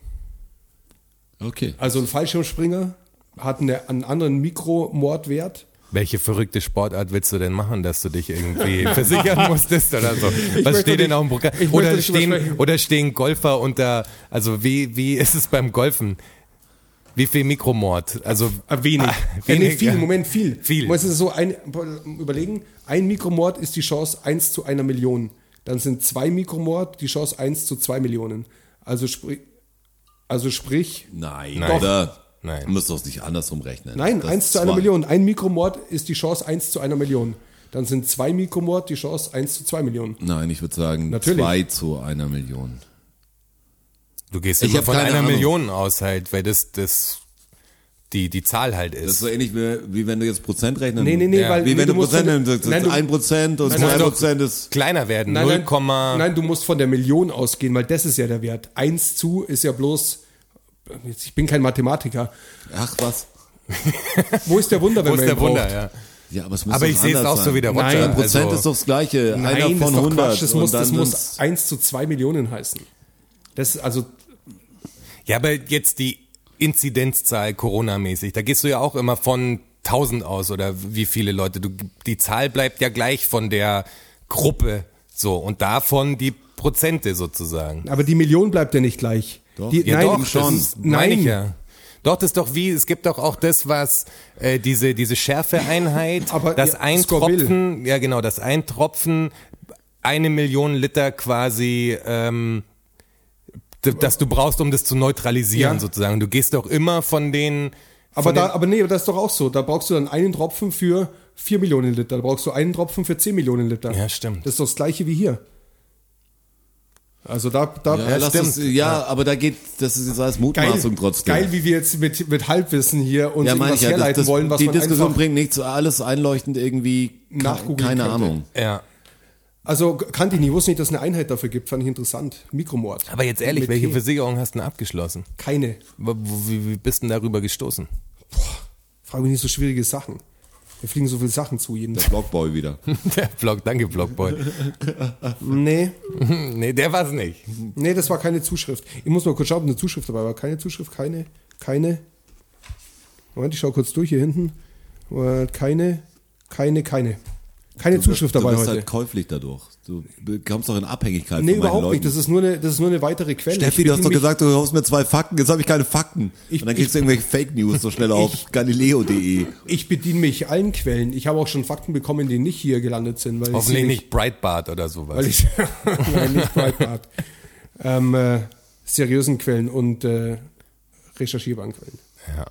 S2: Okay.
S3: Also ein Fallschirmspringer hat eine, einen anderen Mikromordwert.
S4: Welche verrückte Sportart willst du denn machen, dass du dich irgendwie versichern musstest oder so? Was
S3: möchte
S4: steht denn
S3: nicht-
S4: auf dem Programm?
S3: ich möchte
S4: Oder
S3: nicht drüber
S4: stehen,
S3: sprechen.
S4: oder stehen Golfer unter, also wie, wie ist es beim Golfen? Wie viel Mikromord? Also
S3: Ah, Wenig. Ja, nee,
S4: wenig,
S3: viel,
S4: ja.
S3: Moment, viel.
S4: Viel.
S3: Muss es so ein, überlegen, ein Mikromord ist die Chance 1 zu einer Million. Dann sind zwei Mikromord die Chance 1 zu 2 Millionen. Also, sprich, also sprich,
S2: Nein,
S4: Nein.
S2: oder?
S4: Nein.
S2: Du musst doch nicht andersrum rechnen.
S3: Nein,
S2: Das
S3: 1 zu einer
S2: zwei.
S3: Million. Ein Mikromord ist die Chance 1 zu einer Million. Dann sind zwei Mikromord die Chance 1 zu 2 Millionen.
S2: Nein, ich würde sagen
S3: Natürlich.
S2: zwei zu einer Million.
S4: Du gehst
S2: Ich
S4: immer
S2: hab
S4: von
S2: keine
S4: einer
S2: Ahnung.
S4: Million aus halt, weil das, das die, die Zahl halt
S2: Das ist
S4: ist.
S2: so ähnlich wie, wie wenn du jetzt Prozent rechnen
S3: Nee, nee, nee,
S4: Ja.
S3: weil
S2: Wie
S3: nee,
S2: wenn du
S3: musst
S2: Prozent
S3: dann-
S2: nimmst, das
S3: nein,
S2: ist
S3: du,
S2: 1 Prozent und
S3: Nein, du musst
S2: 2
S3: doch-
S2: Prozent ist.
S4: Kleiner werden,
S3: nein,
S4: 0,
S3: nein, nein, du musst von der Million ausgehen, weil das ist ja der Wert. Eins zu ist ja bloß, jetzt, ich bin kein Mathematiker.
S2: Ach was.
S3: Wo ist der Wunder, wenn
S4: wo ist
S3: man
S4: der
S3: ihn braucht?
S4: Wunder, ja.
S2: Ja, aber es muss
S4: Aber
S2: doch
S4: ich sehe es
S2: anders
S4: auch so
S2: sein.
S4: wie der
S3: Nein,
S4: Roger.
S2: Ein Prozent
S4: also,
S2: ist doch das gleiche.
S3: Nein,
S2: Einer
S3: das
S2: von
S3: ist doch
S2: 100.
S3: Quatsch. Das
S2: und
S3: muss, das
S2: dann
S3: muss
S2: sind's-
S3: 1 zu 2 Millionen heißen. Das, also,
S4: Ja, aber jetzt die Inzidenzzahl Corona-mäßig, da gehst du ja auch immer von 1000 aus oder wie viele Leute. Du, die Zahl bleibt ja gleich von der Gruppe so und davon die Prozente sozusagen.
S3: aber die Million bleibt ja nicht gleich. Die,
S4: Ja,
S3: nein,
S4: doch,
S3: das
S4: schon.
S3: Ist,
S4: Meine
S3: nein,
S4: ich ja. Doch, das ist doch wie, es gibt doch auch das, was äh, diese, diese Schärfeeinheit,
S3: Aber
S4: dass
S3: ja,
S4: ein
S3: Scoville.
S4: Tropfen, ja genau, dass ein Tropfen eine Million Liter quasi, ähm, d- dass du brauchst, um das zu neutralisieren
S3: Ja.
S4: sozusagen. Du gehst doch immer von den,
S3: aber,
S4: von
S3: da,
S4: den
S3: aber nee, das ist doch auch so. Da brauchst du dann einen Tropfen für 4 Millionen Liter. Da brauchst du einen Tropfen für 10 Millionen Liter.
S4: Ja, stimmt.
S3: Das ist doch das Gleiche wie hier. Also da, da
S2: Ja, lass es, ja, aber da geht, das ist jetzt alles Mutmaßung trotzdem.
S3: geil, wie wir jetzt mit, mit Halbwissen hier uns
S2: ja, meine
S3: irgendwas
S2: ich ja, das,
S3: herleiten
S2: das,
S3: wollen, was
S2: die
S3: man
S2: Diskussion
S3: einfach
S2: bringt nichts, alles einleuchtend irgendwie ke-
S3: Nachgoogeln
S2: Keine
S3: könnte.
S2: Ahnung.
S4: ja.
S3: Also kannte ich nie, wusste nicht, dass es eine Einheit dafür gibt, fand ich interessant. Mikromord.
S4: Aber jetzt ehrlich,
S3: Mit
S4: welche
S3: T.
S4: Versicherung hast du denn abgeschlossen?
S3: Keine.
S4: Wo- wo- Wie, wie bist du denn darüber gestoßen?
S3: Frage mich nicht so schwierige Sachen. Mir fliegen so viele Sachen zu jeden Tag.
S2: Blockboy wieder.
S3: Hm.
S4: Der Blog, danke Blogboy.
S3: Nee,
S4: nee, der war's nicht.
S3: nee, das war keine Zuschrift. Ich muss mal kurz schauen, ob eine Zuschrift dabei war. Keine Zuschrift, keine, keine. Moment, ich schau kurz durch hier hinten. Äh, Keine, keine, keine. Keine Zuschrift dabei
S2: du bist
S3: heute.
S2: halt käuflich dadurch. Du kommst doch in Abhängigkeit
S3: nee,
S2: von meinen
S3: überhaupt
S2: Leuten.
S3: nicht. Das ist, nur eine, das ist nur eine weitere Quelle.
S2: Steffi,
S3: Ich
S2: du hast doch
S3: bediene
S2: gesagt, du haust mir zwei Fakten. Jetzt habe ich keine Fakten.
S3: Ich-
S2: Und dann kriegst du irgendwelche Fake News so schnell auf galileo.de.
S3: mich, Ich bediene mich allen Quellen. Ich habe auch schon Fakten bekommen, die nicht hier gelandet sind. Weil ich sie
S4: Hoffentlich nicht Breitbart oder sowas.
S3: weil ich nein, nicht Breitbart. ähm, äh, seriösen Quellen und äh, recherchierbaren Quellen.
S4: Ja.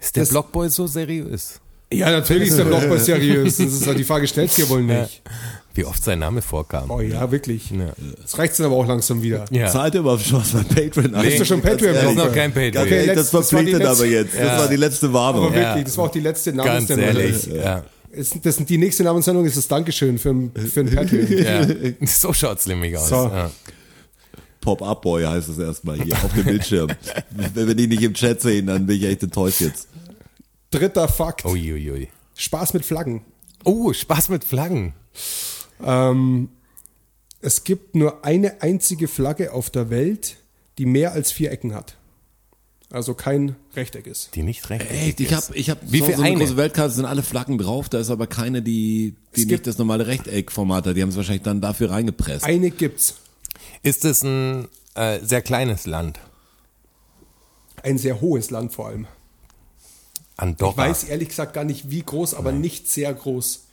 S4: Ist der
S3: Das-
S4: Blockboy so seriös?
S3: Ja, natürlich ist der Blockbuster seriös. Das ist halt die Frage, stellt hier wohl nicht.
S4: Wie oft sein Name vorkam.
S3: Oh ja, wirklich. Das reicht dann aber auch langsam wieder.
S4: Ja.
S2: Zahlt ihr überhaupt schon was bei Patreon ein?
S4: Bist du
S3: schon
S2: Ganz
S3: Patreon,
S2: ehrlich.
S3: Blockboy?
S4: Das ist noch kein Patreon.
S2: Ganz ehrlich,
S3: Okay,
S2: das
S3: letzt- das war die
S2: verpflichtet
S3: letzte-
S2: aber jetzt.
S4: Ja.
S2: Das war die letzte Warnung.
S3: Aber
S2: Ja.
S3: wirklich, das war auch die letzte
S4: Ganz
S3: Namenssendung.
S4: ehrlich. Ja.
S3: Ist, das, die nächste Namenssendung ist das Dankeschön für, ein- für ein Patreon.
S4: Ja. So schaut's nämlich aus.
S3: So.
S4: Ja.
S2: Pop-Up-Boy heißt es erstmal hier auf dem Bildschirm. Wenn wir die nicht im Chat sehen, dann bin ich echt enttäuscht jetzt.
S3: Dritter Fakt.
S4: Uiuiui.
S3: Spaß mit Flaggen.
S4: Oh, Spaß mit Flaggen.
S3: Ähm, es gibt nur eine einzige Flagge auf der Welt, die mehr als vier Ecken hat. Also kein Rechteck ist.
S4: Die nicht recht.
S2: Echt, ich habe ich hab
S4: Wie
S2: so,
S4: viel
S2: so eine
S4: eine?
S2: große Weltkarte, sind alle Flaggen drauf, da ist aber keine, die, die
S3: gibt-
S2: nicht das normale Rechteckformat hat. Die haben es wahrscheinlich dann dafür reingepresst.
S3: Eine gibt's.
S4: Ist es ein äh, sehr kleines Land?
S3: Ein sehr hohes Land vor allem.
S4: Andorra.
S3: Ich weiß ehrlich gesagt gar nicht, wie groß, aber nicht sehr groß.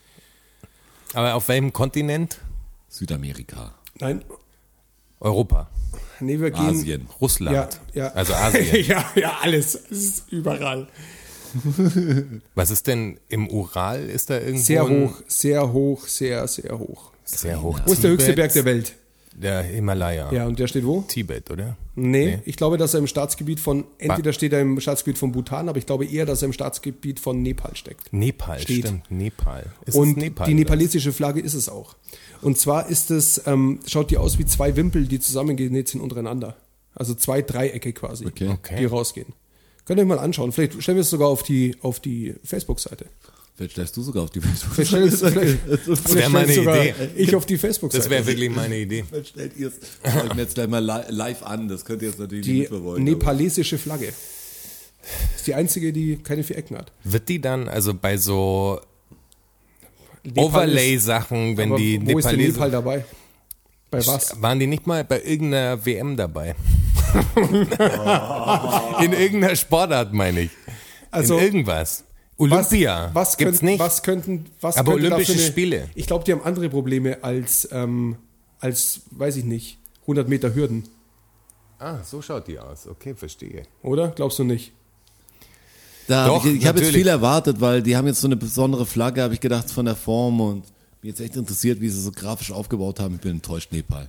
S4: Aber auf welchem Kontinent?
S2: Südamerika.
S3: Nein,
S4: Europa.
S3: nee, wir gehen.
S2: Asien.
S3: Ja,
S4: Russland.
S3: ja.
S4: Also Asien.
S3: ja, ja, alles. Es ist überall.
S4: Was ist denn im Ural? Ist da irgendwo
S3: Sehr
S4: ein,
S3: hoch, sehr hoch, sehr, sehr hoch.
S4: Sehr hoch.
S3: Wo ist der höchste Berg der Welt?
S4: Der Himalaya.
S3: Ja, und der steht wo?
S4: Tibet, oder?
S3: Ah. Nee, ich glaube, dass er im Staatsgebiet von, entweder
S4: Ba-
S3: steht er im Staatsgebiet von Bhutan, aber ich glaube eher, dass er im Staatsgebiet von Nepal steckt.
S4: Nepal,
S3: Steht.
S4: stimmt. Nepal. Ist
S3: und
S4: es Nepal,
S3: die
S4: oder?
S3: nepalesische Flagge ist es auch. Und zwar ist es, ähm, schaut die aus wie zwei Wimpel, die zusammengenäht sind untereinander. Also zwei Dreiecke quasi,
S4: Okay.
S3: die rausgehen. Könnt ihr euch mal anschauen. Vielleicht stellen wir es sogar auf die, auf die Facebook-Seite.
S2: Vielleicht stellst du sogar auf die
S3: Vielleicht stellen es- vielleicht-
S4: wär
S3: vielleicht stellen es
S4: mal eine
S3: sogar
S4: Idee.
S3: ich auf die
S4: Das wäre
S3: Facebook-Seite.
S4: wirklich meine Idee.
S2: Dann stellt ihr es mir jetzt gleich mal li- live an. Das könnt ihr jetzt natürlich
S3: Die
S2: nicht mehr wollen. aber-
S3: nepalesische Flagge. Ist die einzige, die keine vier Ecken hat.
S4: Wird die dann, also bei so
S3: Nepal ist-
S4: Overlay-Sachen, wenn
S3: aber
S4: die
S3: Wo ist denn
S4: Nepalesen-
S3: Nepal dabei? Bei was?
S4: Waren die nicht mal bei irgendeiner WM dabei? In irgendeiner Sportart, meine ich.
S3: Also,
S4: In irgendwas.
S3: was,
S4: Olympia.
S3: was
S4: gibt's
S3: könnten,
S4: nicht?
S3: Was könnten, was
S4: Aber
S3: könnte
S4: Olympische
S3: dafür
S4: Spiele.
S3: Ich glaube, die haben andere Probleme als, ähm, als, weiß ich nicht, 100 Meter Hürden,
S4: Ah, so schaut die aus. Okay, verstehe.
S3: oder? Glaubst du nicht?
S2: Da
S4: Doch,
S2: hab ich ich habe jetzt
S4: natürlich.
S2: viel erwartet, weil die haben jetzt so eine besondere Flagge, habe ich gedacht, von der Form und mich jetzt echt interessiert, wie sie so grafisch aufgebaut haben. Ich bin enttäuscht, Nepal.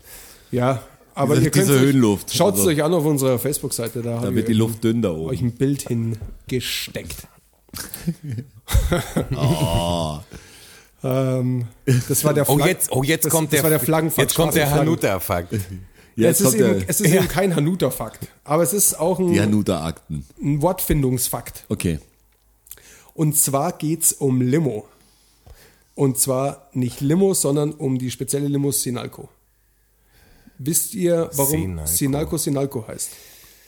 S3: Ja, aber
S2: Diese-
S3: ihr könnt
S2: diese
S3: euch-
S2: Höhenluft.
S3: Schaut es
S2: Also-
S3: euch an auf unserer Facebook-Seite. Da,
S2: Da
S3: haben
S2: wird die
S3: wir
S2: Luft dünn da oben.
S3: euch ein Bild hingesteckt.
S2: Ah,
S3: ähm, das war der
S4: Oh,
S3: Flag-
S4: jetzt, oh, jetzt
S3: das,
S4: kommt
S3: das
S4: der,
S3: war der Flaggenfakt.
S4: jetzt kommt der
S3: schwarze Mhm. Flaggen.
S4: Hanuta-Fakt.
S2: Ja,
S3: es, ist
S2: kommt
S3: eben,
S2: der-
S3: es ist eben kein Hanuta-Fakt, aber es ist auch
S2: die
S3: ein,
S2: Hanuta-Akten.
S3: ein Wortfindungsfakt.
S2: Okay.
S3: Und zwar geht's um Limo. Und zwar nicht Limo, sondern um die spezielle Limo Sinalco. Wisst ihr, warum
S4: Sinalco.
S3: Sinalco Sinalco, heißt?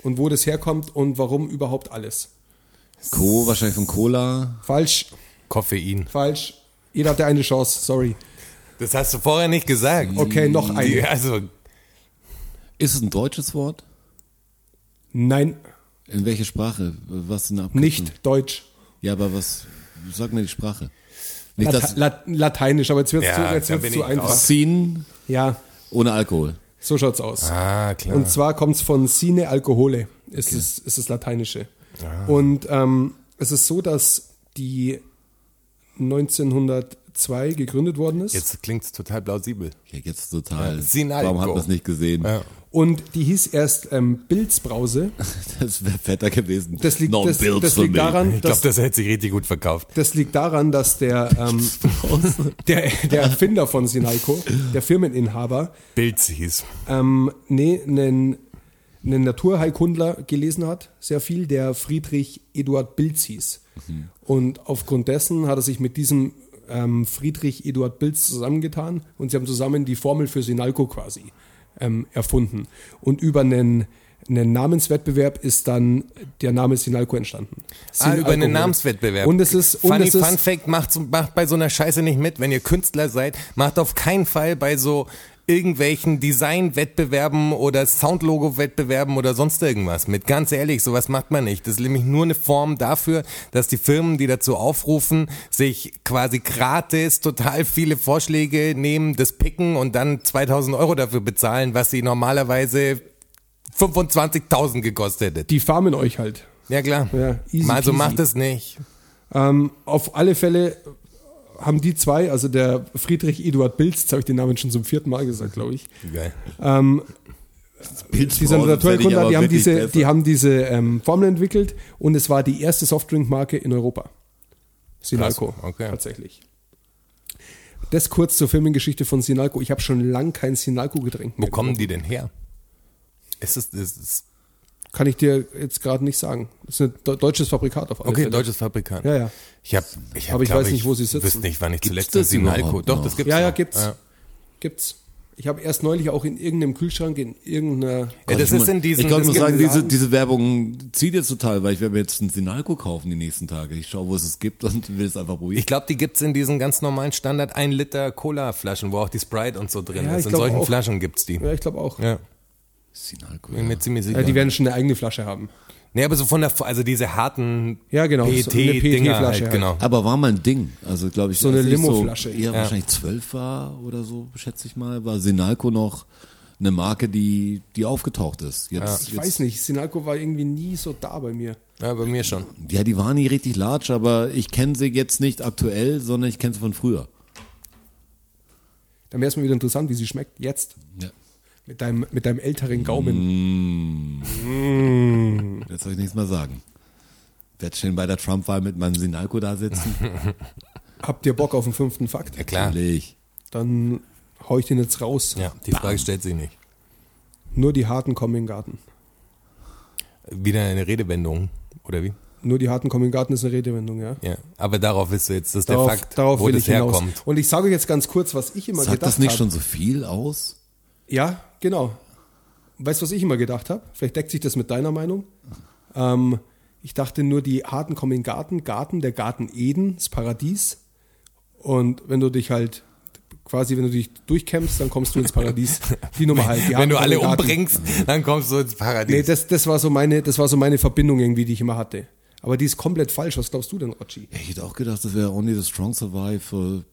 S3: Und wo das herkommt und warum überhaupt alles?
S2: Co, wahrscheinlich von Cola.
S3: Falsch,
S4: Koffein.
S3: falsch. Jeder hatte eine Chance, sorry.
S4: Das hast du vorher nicht gesagt.
S3: Okay, noch
S4: Die-
S3: eine.
S4: Also,
S2: Ist es ein deutsches Wort?
S3: Nein,
S2: In welcher Sprache? Was in
S3: nicht Deutsch.
S2: Ja, aber was? Sag mir die Sprache. Nicht
S3: Lata
S2: das
S3: Lat Lateinisch, aber jetzt wird's
S4: Ja,
S3: zu, jetzt
S4: da
S3: wird's
S4: bin
S3: zu
S4: ich
S3: einfach.
S4: raus.
S2: Sin
S3: Ja,
S2: ohne Alkohol.
S3: so schaut's aus.
S4: ah, klar.
S3: Und zwar kommt's von Sine Alcohole, ist, es, ist das Lateinische.
S4: Ah.
S3: Und ähm, es ist so, dass die 1902 gegründet worden ist.
S4: Jetzt klingt es total plausibel.
S2: Ja, jetzt total.
S4: Ja, Sin
S2: Warum hat
S4: Alkohol.
S2: man es nicht gesehen?
S4: Ja.
S3: Und die hieß erst ähm, Bilzbrause.
S2: Das wäre fetter gewesen.
S3: Das liegt,
S2: No
S3: das,
S2: bills
S3: das
S2: for
S3: liegt
S2: me.
S3: daran,
S4: Ich glaube,
S3: dass,
S4: das hätte sich richtig gut verkauft.
S3: das liegt daran, dass der, ähm, der, der Erfinder von Sinalco, der Firmeninhaber,
S4: Pilz hieß.
S3: ähm, nee, einen, einen Naturheilkundler gelesen hat, sehr viel, der Friedrich Eduard Bilz hieß.
S4: Mhm.
S3: Und aufgrund dessen hat er sich mit diesem ähm, Friedrich Eduard Bilz zusammengetan und sie haben zusammen die Formel für Sinalco quasi ähm, erfunden. Und über einen, einen Namenswettbewerb ist dann der Name Sinalco entstanden.
S4: Ah, über
S3: Sinalkohol.
S4: einen Namenswettbewerb.
S3: Und es ist, und
S4: Funny
S3: es ist
S4: Fun Fact, macht, zum- macht bei so einer Scheiße nicht mit. Wenn ihr Künstler seid, macht auf keinen Fall bei so irgendwelchen Design-Wettbewerben oder Soundlogo-Wettbewerben oder sonst irgendwas mit. Ganz ehrlich, sowas macht man nicht. Das ist nämlich nur eine Form dafür, dass die Firmen, die dazu aufrufen, sich quasi gratis total viele Vorschläge nehmen, das picken und dann 2000 Euro dafür bezahlen, was sie normalerweise 25.000 gekostet hätte.
S3: die farmen euch halt.
S4: Ja klar.
S3: Ja, easy peasy.
S4: also macht es nicht.
S3: auf alle Fälle haben die zwei, also der Friedrich Eduard Bilz, jetzt habe ich den Namen schon zum vierten Mal gesagt, glaube ich.
S4: Geil.
S2: Bills
S3: Dieser
S2: brauchen, das hätte ich
S3: Naturheilkundler,
S2: aber
S3: die haben
S2: wirklich
S3: diese,
S2: besser.
S3: die haben diese ähm, Formel entwickelt und es war die erste Softdrinkmarke in Europa. Sinalco,
S4: Krass, okay.
S3: tatsächlich. Das kurz zur Firmengeschichte von Sinalco. Ich habe schon lang kein Sinalco-Getränk
S4: Wo
S3: mehr.
S4: kommen die denn her? Es ist, es ist
S3: Kann ich dir jetzt gerade nicht sagen. Das ist ein de- deutsches Fabrikat auf alle
S4: okay,
S3: Fälle.
S4: deutsches Fabrikant.
S3: Ja, ja.
S4: Ich hab, ich hab,
S3: Aber ich
S4: glaub
S3: weiß nicht, wo sie sitzen.
S4: Wüsste nicht, wann ich zuletzt
S2: das
S4: in Alkohol.
S2: überhaupt
S4: Doch,
S2: noch?
S4: das gibt's.
S3: Ja, ja,
S4: noch.
S3: gibt's. Gibt's. Ich habe erst neulich auch in irgendeinem Kühlschrank, in irgendeiner...
S4: Ja, das
S2: ich
S4: ist in diesen.
S2: ich glaube, ich
S4: das
S2: muss
S4: gibt-
S2: sagen, diese, diese Werbung zieht jetzt total, weil ich werde mir jetzt einen Sinalco kaufen die nächsten Tage. Ich schaue, wo es es gibt und will es einfach probieren.
S4: ich glaub, die gibt's in diesen ganz normalen Standard 1 Liter Cola-Flaschen, wo auch die Sprite und so drin
S3: Ja,
S4: ist.
S3: ich
S4: In
S3: glaub
S4: solchen
S3: auch.
S4: Flaschen gibt's die.
S3: Ja, ich glaube auch.
S4: Ja,
S2: Sinalco.
S4: bin mir ziemlich sicher.
S3: Ja, die werden schon eine eigene Flasche haben.
S4: nee, aber so von der, also diese harten
S3: Ja, genau, so eine
S4: PET-Dinger
S3: PET-Flasche
S4: halt,
S3: halt.
S4: genau.
S2: Aber war mal ein Ding. Also glaube ich, so
S3: eine
S2: So,
S3: Limo-Flasche.
S2: ja, wahrscheinlich zwölf war oder so, schätze ich mal, war Sinalco noch eine Marke, die, die aufgetaucht ist. Jetzt,
S3: Ich weiß nicht, Sinalco war irgendwie nie so da bei mir.
S4: Ja, bei mir schon.
S2: jetzt, ja, die waren nie richtig large, aber ich kenne sie jetzt nicht aktuell, sondern ich kenne sie von früher.
S3: Dann wäre es mal wieder interessant, wie sie schmeckt jetzt.
S2: Ja.
S3: Mit deinem, mit deinem älteren
S4: Mm.
S3: Gaumen.
S2: Jetzt soll ich nichts mehr sagen. Werd schön bei der Trump-Wahl mit meinem Sinalco da sitzen.
S3: Habt ihr Bock auf den fünften Fakt?
S4: Ja, klar.
S2: Natürlich.
S3: Dann hau ich den jetzt raus.
S4: Ja, die Frage stellt sich nicht.
S3: Nur die Harten kommen in den Garten.
S4: Wieder eine Redewendung, oder wie?
S3: Nur die Harten kommen in den Garten ist eine Redewendung, ja.
S4: Ja, aber darauf ist jetzt das ist
S3: Darauf,
S4: der Fakt,
S3: darauf
S4: wo
S3: will
S4: das
S3: ich hinaus.
S4: herkommt.
S3: Und ich sage euch jetzt ganz kurz, was ich immer
S2: Sagt
S3: gedacht
S2: das nicht
S3: hab.
S2: schon so viel aus?
S3: Ja, genau. Weißt du, was ich immer gedacht habe? Vielleicht deckt sich das mit deiner Meinung. Ähm, ich dachte nur, die Harten kommen in den Garten. Garten, der Garten Eden, das Paradies. Und wenn du dich halt, quasi, wenn du dich durchkämpfst, dann kommst du ins Paradies. Die Nummer halt. Die Harten
S4: Wenn du
S3: kommen
S4: alle
S3: in den Garten.
S4: umbringst, dann kommst du ins
S3: Nee,
S4: Paradies.
S3: das, das, war so meine, das war so meine Verbindung irgendwie, die ich immer hatte. Aber die ist komplett falsch. Was glaubst du denn, Ochi?
S2: Ich hätte auch gedacht, das wäre Only the Strong Survive.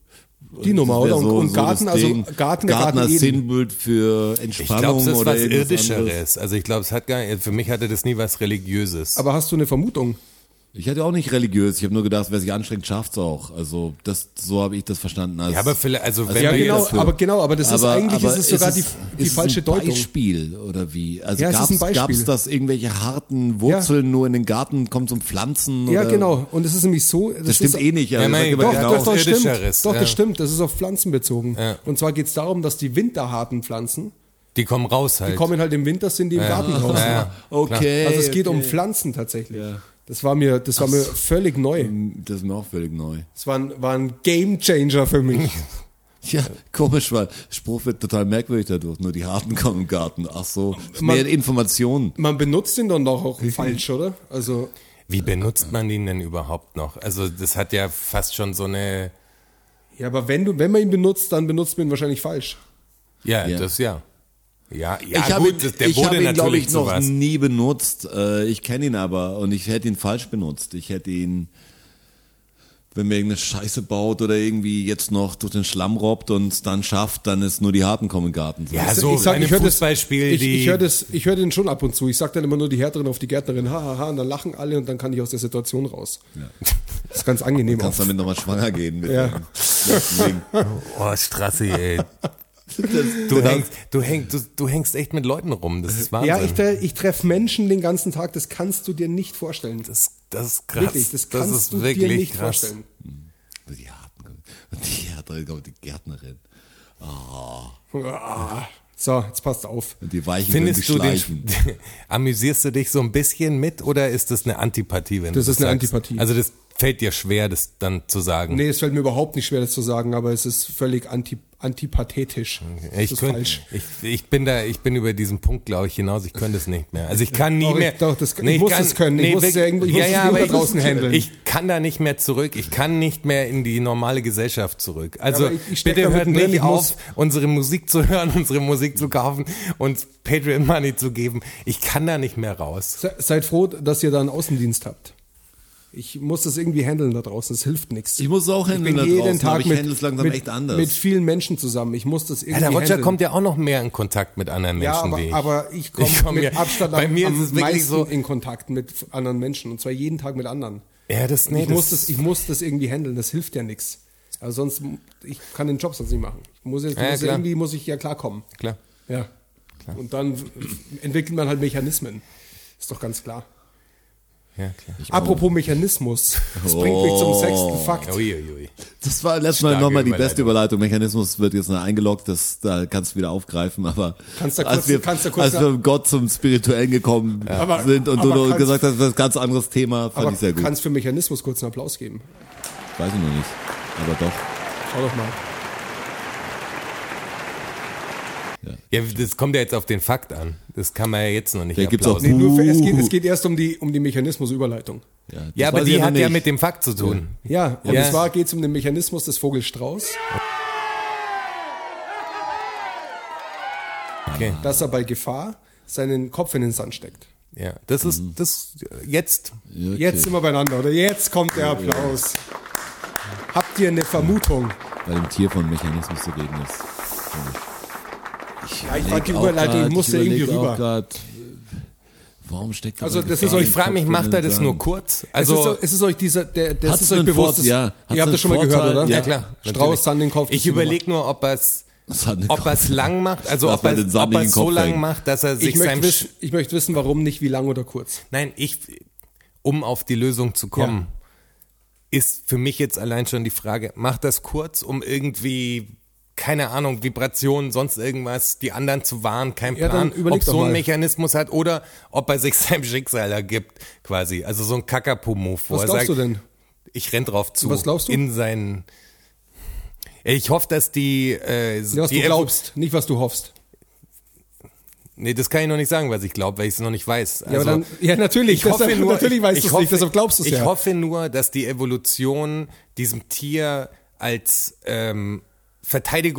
S2: äh,
S3: Die Nummer,
S2: das wäre
S3: oder? Und- und Garten,
S2: das
S3: also
S2: Ding.
S3: Garten, der
S2: Garten
S3: Garten
S2: als
S3: Eden.
S2: Sinnbild für
S4: ich
S2: Entspannung
S4: glaube, es ist
S2: oder
S4: was
S2: irgendwas anderes.
S4: Irdischeres. Also ich glaube, es hat gar für mich hatte das nie was Religiöses.
S3: Aber hast du eine Vermutung?
S2: Ich hatte auch nicht religiös. Ich habe nur gedacht, wer sich anstrengt, schafft's auch. Also das, so habe ich das verstanden. Als,
S4: Ja, aber vielleicht, also wenn
S3: Ja,
S4: wir
S3: genau,
S4: jetzt,
S2: für-
S3: aber genau, aber das ist eigentlich ist es sogar die, die
S2: ist es
S3: falsche
S2: ein
S3: Deutung.
S2: Beispiel oder wie? Also
S3: Ja, es ist ein
S2: gab's,
S3: Beispiel.
S2: gab's das irgendwelche harten Wurzeln nur in den Garten, kommt zum Pflanzen?
S3: Ja,
S2: oder?
S3: genau. Und es ist nämlich so,
S2: Das stimmt
S3: ist,
S2: eh nicht.
S4: Ja, mein
S2: sag immer
S4: Gott,
S3: Doch,
S4: genau.
S3: doch, doch,
S4: Auf
S3: stimmt.
S4: Irdischeres,
S3: Doch,
S4: ja.
S3: das stimmt. Das ist auf Pflanzen bezogen.
S4: Ja.
S3: Und zwar geht es darum, dass die winterharten Pflanzen,
S4: die kommen raus halt.
S3: die kommen halt im Winter, sind die im Garten draußen.
S4: ja, ja.
S2: Okay.
S3: Also es geht um
S2: okay.
S3: Pflanzen tatsächlich. Das war mir, das war mir völlig neu.
S2: Das ist mir auch völlig neu.
S3: Das war ein, war ein Game Changer für mich.
S2: Ja, komisch, weil Spruch wird total merkwürdig dadurch. Nur die Harten kommen im Garten. Ach so, ist
S3: Man-
S2: mehr Informationen.
S3: Man benutzt ihn dann doch auch falsch, oder? Also,
S4: Wie benutzt man den denn überhaupt noch? Also das hat ja fast schon so eine,
S3: ja, aber wenn du, wenn man ihn benutzt, dann benutzt man ihn wahrscheinlich falsch.
S4: ja,
S2: Ja.
S4: das ja. Ja, ja
S2: ich habe
S4: gut,
S2: ihn,
S4: das- der
S2: ich
S4: wurde
S2: habe ihn glaube
S4: natürlich
S2: ich, noch
S4: sowas.
S2: nie benutzt. Äh, Ich kenne ihn aber und ich hätte ihn falsch benutzt. Ich hätte ihn, wenn mir irgendeine Scheiße baut oder irgendwie jetzt noch durch den Schlamm robbt und dann schafft, dann ist nur die Harten kommen im Garten.
S4: Ja,
S3: Also
S4: so
S3: ich sag,
S4: einem
S3: ich höre das,
S4: Fußballspiel,
S3: ich,
S4: die,
S3: ich höre das, ich höre den schon ab und zu. Ich sag dann immer nur die Härterin auf die Gärtnerin, hahaha, ha, ha, und dann lachen alle und dann kann ich aus der Situation raus. Das ist ganz angenehm.
S2: Kannst
S3: oft.
S2: damit nochmal schwanger gehen mit
S3: Ja.
S2: dem- Deswegen.
S4: oh Strassi, ey.
S2: Das-
S4: Du hängst, du, hängst, du, du hängst echt mit Leuten rum, das ist Wahnsinn.
S3: Ja, ich, tre- ich treffe Menschen den ganzen Tag, das kannst du dir nicht vorstellen.
S4: das, das ist krass.
S3: Wirklich, das kannst
S4: ist
S3: du
S4: wirklich
S3: dir nicht
S4: krass.
S3: vorstellen.
S2: Die Harten kommen. Und die Härterin kommt, die Gärtnerin.
S3: Ah. So, jetzt passt auf.
S2: Und die Weichen können sich
S4: Findest du den,
S2: schleichen.
S4: amüsierst du dich so ein bisschen mit oder ist das eine Antipathie? Wenn
S3: Das
S4: du
S3: ist eine
S4: sagst?
S3: Antipathie.
S4: Also das fällt dir schwer, das dann zu sagen.
S3: Nee, es fällt mir überhaupt nicht schwer, das zu sagen, aber es ist völlig anti antipathetisch. das
S4: ich,
S3: ist
S4: könnt,
S3: falsch.
S4: ich, ich bin da, ich bin über diesen Punkt, glaube ich, hinaus. Ich könnte es nicht mehr. Also ich kann nie
S3: Doch, ich-
S4: mehr.
S3: doch, das- ich muss es können. Ich muss es
S4: wirklich-
S3: ja irgendwo- ich muss es irgendwo
S4: aber ich-
S3: draußen handeln.
S4: Ich kann da nicht mehr zurück. Ich kann nicht mehr in die normale Gesellschaft zurück. Also
S3: aber ich- ich steck
S4: bitte
S3: da
S4: hört
S3: mittendrin,
S4: nicht
S3: ich muss-
S4: auf, unsere Musik zu hören, unsere Musik zu kaufen, uns Patreon Money zu geben. Ich kann da nicht mehr raus.
S3: Se seid froh, dass ihr da einen Außendienst habt. Ich muss das irgendwie handeln da draußen, es hilft nichts.
S2: Ich muss es auch
S3: Ich
S2: handeln
S3: bin
S2: da
S3: jeden
S2: draußen, aber
S3: Tag
S2: ich
S3: mit,
S2: handle es langsam
S3: mit,
S2: echt anders.
S3: mit vielen Menschen zusammen. Ich muss das
S4: Ja,
S3: irgendwie
S4: der Roger
S3: handeln.
S4: kommt ja auch noch mehr in Kontakt mit anderen
S3: ja,
S4: Menschen
S3: aber,
S4: wie ich.
S3: aber ich komme
S4: Ich komm
S3: mit
S4: ja-
S3: Abstand
S4: bei
S3: am,
S4: mir ist
S3: am
S4: es wirklich
S3: meisten
S4: so-
S3: in Kontakt mit anderen Menschen und zwar jeden Tag mit anderen.
S4: ja, das, nee,
S3: ich,
S4: das,
S3: muss das, ich muss das irgendwie handeln, das hilft ja nichts. Also sonst, ich kann den Job sonst nicht machen. Ich muss jetzt,
S4: Ja, ja,
S3: muss
S4: klar.
S3: irgendwie muss ich ja klarkommen.
S4: klar.
S3: Ja. Und dann entwickelt man halt Mechanismen. Ist doch ganz klar.
S4: Ja, klar.
S3: Apropos Mechanismus. Das bringt mich zum sechsten Fakt.
S4: Uiuiui.
S2: Das war letztes Mal
S4: Starke
S2: nochmal die
S4: Überleitung.
S2: beste Überleitung. Mechanismus wird jetzt noch eingeloggt, das, da kannst du wieder aufgreifen, aber
S3: Kannst da kurz-
S2: als, wir,
S3: kannst da kurz-
S2: als wir mit Gott zum Spirituellen gekommen
S3: Aber-
S2: sind und
S3: aber
S2: du
S3: kannst-
S2: gesagt hast, das ist ein ganz anderes Thema, fand
S3: Aber
S2: ich sehr gut.
S3: kannst für Mechanismus kurz einen Applaus geben?
S2: Weiß ich noch nicht, aber doch.
S3: Schau doch mal.
S4: Ja, das kommt ja jetzt auf den Fakt an. Das kann man ja jetzt noch nicht
S2: Ja, gibt's auch nicht.
S4: applausen.
S3: Nur für, es, geht,
S2: Uh.
S3: es geht erst um die, um die Mechanismusüberleitung.
S2: Ja, das
S4: Ja, aber
S2: weiß ich
S4: die hat
S2: noch
S4: ja
S2: nicht.
S4: mit dem Fakt zu tun.
S3: Ja, und
S4: Ja.
S3: zwar geht es um den Mechanismus des Vogelstrauß,
S4: Okay.
S3: dass er bei Gefahr seinen Kopf in den Sand steckt.
S4: Ja, das ist
S2: Mhm.
S4: das jetzt.
S3: Jetzt sind wir beieinander, oder? Jetzt kommt der Applaus. Habt ihr eine Vermutung?
S2: Bei dem Tier von Mechanismus zu reden ist. komisch.
S3: Ja, ich fand die
S2: Auch
S3: Überleitung,
S2: grad,
S3: ich musste irgendwie
S2: überleg auch
S3: rüber.
S2: grad, äh, warum steckt
S3: Also,
S2: dabei
S3: das
S2: Gefahr
S3: ist-
S2: im
S4: Ich frage mich,
S2: Kopf
S4: macht er
S2: in den
S4: das nur
S2: Sand?
S4: kurz?
S3: Also, es
S4: Also
S3: ist, es ist euch dieser, der, das
S2: Hat's
S3: ist
S2: einen
S3: euch bewusst.
S2: Vorteil? Ja.
S3: Ihr
S2: Hat's
S3: habt
S2: einen
S3: das schon mal
S2: Vorteil?
S3: gehört, oder?
S2: Ja,
S4: klar, natürlich.
S3: Strauß, Sand in Kauf.
S4: ich
S3: das ist
S4: überlege nur, ob er es
S2: Das hat eine
S4: ob er's lang macht, also
S2: Lass
S4: ob
S2: mal
S4: er
S2: den
S4: es
S2: Sand in den
S4: so
S2: Kopf
S4: lang
S2: hängen.
S4: macht, dass er
S3: immer-
S4: sich
S3: Ich möchte,
S4: seinem
S3: wissen, ich möchte wissen, warum nicht, wie lang oder kurz.
S4: Sch- Nein, ich um auf die Lösung zu kommen, ist für mich jetzt allein schon die Frage, macht das kurz, um irgendwie keine Ahnung, Vibrationen, sonst irgendwas, die anderen zu wahren, kein
S3: Ja, dann
S4: Plan,
S3: überleg
S4: ob
S3: doch
S4: so ein
S3: mal.
S4: Mechanismus hat oder ob er sich seinem Schicksal ergibt, quasi. Also so ein Kakapo-Move. wo
S3: Was
S4: er
S3: glaubst
S4: sagt,
S3: du denn?
S4: ich renn drauf zu.
S3: Was glaubst du?
S4: In seinen. Ich hoffe, dass die. Äh,
S3: Ja, was
S4: die
S3: du glaubst, nicht was du hoffst.
S4: Nee, das kann ich noch nicht sagen, was ich glaube, weil ich es noch nicht weiß. Also
S3: Ja, aber dann, ja natürlich.
S4: ich hoffe
S3: deshalb,
S4: nur,
S3: natürlich weißt
S4: ich
S3: du es
S4: hoffe-
S3: nicht, deshalb glaubst du es
S4: Ich
S3: ja.
S4: hoffe nur, dass die Evolution diesem Tier als ähm,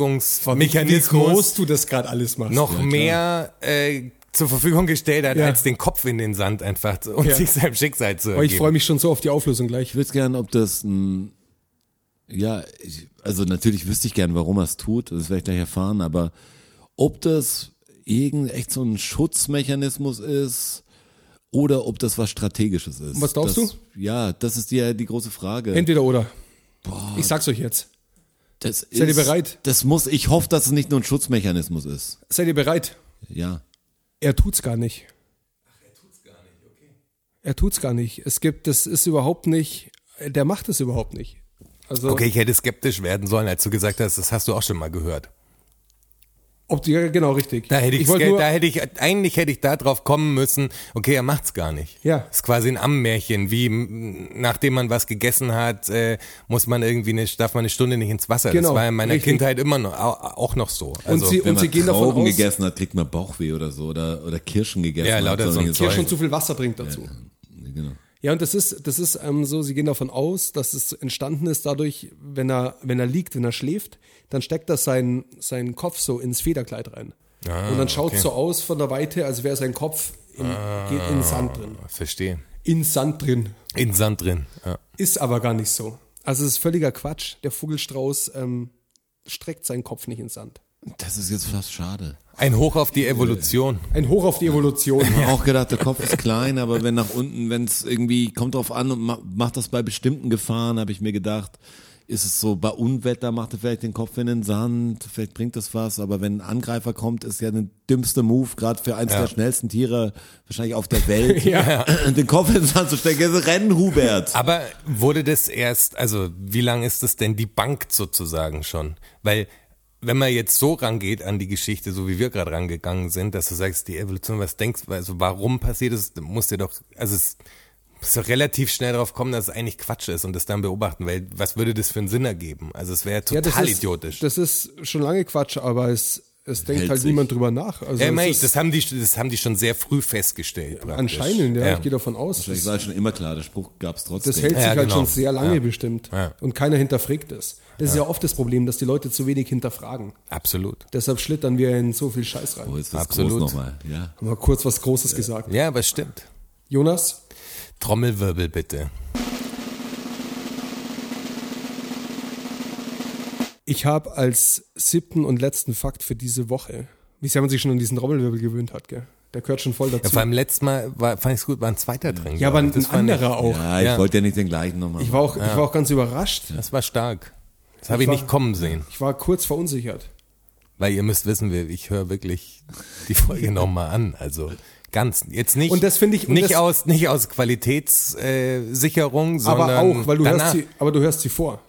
S3: Wie
S4: Verteidigungsmechanismus
S3: groß du das gerade alles machst.
S4: noch mehr äh, zur Verfügung gestellt hat,
S3: Ja.
S4: als den Kopf in den Sand einfach zu- und
S3: Ja.
S4: sich seinem Schicksal zu
S3: Aber
S4: ergeben.
S3: ich freue mich schon so auf die Auflösung gleich.
S2: Ich würde gern, ob das ein. Ja, ich, also natürlich wüsste ich gern, warum er es tut, das werde ich gleich erfahren, aber ob das irgend echt so ein Schutzmechanismus ist oder ob das was Strategisches ist.
S3: Was glaubst
S2: das,
S3: du?
S2: Ja, das ist die, die große Frage.
S3: Entweder oder. Ich sag's euch jetzt.
S2: das
S3: Seid ihr
S2: ist-
S3: bereit?
S2: Das muss, ich hoffe, dass es nicht nur ein Schutzmechanismus ist.
S3: Seid ihr bereit?
S2: Ja.
S3: Er tut's gar nicht. Ach, er tut's gar nicht, okay. Er tut's gar nicht. Es gibt, das ist überhaupt nicht, der macht es überhaupt nicht. Also,
S4: Okay, ich hätte skeptisch werden sollen, als du gesagt hast, das hast du auch schon mal gehört.
S3: ob die, ja, genau, richtig.
S4: Da hätte ich,
S3: wollte
S4: ske-
S3: nur,
S4: da hätte ich, eigentlich hätte ich da drauf kommen müssen, okay, er macht's gar nicht.
S3: Ja.
S4: Ist quasi ein Ammenmärchen, wie m, nachdem man was gegessen hat, äh, muss man irgendwie eine, darf man eine Stunde nicht ins Wasser.
S3: Genau,
S4: das war in meiner
S3: richtig.
S4: Kindheit immer noch, au- auch noch so. Also,
S3: und sie,
S2: Wenn
S3: und sie
S2: man
S3: gehen davon
S2: Trauben
S3: aus,
S2: gegessen hat, kriegt man Bauchweh oder so oder, oder Kirschen gegessen.
S4: Ja,
S2: hat,
S4: lauter
S2: sondern
S4: so ein
S2: jetzt-
S3: schon zu viel Wasser trinkt dazu.
S2: Genau.
S3: Ja, und das ist, das ist ähm, so, sie gehen davon aus, dass es entstanden ist dadurch, wenn er, wenn er liegt, wenn er schläft, dann steckt er seinen, seinen Kopf so ins Federkleid rein. und dann schaut
S4: Ah, okay. Ah.
S3: so aus von der Weite, als wäre sein Kopf in, geht in Sand drin.
S4: Verstehe.
S3: In Sand drin.
S4: In Sand drin. Ja.
S3: Ist aber gar nicht so. Also es ist völliger Quatsch. Der Vogelstrauß ähm, streckt seinen Kopf nicht in Sand.
S2: Das ist jetzt fast schade.
S4: Ein Hoch auf die Evolution.
S3: Ein Hoch auf die Evolution.
S2: Ich hab auch gedacht, der Kopf ist klein, aber wenn nach unten, wenn es irgendwie, kommt drauf an und ma macht das bei bestimmten Gefahren, habe ich mir gedacht, ist es so, bei Unwetter macht er vielleicht den Kopf in den Sand, vielleicht bringt das was, aber wenn ein Angreifer kommt, ist ja der dümmste Move, gerade für eins der schnellsten Tiere wahrscheinlich auf der Welt, den Kopf in den Sand zu stecken, ist Rennen, Hubert.
S4: Aber wurde das erst, also wie lang ist das denn die Bank sozusagen schon? Weil wenn man jetzt so rangeht an die Geschichte, so wie wir gerade rangegangen sind, dass du sagst, die Evolution, was denkst, also warum passiert es, musst dir doch, also es musst doch relativ schnell drauf kommen, dass es eigentlich Quatsch ist und das dann beobachten, weil was würde das für einen Sinn ergeben? Also es wäre
S3: Ja, das
S4: total
S3: ist,
S4: idiotisch.
S3: Das ist schon lange Quatsch, aber es, es denkt
S2: Hält
S3: halt
S2: sich.
S3: niemand drüber nach. Also
S4: ja,
S3: es
S4: mein,
S3: ist-
S4: das, haben die, das haben die schon sehr früh festgestellt. praktisch.
S3: Anscheinend, ja,
S4: Ja. Also
S3: ich gehe davon aus.
S2: Ich
S3: Das,
S2: war schon immer klar, der Spruch gab es trotzdem.
S3: das hält sich
S4: Ja,
S3: halt
S4: genau.
S3: schon sehr lange
S4: Ja.
S3: bestimmt.
S4: Ja.
S3: Und keiner hinterfragt es. Das ist ja oft das Problem, dass die Leute zu wenig hinterfragen.
S4: Absolut.
S3: Deshalb schlittern wir in so viel Scheiß rein.
S2: oh, jetzt wird's
S4: Absolut.
S2: groß nochmal. Ja.
S3: Haben wir kurz was Großes gesagt.
S4: Ja, aber es stimmt.
S3: Jonas,
S4: Trommelwirbel bitte.
S3: ich habe als siebten und letzten Fakt für diese Woche, wie sehr man sich schon an diesen Trommelwirbel gewöhnt hat, gell? Der gehört schon voll
S4: Ja,
S3: dazu.
S4: vor allem letztes Mal war, fand ich es gut, war ein zweiter drin.
S3: Ja,
S4: glaub
S3: aber
S4: ich.
S3: ein
S4: Das fand ich-
S3: anderer auch.
S2: Ja, ich
S4: Ja.
S2: wollte ja nicht den gleichen nochmal.
S3: Ich war auch, ich war auch ganz überrascht.
S4: Das war stark. Das habe ich nicht kommen sehen,
S3: Ich war kurz verunsichert.
S4: weil ihr müsst wissen, wir- ich höre wirklich die Folge nochmal an. Also ganz jetzt nicht.
S3: Und das finde ich- und
S4: nicht
S3: das-
S4: aus nicht aus Qualitätssicherung, äh, Sicherung, sondern
S3: Aber auch, weil du
S4: danach,
S3: hörst sie, aber du hörst sie vor.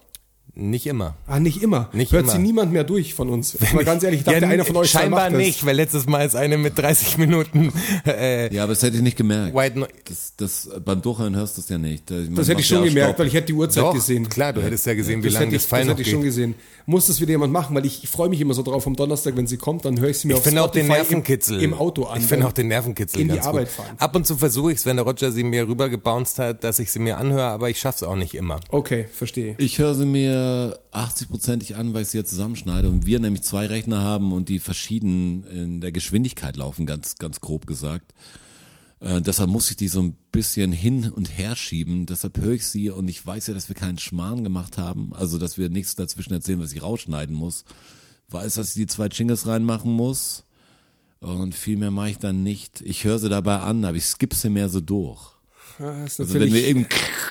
S4: nicht immer.
S3: Ah, nicht immer.
S4: Nicht
S3: Hört
S4: immer.
S3: sie niemand mehr durch von uns. Aber ganz ehrlich, ich dachte, einer von euch zwei
S4: scheinbar
S3: macht das.
S4: nicht, weil letztes Mal ist eine mit 30 Minuten äh,
S2: ja, aber das hätte ich nicht gemerkt.
S4: White. No
S2: Das, das, beim Durchhören hörst du es ja nicht. Ich mein,
S3: Das hätte
S2: macht
S3: ich schon
S2: ja auch
S3: gemerkt,
S2: Stopp.
S3: weil ich hätte die Uhrzeit
S4: Doch,
S3: gesehen.
S4: klar, du hättest ja gesehen, wie
S3: das
S4: lange
S3: hätte
S4: das
S3: ich, das
S4: Fall noch
S3: hätte ich schon
S4: geht.
S3: gesehen. Muss das wieder jemand machen, weil ich, ich freue mich immer so drauf am Donnerstag, wenn sie kommt, dann höre ich sie mir
S4: Ich
S3: auf
S4: finde auch den
S3: Spotify im-
S4: Nervenkitzel.
S3: im Auto an.
S4: Ich finde auch den Nervenkitzel
S3: in die
S4: ganz
S3: Arbeit
S4: gut.
S3: fahren.
S4: Ab und zu versuche ich es, wenn der Roger sie mir rübergebounced hat, dass ich sie mir anhöre, aber ich schaff's auch nicht immer.
S3: Okay, verstehe.
S2: Ich höre sie mir 80%ig an, weil ich sie ja zusammenschneide und wir nämlich zwei Rechner haben und die verschieden in der Geschwindigkeit laufen, ganz, ganz grob gesagt. Äh, deshalb muss ich die so ein bisschen hin und her schieben. Deshalb höre ich sie und ich weiß ja, dass wir keinen Schmarrn gemacht haben. Also, dass wir nichts dazwischen erzählen, was ich rausschneiden muss. Weiß, dass ich die zwei Jingles reinmachen muss. Und viel mehr mache ich dann nicht. Ich höre sie dabei an, aber ich skippe sie mehr so durch.
S3: Ah, ist
S2: Also, wenn wir
S3: natürlich,
S2: eben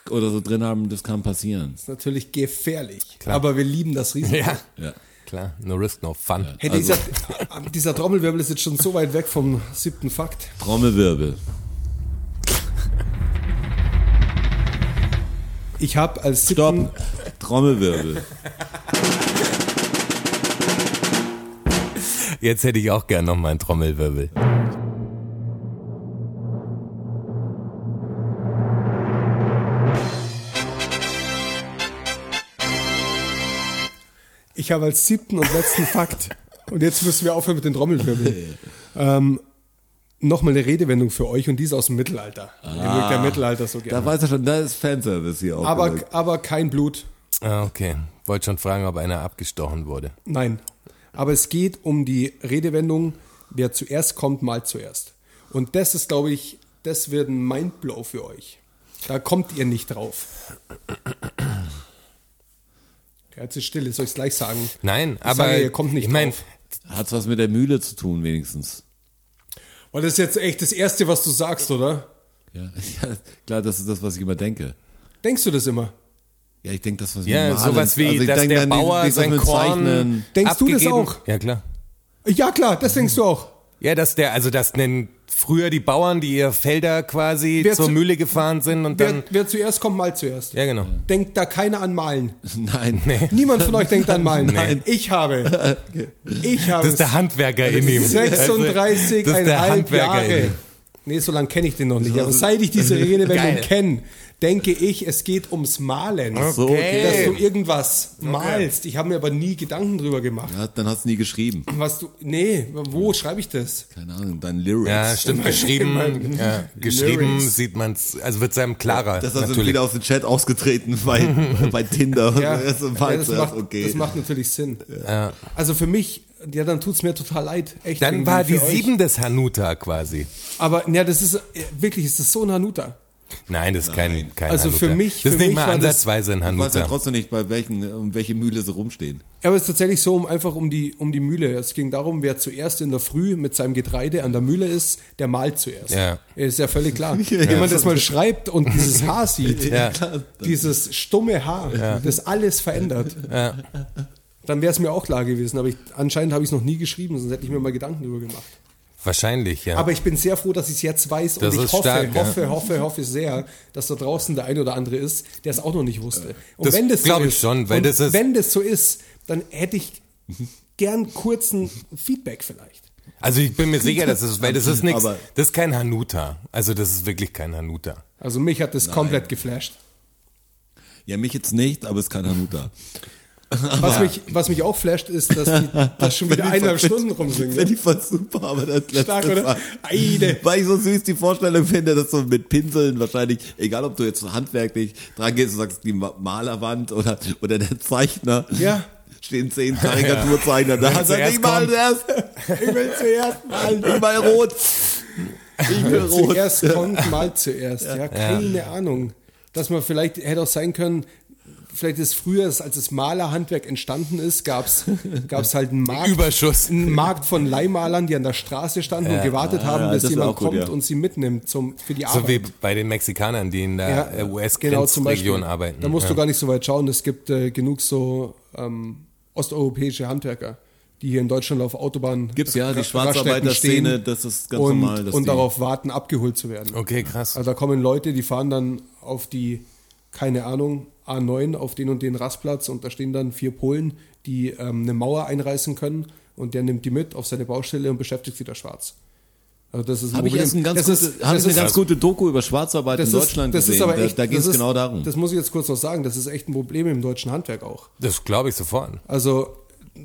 S2: oder so drin haben, das kann passieren.
S3: ist natürlich gefährlich. Aber wir lieben das Risiko.
S4: Ja, also-
S2: Ja.
S4: klar. No risk, no fun.
S3: Hey, dieser, dieser Trommelwirbel ist jetzt schon so weit weg vom siebten Fakt.
S2: Trommelwirbel.
S3: Ich habe als siebten,
S2: Stopp. Trommelwirbel.
S4: Jetzt hätte ich auch gern noch mal einen Trommelwirbel.
S3: ich habe als siebten und letzten Fakt. Und jetzt müssen wir aufhören mit den Trommelwirbeln. ähm, Nochmal eine Redewendung für euch und die ist aus dem Mittelalter. Ihr mögt ja Mittelalter so gerne.
S2: Da weiß er schon, da ist Fanservice hier auch.
S3: Aber,
S2: gesagt.
S3: aber kein Blut,
S4: Ah, okay. Wollte schon fragen, ob einer abgestochen wurde.
S3: nein. Aber es geht um die Redewendung, wer zuerst kommt, malt zuerst. Und das ist, glaube ich, das wird ein Mindblow für euch. Da kommt ihr nicht drauf. Ja, Jetzt ist still, soll ich es gleich sagen?
S4: Nein,
S3: Ich
S4: aber
S3: sage, ihr kommt nicht
S4: ich mein,
S3: drauf.
S2: Hat's was mit der Mühle zu tun, wenigstens.
S3: Und das ist jetzt echt das Erste, was du sagst, oder?
S2: Ja, ja klar, das ist das, was ich immer denke.
S3: Denkst du das immer?
S2: Ja, ich denke, das, was
S4: Ja,
S2: mit Malen-
S4: sowas wie,
S2: also ich
S4: dass
S2: denk
S4: der
S2: dann nicht-
S4: Bauer
S2: nicht, dass
S4: sein
S2: mit
S4: Korn
S2: Zeichnen-
S3: Denkst du das
S4: abgegeben-
S3: auch?
S4: Ja, klar.
S3: Ja, klar, das denkst du auch.
S4: Ja, dass der, also dass nennen früher die Bauern, die ihr Felder quasi
S3: Wer
S4: zur
S3: zu-
S4: Mühle gefahren sind und
S3: Wer,
S4: dann.
S3: wer zuerst kommt, malt zuerst.
S4: Ja, genau.
S3: Denkt da keiner an Malen.
S2: Nein.
S3: Niemand von euch denkt an Malen. Nein. Ich habe. Ich habe.
S4: Das ist der Handwerker
S3: also
S4: in ihm. Also,
S3: 36
S4: Das ist der Handwerker in
S3: Jahre.
S4: ihm.
S3: Nee, so lange kenne ich den noch nicht. Aber seit ich diese Redewendung
S4: Geil.
S3: kenne, denke ich, es geht ums Malen.
S2: So, okay.
S3: Dass du
S4: Okay.
S3: irgendwas malst. Ich habe mir aber nie Gedanken drüber gemacht.
S2: Ja, dann hast du nie geschrieben.
S3: Was du. Nee, wo schreibe ich das?
S2: Keine Ahnung, dein Lyrics.
S4: Ja, stimmt. Geschrieben,
S3: Immerhin.
S4: ja, geschrieben
S3: Lyrics.
S4: sieht man's, also wird einem klarer.
S2: Das hast du
S4: natürlich.
S2: wieder aus dem Chat ausgetreten bei, bei Tinder.
S3: Ja,
S2: das,
S3: ja,
S2: war
S3: das,
S2: zuerst,
S3: macht,
S2: okay.
S3: das macht natürlich Sinn. Also für mich, ja, dann tut's mir total leid. Echt.
S4: Dann
S3: irgendwie
S4: war
S3: für
S4: die
S3: euch.
S4: sieben des Hanuta quasi.
S3: Aber ja, das ist äh, wirklich, ist das so ein Hanuta.
S4: Nein, das ist kein, kein
S3: Also
S4: Hanuta.
S3: für mich-
S4: das ist
S3: für
S4: nicht
S3: mich
S4: mal
S3: war das-
S4: ansatzweise ein
S2: ich weiß ja
S4: Hanuta.
S2: trotzdem nicht, bei welchen, um welche Mühle sie rumstehen.
S3: Aber es ist tatsächlich so um einfach um die, um die Mühle. Es ging darum, wer zuerst in der Früh mit seinem Getreide an der Mühle ist, der malt zuerst.
S4: Ja.
S3: Ist ja völlig klar. Wenn man das mal schreibt und dieses Haar sieht,
S4: Ja.
S3: dieses stumme Haar, das alles verändert, dann wäre es mir auch klar gewesen. Aber ich, anscheinend habe ich es noch nie geschrieben, sonst hätte ich mir mal Gedanken darüber gemacht.
S4: Wahrscheinlich, ja.
S3: Aber ich bin sehr froh, dass ich es jetzt weiß und
S4: Das ist
S3: ich hoffe,
S4: stark, ja.
S3: hoffe, hoffe, hoffe sehr, dass da draußen der ein oder andere ist, der es auch noch nicht wusste. Und
S4: Das
S3: wenn das
S4: glaub
S3: so
S4: ich
S3: ist,
S4: schon, weil
S3: und
S4: das ist-
S3: wenn das so ist, dann hätte ich gern kurzen Feedback vielleicht.
S4: also ich bin mir sicher, dass es, weil das ist nichts,
S2: Aber-
S4: das ist kein Hanuta. Also das ist wirklich kein Hanuta.
S3: Also mich hat das komplett geflasht.
S2: Ja, mich jetzt nicht, aber es kann Hanuta.
S3: Was, mich, was mich auch flasht, ist, dass, die, dass schon wieder eineinhalb Stunden rum sind.
S2: Finde
S3: Ne?
S2: ich voll super, aber das letzte
S3: Stark, oder?
S2: Mal-
S3: Eide.
S2: Weil ich so süß die Vorstellung finde, dass du mit Pinseln wahrscheinlich, egal ob du jetzt handwerklich dran gehst und sagst, die Ma- Malerwand oder, oder der Zeichner,
S3: Ja.
S2: stehen zehn Karikaturzeichner da.
S4: Wer
S2: Sag,
S4: zuerst
S2: ich mal
S4: kommt.
S2: erst,
S3: Ich will zuerst mal.
S2: ich mal rot. Ich will rot.
S3: Zuerst kommt, mal zuerst. Ja, keine Ahnung. Dass man vielleicht, hätte auch sein können, vielleicht ist früher, als das Malerhandwerk entstanden ist, gab es halt einen Markt,
S4: Überschuss.
S3: einen Markt von Leihmalern, die an der Straße standen und gewartet haben,
S2: ja,
S3: bis
S2: das wär
S3: jemand
S2: auch gut,
S3: kommt
S2: ja.
S3: und sie mitnimmt zum, für die Arbeit.
S4: So wie bei den Mexikanern, die in der äh, US-Grenzregion arbeiten.
S3: genau, Da musst
S4: ja.
S3: du gar nicht so weit schauen. Es gibt äh, genug so ähm, osteuropäische Handwerker, die hier in Deutschland auf Autobahnen
S2: Gibt's ja, die
S3: Ra-
S2: Schwarzarbeiter-Szene,
S3: Raststätten
S2: das ist ganz
S3: und,
S2: normal, dass
S3: und
S2: die-
S3: darauf warten, abgeholt zu werden.
S4: Okay, krass.
S3: Also da kommen Leute, die fahren dann auf die, keine Ahnung, A9 auf den und den Rastplatz und da stehen dann vier Polen, die ähm, eine Mauer einreißen können und der nimmt die mit auf seine Baustelle und beschäftigt sie da schwarz. Also das ist ein
S2: Habe ich
S3: Problem.
S2: erst ein ganz
S3: das
S2: gute,
S3: ist,
S2: habe
S3: das
S2: ich eine
S3: ist-
S2: ganz gute Doku über Schwarzarbeit in Deutschland
S3: das
S2: gesehen.
S3: Ist aber
S2: Da-
S3: echt,
S2: da ging es
S3: das ist-
S2: genau darum.
S3: Das muss ich jetzt kurz noch sagen. Das ist echt ein Problem im deutschen Handwerk auch.
S4: Das glaube ich sofort.
S3: Also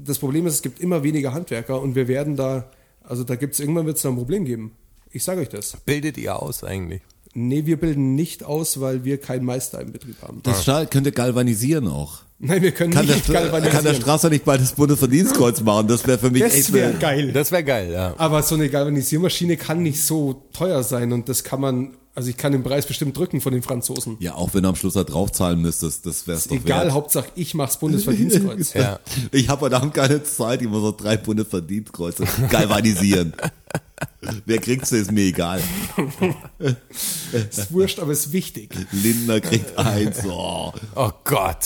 S3: das Problem ist, es gibt immer weniger Handwerker und wir werden da, also da gibt es irgendwann wird es da ein Problem geben. Ich sage euch das.
S4: Bildet ihr aus eigentlich?
S3: Nee, wir bilden nicht aus, weil wir keinen Meister im Betrieb haben.
S2: Das Stahl könnte galvanisieren auch.
S3: Nein, wir können
S2: Kann der,
S3: nicht galvanisieren.
S2: kann der Strasser nicht bald das Bundesverdienstkreuz machen? Das wäre für mich
S3: das
S2: echt äh,
S3: wäre
S2: eine,
S3: geil.
S4: Das wäre geil, ja.
S3: Aber so eine Galvanisiermaschine kann nicht so teuer sein und das kann man, also ich kann den Preis bestimmt drücken von den Franzosen.
S2: Ja, auch wenn du am Schluss da drauf zahlen müsstest, das wär's doch
S3: Egal,
S2: wert.
S3: Hauptsache ich mach's Bundesverdienstkreuz.
S4: Ja.
S2: Ich habe heute Abend keine Zeit, ich muss noch drei Bundesverdienstkreuze galvanisieren. Wer kriegt's, ist mir egal.
S3: Ist wurscht, aber ist wichtig.
S2: Lindner kriegt eins. Oh.
S4: Oh Gott.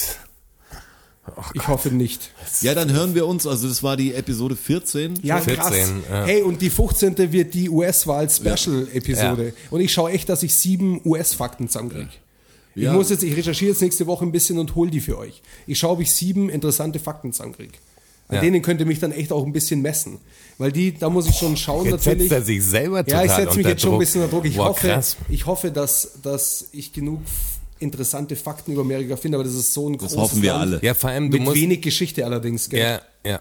S3: Ich hoffe nicht.
S2: Ja, dann hören wir uns. Also das war die Episode 14.
S3: Ja,
S4: 14,
S3: krass.
S4: ja.
S3: Hey, und die 15. wird die US-Wahl-Special-Episode.
S4: Ja.
S3: Und ich schaue echt, dass ich sieben US-Fakten zusammenkriege. Ich
S2: Ja.
S3: muss jetzt, ich recherchiere jetzt nächste Woche ein bisschen und hole die für euch. Ich schaue, ob ich sieben interessante Fakten zusammenkriege. An
S4: Ja.
S3: denen könnt ihr mich dann echt auch ein bisschen messen. Weil die, da muss ich schon schauen,
S4: Jetzt
S3: natürlich.
S4: setzt er sich selber
S3: Ja,
S4: total
S3: ich setze mich
S4: unter
S3: jetzt schon ein
S4: Druck.
S3: bisschen unter Druck. Ich
S4: Boah,
S3: hoffe,
S4: krass.
S3: ich hoffe dass, dass ich genug f- interessante Fakten über Amerika finde, aber das ist so ein großes
S2: hoffen wir
S3: Land.
S2: alle.
S4: Ja, vor allem, du
S3: Mit
S4: musst...
S3: wenig Geschichte allerdings, gell?
S4: Ja, ja.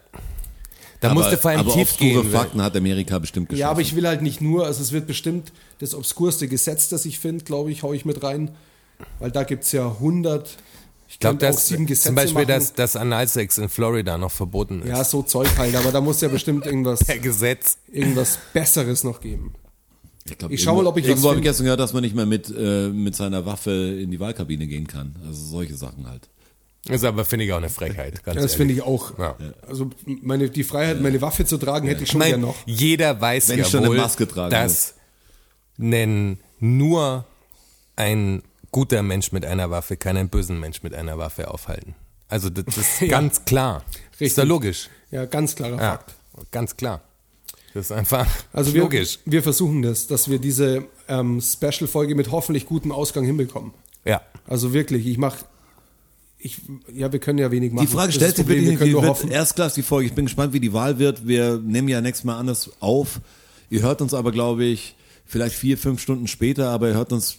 S4: Da musst du vor allem
S2: aber
S4: tief
S2: obskure
S4: gehen. ne?
S2: Fakten hat Amerika bestimmt geschafft.
S3: Ja, aber ich will halt nicht nur, also es wird bestimmt das obskurste Gesetz, das ich finde, glaube ich, hau ich mit rein, weil da gibt's ja 100, ich
S4: Ich glaube,
S3: könnte
S4: dass zum Beispiel,
S3: machen.
S4: dass, dass Analsex in Florida noch verboten ist.
S3: ja, so Zeug halt, aber da muss ja bestimmt irgendwas,
S4: Per Gesetz.
S3: irgendwas Besseres noch geben.
S2: Ich, glaub,
S3: Ich schau mal,
S2: irgendwo-
S3: ob ich was
S2: irgendwo habe ich
S3: finde.
S2: gestern gehört, dass man nicht mehr mit äh, mit seiner Waffe in die Wahlkabine gehen kann. Also solche Sachen halt.
S4: Ist aber, finde ich, auch eine Frechheit. Ganz
S3: Ja, das finde ich auch.
S4: Ja.
S3: Also meine, die Freiheit, meine Waffe zu tragen, hätte ich schon
S4: Nein,
S3: gern noch.
S4: jeder weiß
S2: Wenn
S4: ja
S2: ich schon eine
S4: wohl,
S2: Maske tragen
S4: dass ein nur ein guter Mensch mit einer Waffe kann einen bösen Mensch mit einer Waffe aufhalten. Also das ist ganz klar. Ist ja logisch.
S3: Ja, ganz klarer
S4: Ja,
S3: Fakt.
S4: ganz klar. Das ist einfach
S3: Also wir,
S4: logisch.
S3: wir versuchen das, dass wir diese ähm, Special-Folge mit hoffentlich gutem Ausgang hinbekommen.
S4: Ja.
S3: Also wirklich, ich mache, ich, ja, wir können ja wenig machen.
S2: Die Frage
S3: Das ist
S2: stellt
S3: das
S2: sich bitte
S3: Problem,
S2: nicht,
S3: wir können
S2: wie
S3: nur
S2: wird
S3: hoffen.
S2: erstklassig die Folge. Ich bin gespannt, wie die Wahl wird. Wir nehmen ja nächstes Mal anders auf. Ihr hört uns aber, glaube ich, vielleicht vier, fünf Stunden später, aber ihr hört uns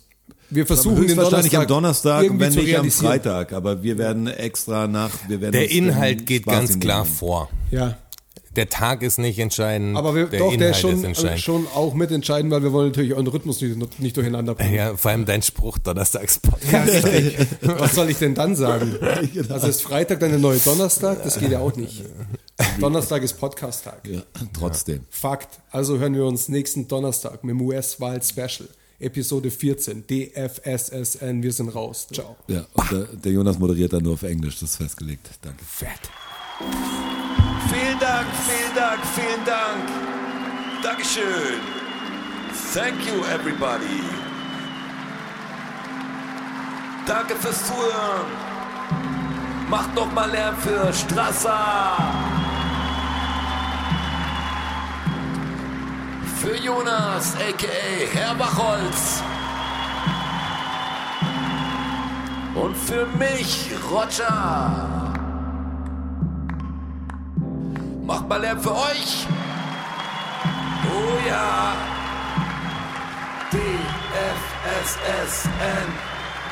S3: Wir versuchen den
S2: höchstwahrscheinlich
S3: Donnerstag
S2: am Donnerstag, und
S3: irgendwie
S2: wenn
S3: zu
S2: nicht am
S3: realisieren.
S2: Freitag. Aber wir werden extra nach. Wir werden
S4: Der
S2: uns den
S3: ähm,
S4: Inhalt geht
S2: Spaß
S4: ganz
S2: nehmen.
S4: klar vor.
S3: Ja,
S4: Der Tag ist nicht entscheidend.
S3: aber wir,
S4: der
S3: doch,
S4: Inhalt
S3: der ist
S4: ist
S3: schon, äh, also
S4: entscheidend.
S3: schon auch mitentscheiden, weil wir wollen natürlich euren Rhythmus nicht, nicht durcheinander bringen.
S4: Ja, vor allem dein Spruch Donnerstags-Podcast.
S3: Was soll ich denn dann sagen?
S2: Genau.
S3: Also ist Freitag dann der neue Donnerstag? Das geht ja auch nicht. Donnerstag ist Podcast-Tag.
S2: Ja, trotzdem.
S3: Fakt. Also hören wir uns nächsten Donnerstag mit dem US-Wahl-Special. Episode 14. DFSSN. Wir sind raus. Ciao.
S2: Ja, und der, der Jonas moderiert dann nur auf Englisch, das ist festgelegt. Danke.
S4: Fett.
S6: Vielen Dank, vielen Dank, vielen Dank. Dankeschön. Thank you, everybody. Danke fürs Zuhören. Macht noch mal Lärm für Strasser. Für Jonas, a.k.a. Herr Bachholz. Und für mich, Roger. Macht mal Lärm für euch. Oh ja. DFSSN.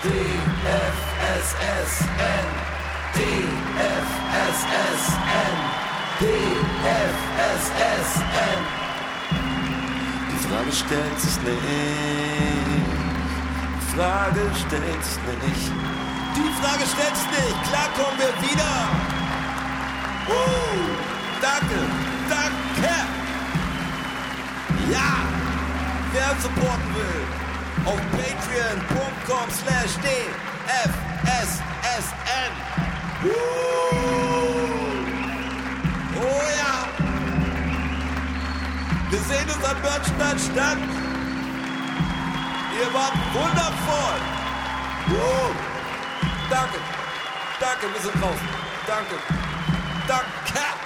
S6: DFSSN. DFSSN. DFSSN. Die Frage stellt sich nicht. Die Frage stellt sich nicht. Die Frage stellt sich nicht. Klar kommen wir wieder. Uh, danke, danke. Ja, wer uns supporten will, auf patreon.com slash dfssn. Uh, oh ja. Wir sehen uns am Börnstein statt. Ihr wart wundervoll. Uh, danke, danke, wir sind draußen. Danke. Danke.